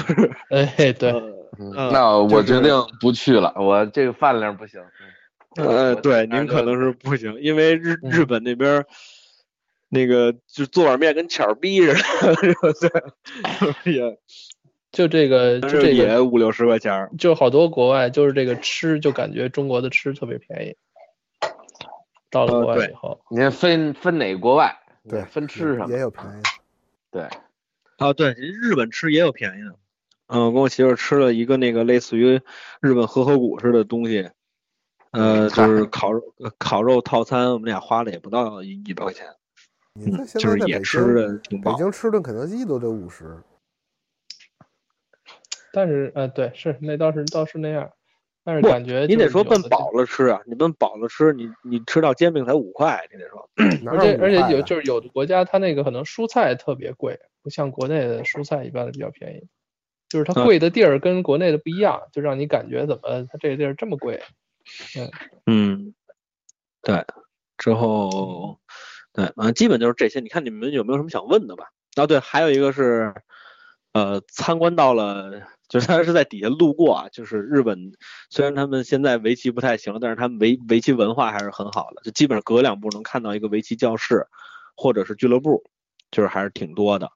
[SPEAKER 3] 哎，对，
[SPEAKER 2] 嗯
[SPEAKER 4] 那我
[SPEAKER 2] 就是
[SPEAKER 4] 决定不去了，我这个饭量不行。
[SPEAKER 2] 呃，对，
[SPEAKER 4] 那
[SPEAKER 2] 您
[SPEAKER 4] 就
[SPEAKER 2] 可能是不行，因为日
[SPEAKER 3] 嗯
[SPEAKER 2] 日本那边儿那个就做碗面跟巧儿逼似的， 对，也
[SPEAKER 3] 就这个，就
[SPEAKER 2] 但
[SPEAKER 3] 这
[SPEAKER 2] 是
[SPEAKER 3] 个，
[SPEAKER 2] 也五六十块钱儿。
[SPEAKER 3] 就好多国外就是这个吃，就感觉中国的吃特别便宜。到了
[SPEAKER 2] 呃
[SPEAKER 3] 国外
[SPEAKER 2] 对
[SPEAKER 3] 以后，
[SPEAKER 4] 您分分哪国外？
[SPEAKER 1] 对
[SPEAKER 4] 分吃什么
[SPEAKER 1] 也？有便宜的。
[SPEAKER 4] 对，
[SPEAKER 2] 啊，对，日本吃也有便宜的。嗯，我跟我媳妇儿吃了一个那个类似于日本和合谷似的东西，呃，就是烤肉呃烤肉套餐，我们俩花了也不到一一百块钱，
[SPEAKER 1] 你看
[SPEAKER 2] 嗯，
[SPEAKER 1] 现
[SPEAKER 2] 就
[SPEAKER 1] 在
[SPEAKER 2] 是
[SPEAKER 1] 在
[SPEAKER 2] 也
[SPEAKER 1] 北
[SPEAKER 2] 吃
[SPEAKER 1] 京，
[SPEAKER 2] 的挺
[SPEAKER 1] 北
[SPEAKER 2] 饱。
[SPEAKER 1] 京吃顿肯德基都得五 十。
[SPEAKER 3] 但是呃，对，是那倒是倒是那样，但是感觉
[SPEAKER 2] 你
[SPEAKER 3] 就
[SPEAKER 2] 得
[SPEAKER 3] 是
[SPEAKER 2] 说
[SPEAKER 3] 有
[SPEAKER 2] 奔
[SPEAKER 3] 的
[SPEAKER 2] 饱了吃啊，你奔饱了吃，你你吃到煎饼才五块，你得说。
[SPEAKER 1] 哪
[SPEAKER 3] 而
[SPEAKER 1] 有
[SPEAKER 3] 且
[SPEAKER 1] 五
[SPEAKER 3] 而且
[SPEAKER 1] 块
[SPEAKER 3] 有
[SPEAKER 1] 的嗯
[SPEAKER 3] 就是有的国家它那个可能蔬菜特别贵，不像国内的蔬菜一般的比较便宜，就是它
[SPEAKER 2] 嗯
[SPEAKER 3] 贵的地儿跟国内的不一样，就让你感觉怎么它这个地儿这么贵。
[SPEAKER 2] 嗯，对，之后，对，嗯、基本就是这些。你看你们有没有什么想问的吧？啊，对，还有一个是，呃，参观到了，就是他是在底下路过啊，就是日本，虽然他们现在围棋不太行了，但是他们围围棋文化还是很好的，就基本上隔两步能看到一个围棋教室或者是俱乐部，就是还是挺多的。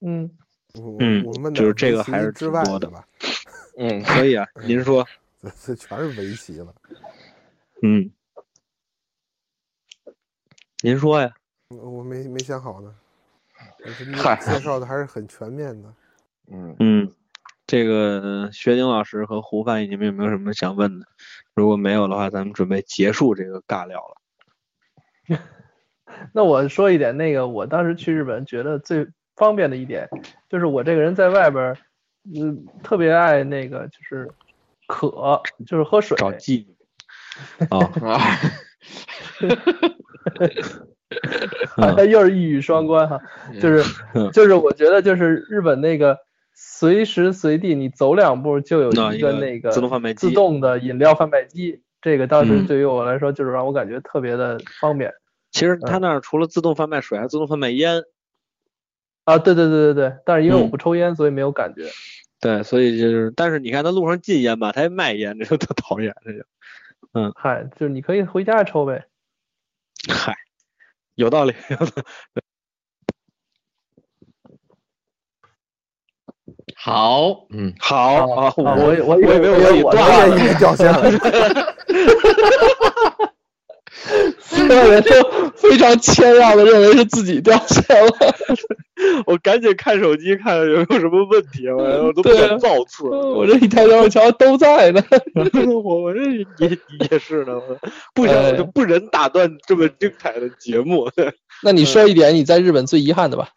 [SPEAKER 3] 嗯，
[SPEAKER 1] 我
[SPEAKER 2] 嗯
[SPEAKER 1] 我们
[SPEAKER 2] 就是这个还是
[SPEAKER 1] 之
[SPEAKER 2] 挺
[SPEAKER 1] 外
[SPEAKER 2] 多
[SPEAKER 1] 的
[SPEAKER 2] 的
[SPEAKER 1] 吧，
[SPEAKER 4] 嗯，
[SPEAKER 2] 可以啊，您说，
[SPEAKER 1] 这 这全是围棋了。
[SPEAKER 2] 嗯，您说呀，
[SPEAKER 1] 我我没没想好呢。我这你
[SPEAKER 4] 嗨
[SPEAKER 1] 介绍的还是很全面的。
[SPEAKER 4] 嗯，
[SPEAKER 2] 嗯，这个学宁老师和胡翻译，你们有没有什么想问的？如果没有的话，咱们准备结束这个尬聊了。
[SPEAKER 3] 那我说一点，那个我当时去日本觉得最方便的一点，就是我这个人在外边儿，嗯，特别爱那个就是渴，就是喝水，
[SPEAKER 2] 找妓女啊，
[SPEAKER 4] 啊，
[SPEAKER 2] 嗯
[SPEAKER 3] 又是一语双关哈，
[SPEAKER 4] 嗯
[SPEAKER 3] 就是就是我觉得就是日本那个随时随地你走两步就有
[SPEAKER 2] 那
[SPEAKER 3] 一
[SPEAKER 2] 个
[SPEAKER 3] 个那个
[SPEAKER 2] 自动贩卖机
[SPEAKER 3] 自动的饮料贩卖机，这个当时
[SPEAKER 2] 嗯
[SPEAKER 3] 对于我来说就是让我感觉特别的方便
[SPEAKER 2] 其实他那儿除了自动贩卖水，还自动贩卖烟。
[SPEAKER 3] 啊，对对对对对，但是因为我
[SPEAKER 2] 嗯
[SPEAKER 3] 不抽烟，所以没有感觉。
[SPEAKER 2] 对，所以就是，但是你看他路上禁烟吧，他还卖烟，这就特讨厌，这就
[SPEAKER 3] 嗨，就是你可以回家抽呗。
[SPEAKER 2] 嗨，有道理。
[SPEAKER 4] 好， 嗯，
[SPEAKER 2] 好啊，我
[SPEAKER 3] 我我
[SPEAKER 2] 以
[SPEAKER 3] 以为
[SPEAKER 2] 为
[SPEAKER 3] 我
[SPEAKER 2] 我
[SPEAKER 3] 以
[SPEAKER 2] 已
[SPEAKER 3] 为我
[SPEAKER 2] 断
[SPEAKER 1] 我
[SPEAKER 2] 了
[SPEAKER 1] 也以为掉线了。
[SPEAKER 3] 所有人都非常谦让的认为是自己掉线了。
[SPEAKER 2] 我赶紧看手机看有没有什么问 题，我我都不
[SPEAKER 3] 对
[SPEAKER 2] 敢造 次。
[SPEAKER 3] 我这一条条桥都在呢。
[SPEAKER 2] 我我这 也也是呢， 我不想我就
[SPEAKER 3] 哎
[SPEAKER 2] 不忍打断这么精彩的节目。
[SPEAKER 3] 那你说一点你在日本最遗憾的吧？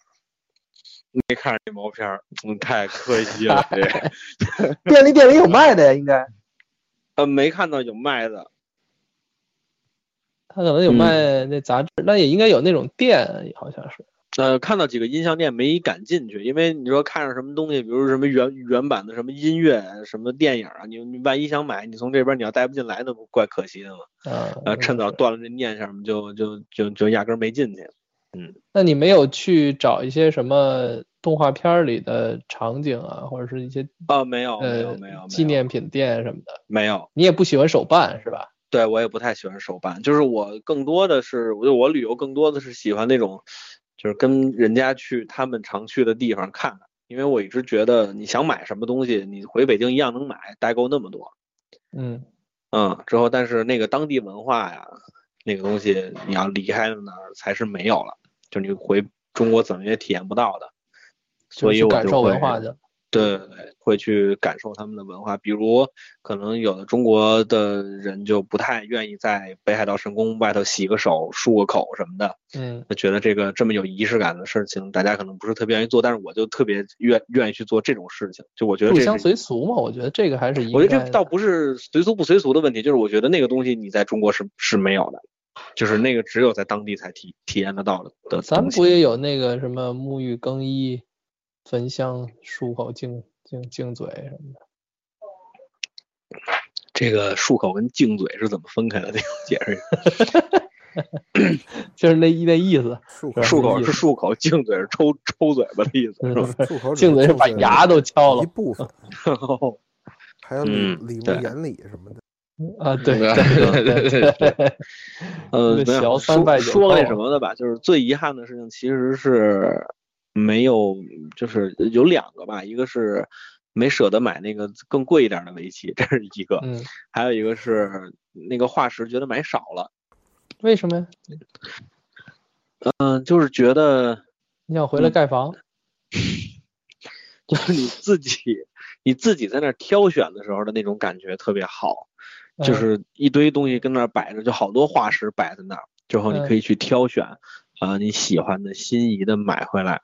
[SPEAKER 2] 没看 这毛片儿，嗯，太可惜了。这 个
[SPEAKER 3] 便利店里有卖的呀，应该。
[SPEAKER 2] 呃，没看到有卖的，
[SPEAKER 3] 他可能有
[SPEAKER 2] 嗯
[SPEAKER 3] 卖那杂志，那也应该有那种店，好像是。
[SPEAKER 2] 呃，看到几个音像店没敢进去，因为你说看上什么东西，比如什么原原版的什么音乐、什么电影啊，你你万一想买，你从这边你要带不进来，那不怪可惜的吗？
[SPEAKER 3] 啊
[SPEAKER 2] 呃，趁早断了这念想，就就就就压根儿没进去。
[SPEAKER 3] 那你没有去找一些什么动画片儿里的场景啊，或者是一些
[SPEAKER 2] 哦，没有，没有，
[SPEAKER 3] 呃
[SPEAKER 2] 没有，没有
[SPEAKER 3] 纪念品店什么的？
[SPEAKER 2] 没有。
[SPEAKER 3] 你也不喜欢手办是吧？
[SPEAKER 2] 对我也不太喜欢手办，就是我更多的是，我就我旅游更多的是喜欢那种，就是跟人家去他们常去的地方看看，因为我一直觉得你想买什么东西，你回北京一样能买，代购那么多。
[SPEAKER 3] 嗯，
[SPEAKER 2] 嗯，之后但是那个当地文化呀，那个东西你要离开了那儿才是没有了，就你回中国怎么也体验不到的，
[SPEAKER 3] 就
[SPEAKER 2] 所
[SPEAKER 3] 是
[SPEAKER 2] 以
[SPEAKER 3] 去
[SPEAKER 2] 我
[SPEAKER 3] 感
[SPEAKER 2] 就
[SPEAKER 3] 受文
[SPEAKER 2] 会
[SPEAKER 3] 化去了。
[SPEAKER 2] 对对对，会去感受他们的文化。比如，可能有的中国的人就不太愿意在北海道神宫外头洗个手、漱个口什么的，
[SPEAKER 3] 嗯，
[SPEAKER 2] 他觉得这个这么有仪式感的事情，大家可能不是特别愿意做。但是我就特别愿愿意去做这种事情，就我觉得
[SPEAKER 3] 入
[SPEAKER 2] 这
[SPEAKER 3] 乡
[SPEAKER 2] 是。
[SPEAKER 3] 随俗嘛，我觉得这个还是应
[SPEAKER 2] 我觉得
[SPEAKER 3] 该
[SPEAKER 2] 这倒
[SPEAKER 3] 的
[SPEAKER 2] 不是随俗不随俗的问题，就是我觉得那个东西你在中国是是没有的，就是那个只有在当地才体体验得到的的
[SPEAKER 3] 咱
[SPEAKER 2] 东
[SPEAKER 3] 们
[SPEAKER 2] 西
[SPEAKER 3] 不也有那个什么沐浴更衣、焚香、漱口、净净净嘴什么的？
[SPEAKER 2] 这个漱口跟净嘴是怎么分开的？得 解释一下。
[SPEAKER 3] 就是那那意嗯思，
[SPEAKER 1] 漱
[SPEAKER 3] 对
[SPEAKER 2] 漱
[SPEAKER 1] 口
[SPEAKER 2] 口是漱口，净嘴是抽 抽嘴巴的意思，是吧？
[SPEAKER 1] 漱口
[SPEAKER 3] 净嘴是把牙都敲
[SPEAKER 1] 一
[SPEAKER 3] 了
[SPEAKER 1] 部分， 还有
[SPEAKER 2] 嗯
[SPEAKER 1] 礼礼目
[SPEAKER 2] 对
[SPEAKER 1] 眼礼什么的。
[SPEAKER 3] 啊！对
[SPEAKER 4] 对
[SPEAKER 3] 对对对 对 对，
[SPEAKER 2] 呃，
[SPEAKER 3] 那
[SPEAKER 2] 没有
[SPEAKER 3] 小三拜啊
[SPEAKER 2] 说
[SPEAKER 3] 九
[SPEAKER 2] 说
[SPEAKER 3] 叩
[SPEAKER 2] 那什么的吧，就是最遗憾的事情其实是没有，就是有两个吧，一个是没舍得买那个更贵一点的围棋，这是一个，
[SPEAKER 3] 嗯，
[SPEAKER 2] 还有一个是那个化石觉得买少了，
[SPEAKER 3] 为什么呀？
[SPEAKER 2] 嗯、就是觉得
[SPEAKER 3] 你想回来
[SPEAKER 2] 嗯
[SPEAKER 3] 盖房？
[SPEAKER 2] 就是你自己你自己在那儿挑选的时候的那种感觉特别好，就
[SPEAKER 3] 嗯
[SPEAKER 2] 是一堆东西跟那儿摆着，就好多化石摆在那儿，之后你
[SPEAKER 3] 嗯
[SPEAKER 2] 可以去挑选，啊、你喜欢的、心仪的买回来。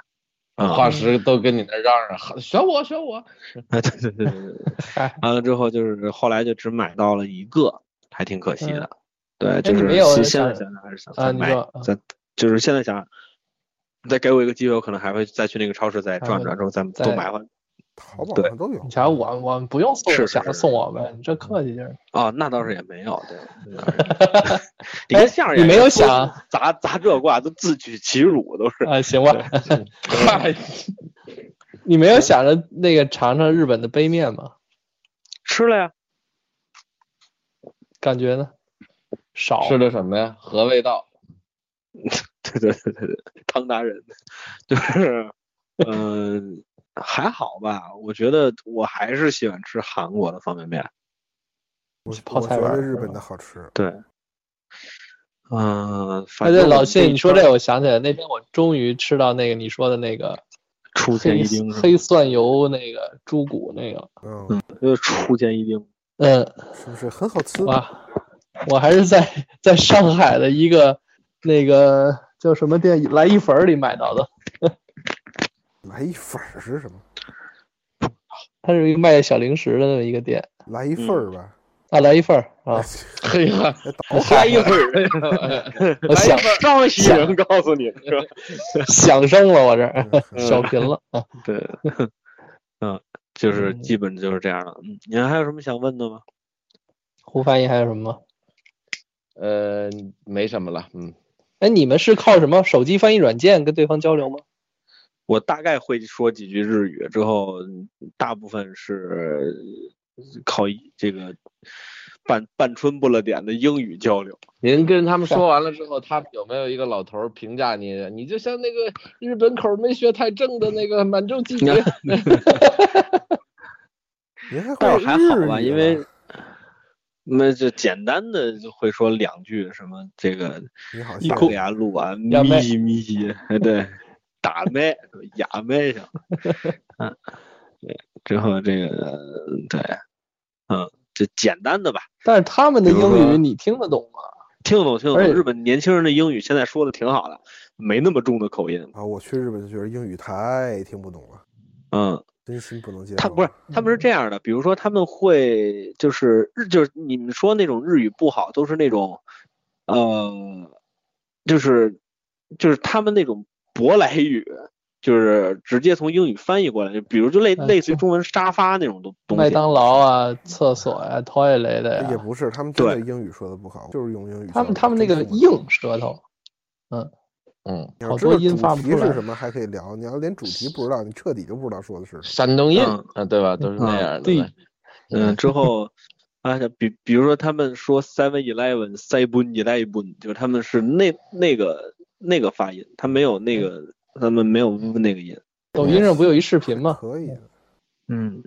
[SPEAKER 2] 啊、
[SPEAKER 4] 化石都跟你那嚷嚷，选我选我，
[SPEAKER 2] 对对对对 对对，
[SPEAKER 3] 嗨，
[SPEAKER 2] 完了之后就是后来就只买到了一个，还挺可惜的。对，就
[SPEAKER 3] 嗯你
[SPEAKER 2] 是
[SPEAKER 3] 没有
[SPEAKER 2] 现现
[SPEAKER 3] 想
[SPEAKER 2] 在想想还是想
[SPEAKER 3] 啊
[SPEAKER 2] 再
[SPEAKER 3] 你
[SPEAKER 2] 买
[SPEAKER 3] 说啊，
[SPEAKER 2] 再就是现在想想，再给我一个机会，我可能还会再去那个超市再
[SPEAKER 3] 还
[SPEAKER 2] 转
[SPEAKER 3] 会
[SPEAKER 2] 转，之后再多
[SPEAKER 3] 啊再
[SPEAKER 2] 买回来。
[SPEAKER 1] 淘宝
[SPEAKER 2] 对
[SPEAKER 1] 上都有
[SPEAKER 3] 你，瞧我我们不用送，
[SPEAKER 2] 是是
[SPEAKER 3] 想着
[SPEAKER 2] 是
[SPEAKER 3] 送我们，你这客气劲儿。
[SPEAKER 2] 哦，那倒是也没 有，对，那倒是 你跟相声
[SPEAKER 3] 哎你
[SPEAKER 2] 也
[SPEAKER 3] 没
[SPEAKER 2] 是
[SPEAKER 3] 有
[SPEAKER 2] 都
[SPEAKER 3] 想
[SPEAKER 2] 砸砸这卦，都自取其辱，都是。
[SPEAKER 3] 啊，行吧。 嗨，你没有想着那个尝尝日本的杯面吗？
[SPEAKER 2] 吃了呀，
[SPEAKER 3] 感觉呢？少。
[SPEAKER 4] 吃的什么呀？何味道？
[SPEAKER 2] 对对对对对，汤达人，就是，嗯、还好吧，我觉得我还是喜欢吃韩国的方便
[SPEAKER 3] 啊
[SPEAKER 2] 面，
[SPEAKER 1] 我
[SPEAKER 3] 泡
[SPEAKER 1] 我
[SPEAKER 3] 菜
[SPEAKER 1] 觉
[SPEAKER 3] 碗
[SPEAKER 1] 得
[SPEAKER 3] 儿
[SPEAKER 1] 日
[SPEAKER 3] 是
[SPEAKER 1] 本
[SPEAKER 3] 吧
[SPEAKER 1] 的好吃。
[SPEAKER 2] 对，嗯、
[SPEAKER 3] 哎，
[SPEAKER 2] 反
[SPEAKER 3] 对，
[SPEAKER 2] 正
[SPEAKER 3] 老
[SPEAKER 2] 谢
[SPEAKER 3] 谢，你说这，我想起来，那天我终于吃到那个你说的那个
[SPEAKER 2] 出现
[SPEAKER 3] 黑
[SPEAKER 2] 一丁是吧，
[SPEAKER 3] 黑蒜油那个猪骨那个，
[SPEAKER 1] 嗯，
[SPEAKER 2] 就是出现呃一丁，
[SPEAKER 3] 嗯，
[SPEAKER 1] 是不是很好吃？
[SPEAKER 3] 哇，我还是在在上海的一个那个叫什么店来一粉儿里买到的，
[SPEAKER 1] 来一份儿是什么？
[SPEAKER 3] 它是一个卖小零食的那么一个店
[SPEAKER 1] 来一份儿
[SPEAKER 2] 嗯
[SPEAKER 1] 吧。
[SPEAKER 3] 啊，来一份儿啊，
[SPEAKER 4] 嘿 呀，
[SPEAKER 2] 来一会 儿，
[SPEAKER 3] 我
[SPEAKER 2] 来一
[SPEAKER 3] 想
[SPEAKER 2] 会儿，张喜人告诉你，是 吧？
[SPEAKER 3] 想生了，我这儿
[SPEAKER 1] 嗯
[SPEAKER 3] 小贫了啊，
[SPEAKER 2] 对， 嗯，就是
[SPEAKER 3] 嗯
[SPEAKER 2] 基本就是这样了。嗯，你还有什么想问的吗？
[SPEAKER 3] 胡翻译还有什么？
[SPEAKER 4] 呃，没什么了，嗯，
[SPEAKER 3] 哎，你们是靠什么手机翻译软件跟对方交流吗？
[SPEAKER 2] 我大概会说几句日语，之后大部分是靠一这个半半春不了点的英语交流。
[SPEAKER 4] 您跟他们说完了之后，他们有没有一个老头儿评价你？你就像那个日本口儿没学太正的那个满洲季节，
[SPEAKER 1] 您还
[SPEAKER 2] 但
[SPEAKER 1] 会
[SPEAKER 2] 是还好
[SPEAKER 1] 日
[SPEAKER 2] 吧，
[SPEAKER 1] 语
[SPEAKER 2] 因为
[SPEAKER 1] 呢
[SPEAKER 2] 那就简单的就会说两句什么这个
[SPEAKER 1] 你好
[SPEAKER 2] 一
[SPEAKER 1] 像
[SPEAKER 2] 口牙录完
[SPEAKER 3] 亚
[SPEAKER 2] 咪
[SPEAKER 3] 妹
[SPEAKER 2] 叽咪叽，哎对，打麦哑麦上，嗯，对，之后这个对，嗯，就简单的吧，
[SPEAKER 3] 但是他们的
[SPEAKER 2] 比如
[SPEAKER 3] 英
[SPEAKER 2] 说
[SPEAKER 3] 语你听得懂吗？
[SPEAKER 2] 听得懂听得
[SPEAKER 3] 而
[SPEAKER 2] 懂。
[SPEAKER 3] 且
[SPEAKER 2] 日本年轻人的英语现在说的挺好的，没那么重的口音，
[SPEAKER 1] 啊，我去日本就觉得英语太听不懂了，
[SPEAKER 2] 嗯。
[SPEAKER 1] 真心不能接受。
[SPEAKER 3] 嗯
[SPEAKER 2] 他不是，他们是这样的，比如说他们会就是日就是你们说那种日语不好，都是那种，呃，就是就是他们那种舶来语，就是直接从英语翻译过来，就比如就类
[SPEAKER 3] 哎
[SPEAKER 2] 类似于
[SPEAKER 3] 对
[SPEAKER 2] 中文沙发那种东东西。
[SPEAKER 3] 麦当劳啊、厕所呀、toilet 的
[SPEAKER 1] 也
[SPEAKER 3] 呀，
[SPEAKER 1] 不是，他们真的
[SPEAKER 2] 对
[SPEAKER 1] 英语说的不好，就是用英语说的不好。
[SPEAKER 3] 啊他们他们那个
[SPEAKER 1] 真
[SPEAKER 3] 硬
[SPEAKER 1] 听不懂
[SPEAKER 3] 舌头，
[SPEAKER 4] 嗯，
[SPEAKER 1] 你要
[SPEAKER 3] 好
[SPEAKER 1] 知
[SPEAKER 3] 多
[SPEAKER 1] 道
[SPEAKER 3] 音发
[SPEAKER 1] 主
[SPEAKER 3] 不
[SPEAKER 1] 题
[SPEAKER 3] 出来
[SPEAKER 1] 是什么还可以聊，你要连主题不知道，你彻底就不知道说的是什
[SPEAKER 4] 山东印
[SPEAKER 2] 嗯
[SPEAKER 4] 啊，对吧？都是那样的。
[SPEAKER 3] 对
[SPEAKER 4] 对
[SPEAKER 2] 嗯，之后啊，比比如说他们说 Seven Eleven、Seven Eleven，就是他们是那那个那个发音，他没有那个他们没有 v 那个音。
[SPEAKER 3] 抖音上不有一视频
[SPEAKER 1] 么。
[SPEAKER 3] 吗？
[SPEAKER 1] 可以的，
[SPEAKER 2] 嗯，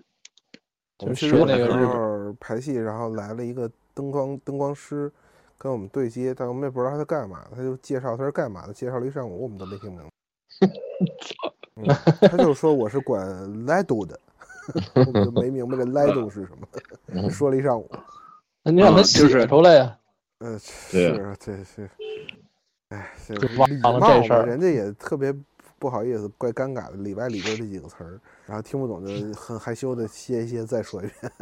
[SPEAKER 1] 我们
[SPEAKER 3] 就
[SPEAKER 1] 去
[SPEAKER 3] 说
[SPEAKER 1] 日本
[SPEAKER 3] 那个
[SPEAKER 1] 的
[SPEAKER 3] 日
[SPEAKER 1] 时
[SPEAKER 3] 本
[SPEAKER 1] 候排戏，然后来了一个灯光灯光师跟我们对接，但我们也不知道他在干嘛，他就介绍他是干嘛的，介绍了一上午，我们都没听明白。 嗯、他就说我是管 Lido 的，我们就没明白这 Lido 是什么，
[SPEAKER 4] 嗯
[SPEAKER 1] 说了一上午。
[SPEAKER 3] 那你让
[SPEAKER 2] 嗯
[SPEAKER 3] 他
[SPEAKER 2] 就
[SPEAKER 3] 写
[SPEAKER 2] 是
[SPEAKER 3] 出来呀、
[SPEAKER 1] 呃，
[SPEAKER 4] 对
[SPEAKER 1] 是啊，对是，哎，这
[SPEAKER 3] 就
[SPEAKER 1] 礼
[SPEAKER 3] 忘了
[SPEAKER 1] 貌
[SPEAKER 3] 这事
[SPEAKER 1] 嘛
[SPEAKER 3] 儿
[SPEAKER 1] 人家也特别不好意思，怪尴尬的，里外里边这几个词儿，然后听不懂就很害羞的歇一歇，再说一遍。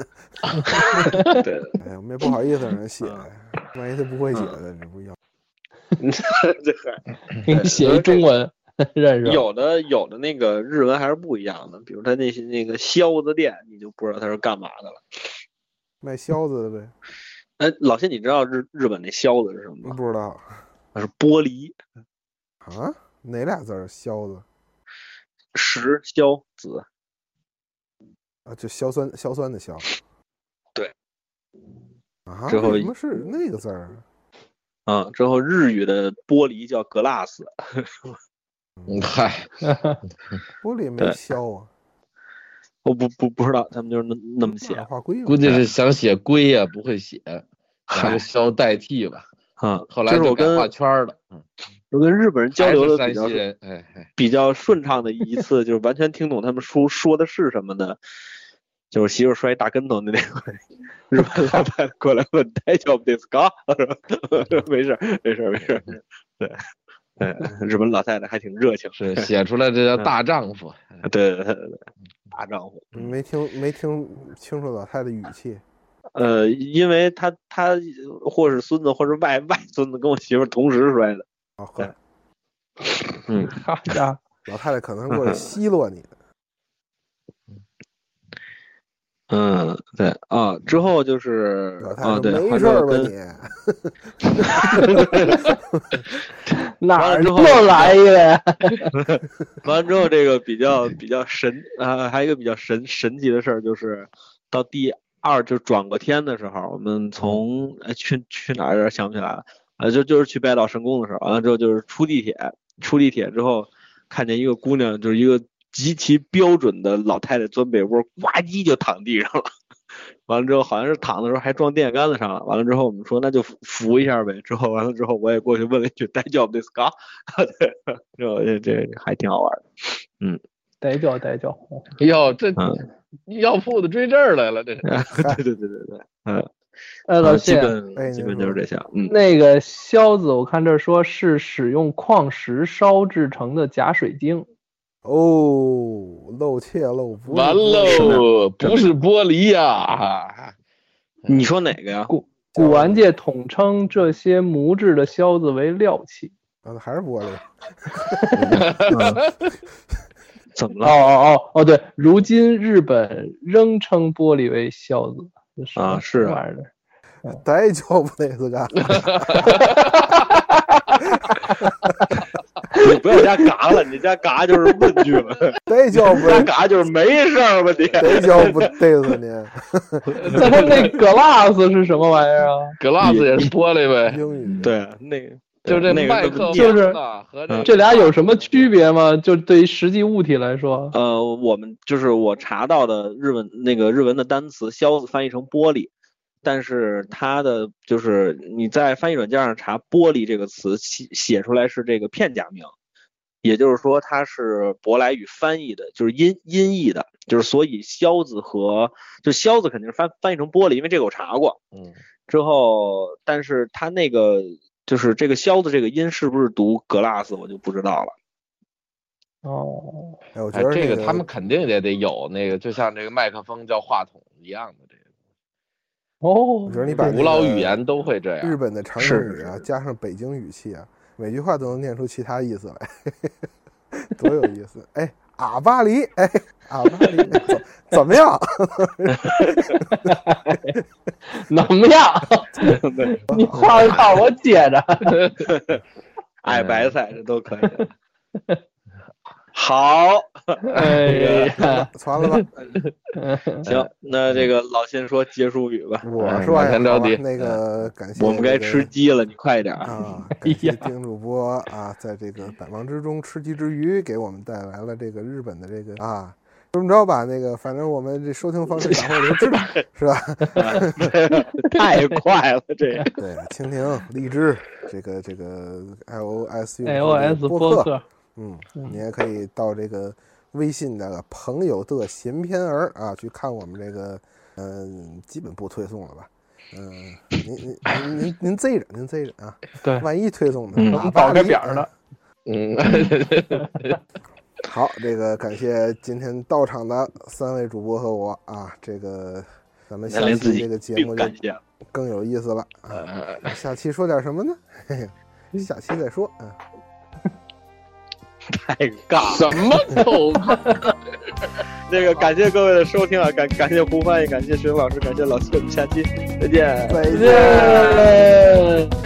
[SPEAKER 2] 对，
[SPEAKER 1] 哎，我们也不好意思让人写，万一他不会写
[SPEAKER 2] 嗯
[SPEAKER 1] 的，这不要
[SPEAKER 2] 这
[SPEAKER 4] 啊
[SPEAKER 2] 个
[SPEAKER 3] 给你写一中文 认识。
[SPEAKER 2] 有的有的那个日文还是不一样的，比如他那些那个销子店，你就不知道他是干嘛的了。
[SPEAKER 1] 卖销子的呗？
[SPEAKER 2] 哎，老谢，你知道日日本那销子是什么吗？
[SPEAKER 1] 不知道
[SPEAKER 2] 那是玻璃
[SPEAKER 1] 啊？哪俩字儿？销子
[SPEAKER 2] 石销子。
[SPEAKER 1] 啊，就硝酸硝酸的硝。
[SPEAKER 2] 对。
[SPEAKER 1] 啊？
[SPEAKER 2] 之后
[SPEAKER 1] 为什么是那个字儿啊？
[SPEAKER 2] 啊、之后日语的玻璃叫 glass，
[SPEAKER 4] 嗯嗨，
[SPEAKER 1] 玻璃也没
[SPEAKER 2] 对
[SPEAKER 1] 硝啊，
[SPEAKER 2] 我不不不知道他们就是那那么写
[SPEAKER 1] 那画龟嘛
[SPEAKER 4] 估计是想写龟呀，不会 写，拿
[SPEAKER 2] 嗨
[SPEAKER 4] 个枭代替吧。
[SPEAKER 2] 啊。
[SPEAKER 4] 后来
[SPEAKER 2] 这是
[SPEAKER 4] 就
[SPEAKER 2] 我
[SPEAKER 4] 改
[SPEAKER 2] 跟
[SPEAKER 4] 画圈儿了。嗯，
[SPEAKER 2] 我跟日本人交
[SPEAKER 4] 还
[SPEAKER 2] 流
[SPEAKER 4] 是
[SPEAKER 2] 的比
[SPEAKER 4] 山
[SPEAKER 2] 较
[SPEAKER 4] 西人，哎哎，
[SPEAKER 2] 比较顺畅的一次，就是完全听懂他们说说的是什么呢？就是媳妇摔大跟头的那回，日本老板过来问“大丈夫ですか？” 没事儿，没事儿，没事儿。对，嗯，日本老太太还挺热情，
[SPEAKER 4] 是嗯写出来这叫大丈夫。
[SPEAKER 2] 对对对对，大丈夫。
[SPEAKER 1] 没听没听清楚老太太语气。
[SPEAKER 2] 呃，因为他他或是孙子或是外外孙子跟我媳妇儿同时摔的，
[SPEAKER 1] 啊，呵
[SPEAKER 2] 对嗯，
[SPEAKER 3] 好家伙，
[SPEAKER 1] 老太太可能 过来奚落你的，
[SPEAKER 2] 嗯，对啊，之后就是
[SPEAKER 1] 老太
[SPEAKER 2] 啊，
[SPEAKER 1] 太
[SPEAKER 2] 对，
[SPEAKER 1] 说
[SPEAKER 2] 或
[SPEAKER 1] 没事儿吧
[SPEAKER 2] 者跟
[SPEAKER 1] 你？
[SPEAKER 3] 哪
[SPEAKER 2] 完了
[SPEAKER 3] 儿
[SPEAKER 2] 之
[SPEAKER 3] 又
[SPEAKER 2] 后
[SPEAKER 3] 来一个？
[SPEAKER 2] 完了之后，这个比较比较神啊、还有一个比较神神奇的事儿，就是到第二就转过天的时候，我们从呃去去哪儿有点想不起来了，啊，就就是去拜岛神宫的时候，完了之后就是出地铁，出地铁之后看见一个姑娘，就是一个极其标准的老太太钻被窝，呱唧就躺地上了。完了之后，好像是躺的时候还撞电线杆子上了。完了之后，我们说那就扶扶一下呗。之后完了之后，我也过去问了一句 “大叫 this guy”，对，这这这还挺好玩的。
[SPEAKER 3] 逮脚逮脚，
[SPEAKER 4] 哟，哎这
[SPEAKER 2] 嗯
[SPEAKER 4] 药铺子追这儿来了，这是。
[SPEAKER 2] 对对对对对，嗯，
[SPEAKER 3] 哎，老
[SPEAKER 2] 呃基
[SPEAKER 3] 谢，
[SPEAKER 1] 哎
[SPEAKER 2] 本基
[SPEAKER 1] 您
[SPEAKER 2] 本就是
[SPEAKER 1] 说
[SPEAKER 2] 这些，嗯，
[SPEAKER 3] 那个硝子，我看这儿说是使用矿石烧制成的假水晶，
[SPEAKER 1] 哦，露怯露啊不是
[SPEAKER 4] 完
[SPEAKER 1] 不是
[SPEAKER 4] 喽，不是玻璃呀！
[SPEAKER 2] 你说哪个呀？
[SPEAKER 3] 古
[SPEAKER 2] 哦
[SPEAKER 3] 古玩界统称这些木质的硝子为料器。
[SPEAKER 1] 啊，还是玻璃，
[SPEAKER 2] 怎么
[SPEAKER 3] 哦
[SPEAKER 2] 了？
[SPEAKER 3] 哦哦哦，对，如今日本仍称玻璃为硝子。这什么
[SPEAKER 2] 啊是啊
[SPEAKER 3] 玩意儿的
[SPEAKER 1] 逮就不那次干。
[SPEAKER 2] 你不要加嘎了，你加嘎就是问句了，
[SPEAKER 1] 逮就不
[SPEAKER 2] 加嘎就是没事儿吧你？
[SPEAKER 1] 逮就不逮死你，
[SPEAKER 3] 在他们 那 glass 是什么玩意儿啊？
[SPEAKER 4] glass 也是玻璃呗，
[SPEAKER 1] 英语
[SPEAKER 2] 对，那个
[SPEAKER 4] 就这
[SPEAKER 2] 那
[SPEAKER 4] 麦
[SPEAKER 2] 个都
[SPEAKER 4] 克
[SPEAKER 2] 不
[SPEAKER 3] 就
[SPEAKER 2] 念
[SPEAKER 3] 是嗯
[SPEAKER 4] 风啊和这
[SPEAKER 3] 这俩有什么区别吗？就对于实际物体来说，
[SPEAKER 2] 呃，我们就是我查到的日文那个日文的单词“硝子”翻译成玻璃，但是它的就是你在翻译软件上查“玻璃”这个词写写出来是这个片假名，也就是说它是舶来语翻译的，就是音音译的，就是所以“硝子”和就“硝子”肯定是翻翻译成玻璃，因为这个我查过，
[SPEAKER 4] 嗯
[SPEAKER 2] 之后，但是它那个就是这个“硝子”这个音是不是读 glass，我就不知道了。
[SPEAKER 3] 哦，
[SPEAKER 1] 哎，我觉
[SPEAKER 4] 哎，
[SPEAKER 1] 得
[SPEAKER 4] 这
[SPEAKER 1] 那
[SPEAKER 4] 个他们肯定也得有那个，就像这个麦克风叫话筒一样的，这个
[SPEAKER 3] 哦，
[SPEAKER 1] 我觉得你把那
[SPEAKER 4] 古老
[SPEAKER 1] 个
[SPEAKER 4] 语言都会这
[SPEAKER 1] 日
[SPEAKER 4] 样。
[SPEAKER 1] 本的常用
[SPEAKER 2] 是
[SPEAKER 1] 语啊，加上北京语气啊，每句话都能念出其他意思来。 多有意思！哎，阿巴黎，哎，阿巴黎，怎怎么样？
[SPEAKER 3] 能不 样？你画着画，我接着。
[SPEAKER 2] 爱白菜这都可以。 好，
[SPEAKER 3] 哎呀，
[SPEAKER 1] 传了吧，
[SPEAKER 2] 行，那这个老辛说结束语吧。
[SPEAKER 1] 我说
[SPEAKER 4] 马
[SPEAKER 1] 呀，
[SPEAKER 4] 上哎着
[SPEAKER 1] 好吧
[SPEAKER 4] 急嗯
[SPEAKER 1] 那个感谢
[SPEAKER 2] 我们该吃鸡了，你快 点 儿。
[SPEAKER 1] 啊！
[SPEAKER 3] 哎
[SPEAKER 1] 感谢
[SPEAKER 3] 呀
[SPEAKER 1] 丁主播啊，在这个百忙之中吃鸡之余，给我们带来了这个日本的这个啊，这么着吧，那个反正我们这收听方式打会儿就知 道是吧？
[SPEAKER 2] 太快了，这个
[SPEAKER 1] 对，蜻蜓、荔枝，这个这个 iOS 用户的
[SPEAKER 3] ，iOS 播
[SPEAKER 1] 客，
[SPEAKER 3] 客，
[SPEAKER 1] 嗯，
[SPEAKER 3] 嗯
[SPEAKER 1] 你也可以到这个微信的朋友的闲篇儿啊，去看我们这个，嗯、基本不推送了吧？嗯、您您您您您贼着，您贼着 啊！
[SPEAKER 3] 对
[SPEAKER 1] 万一推送呢？
[SPEAKER 2] 嗯
[SPEAKER 3] 我
[SPEAKER 1] 喇
[SPEAKER 3] 们
[SPEAKER 1] 叭
[SPEAKER 3] 保个
[SPEAKER 1] 里
[SPEAKER 3] 表儿 呢。
[SPEAKER 4] 嗯，
[SPEAKER 1] 好，这个感谢今天到场的三位主播和我啊，这个咱们下
[SPEAKER 2] 连自
[SPEAKER 1] 期
[SPEAKER 2] 己
[SPEAKER 1] 这个节
[SPEAKER 2] 并
[SPEAKER 1] 目就
[SPEAKER 2] 感谢了。
[SPEAKER 1] 更有意思了
[SPEAKER 2] 嗯
[SPEAKER 1] 啊！下期说点什么呢？ 嘿嘿，下期再说啊。
[SPEAKER 2] 太尬了。
[SPEAKER 4] 什么狗屁
[SPEAKER 2] 这个感谢各位的收听啊，感感谢嗯胡翻译，感谢石英老师，感谢老谢，我们下期再见。
[SPEAKER 1] 再见。
[SPEAKER 3] 耶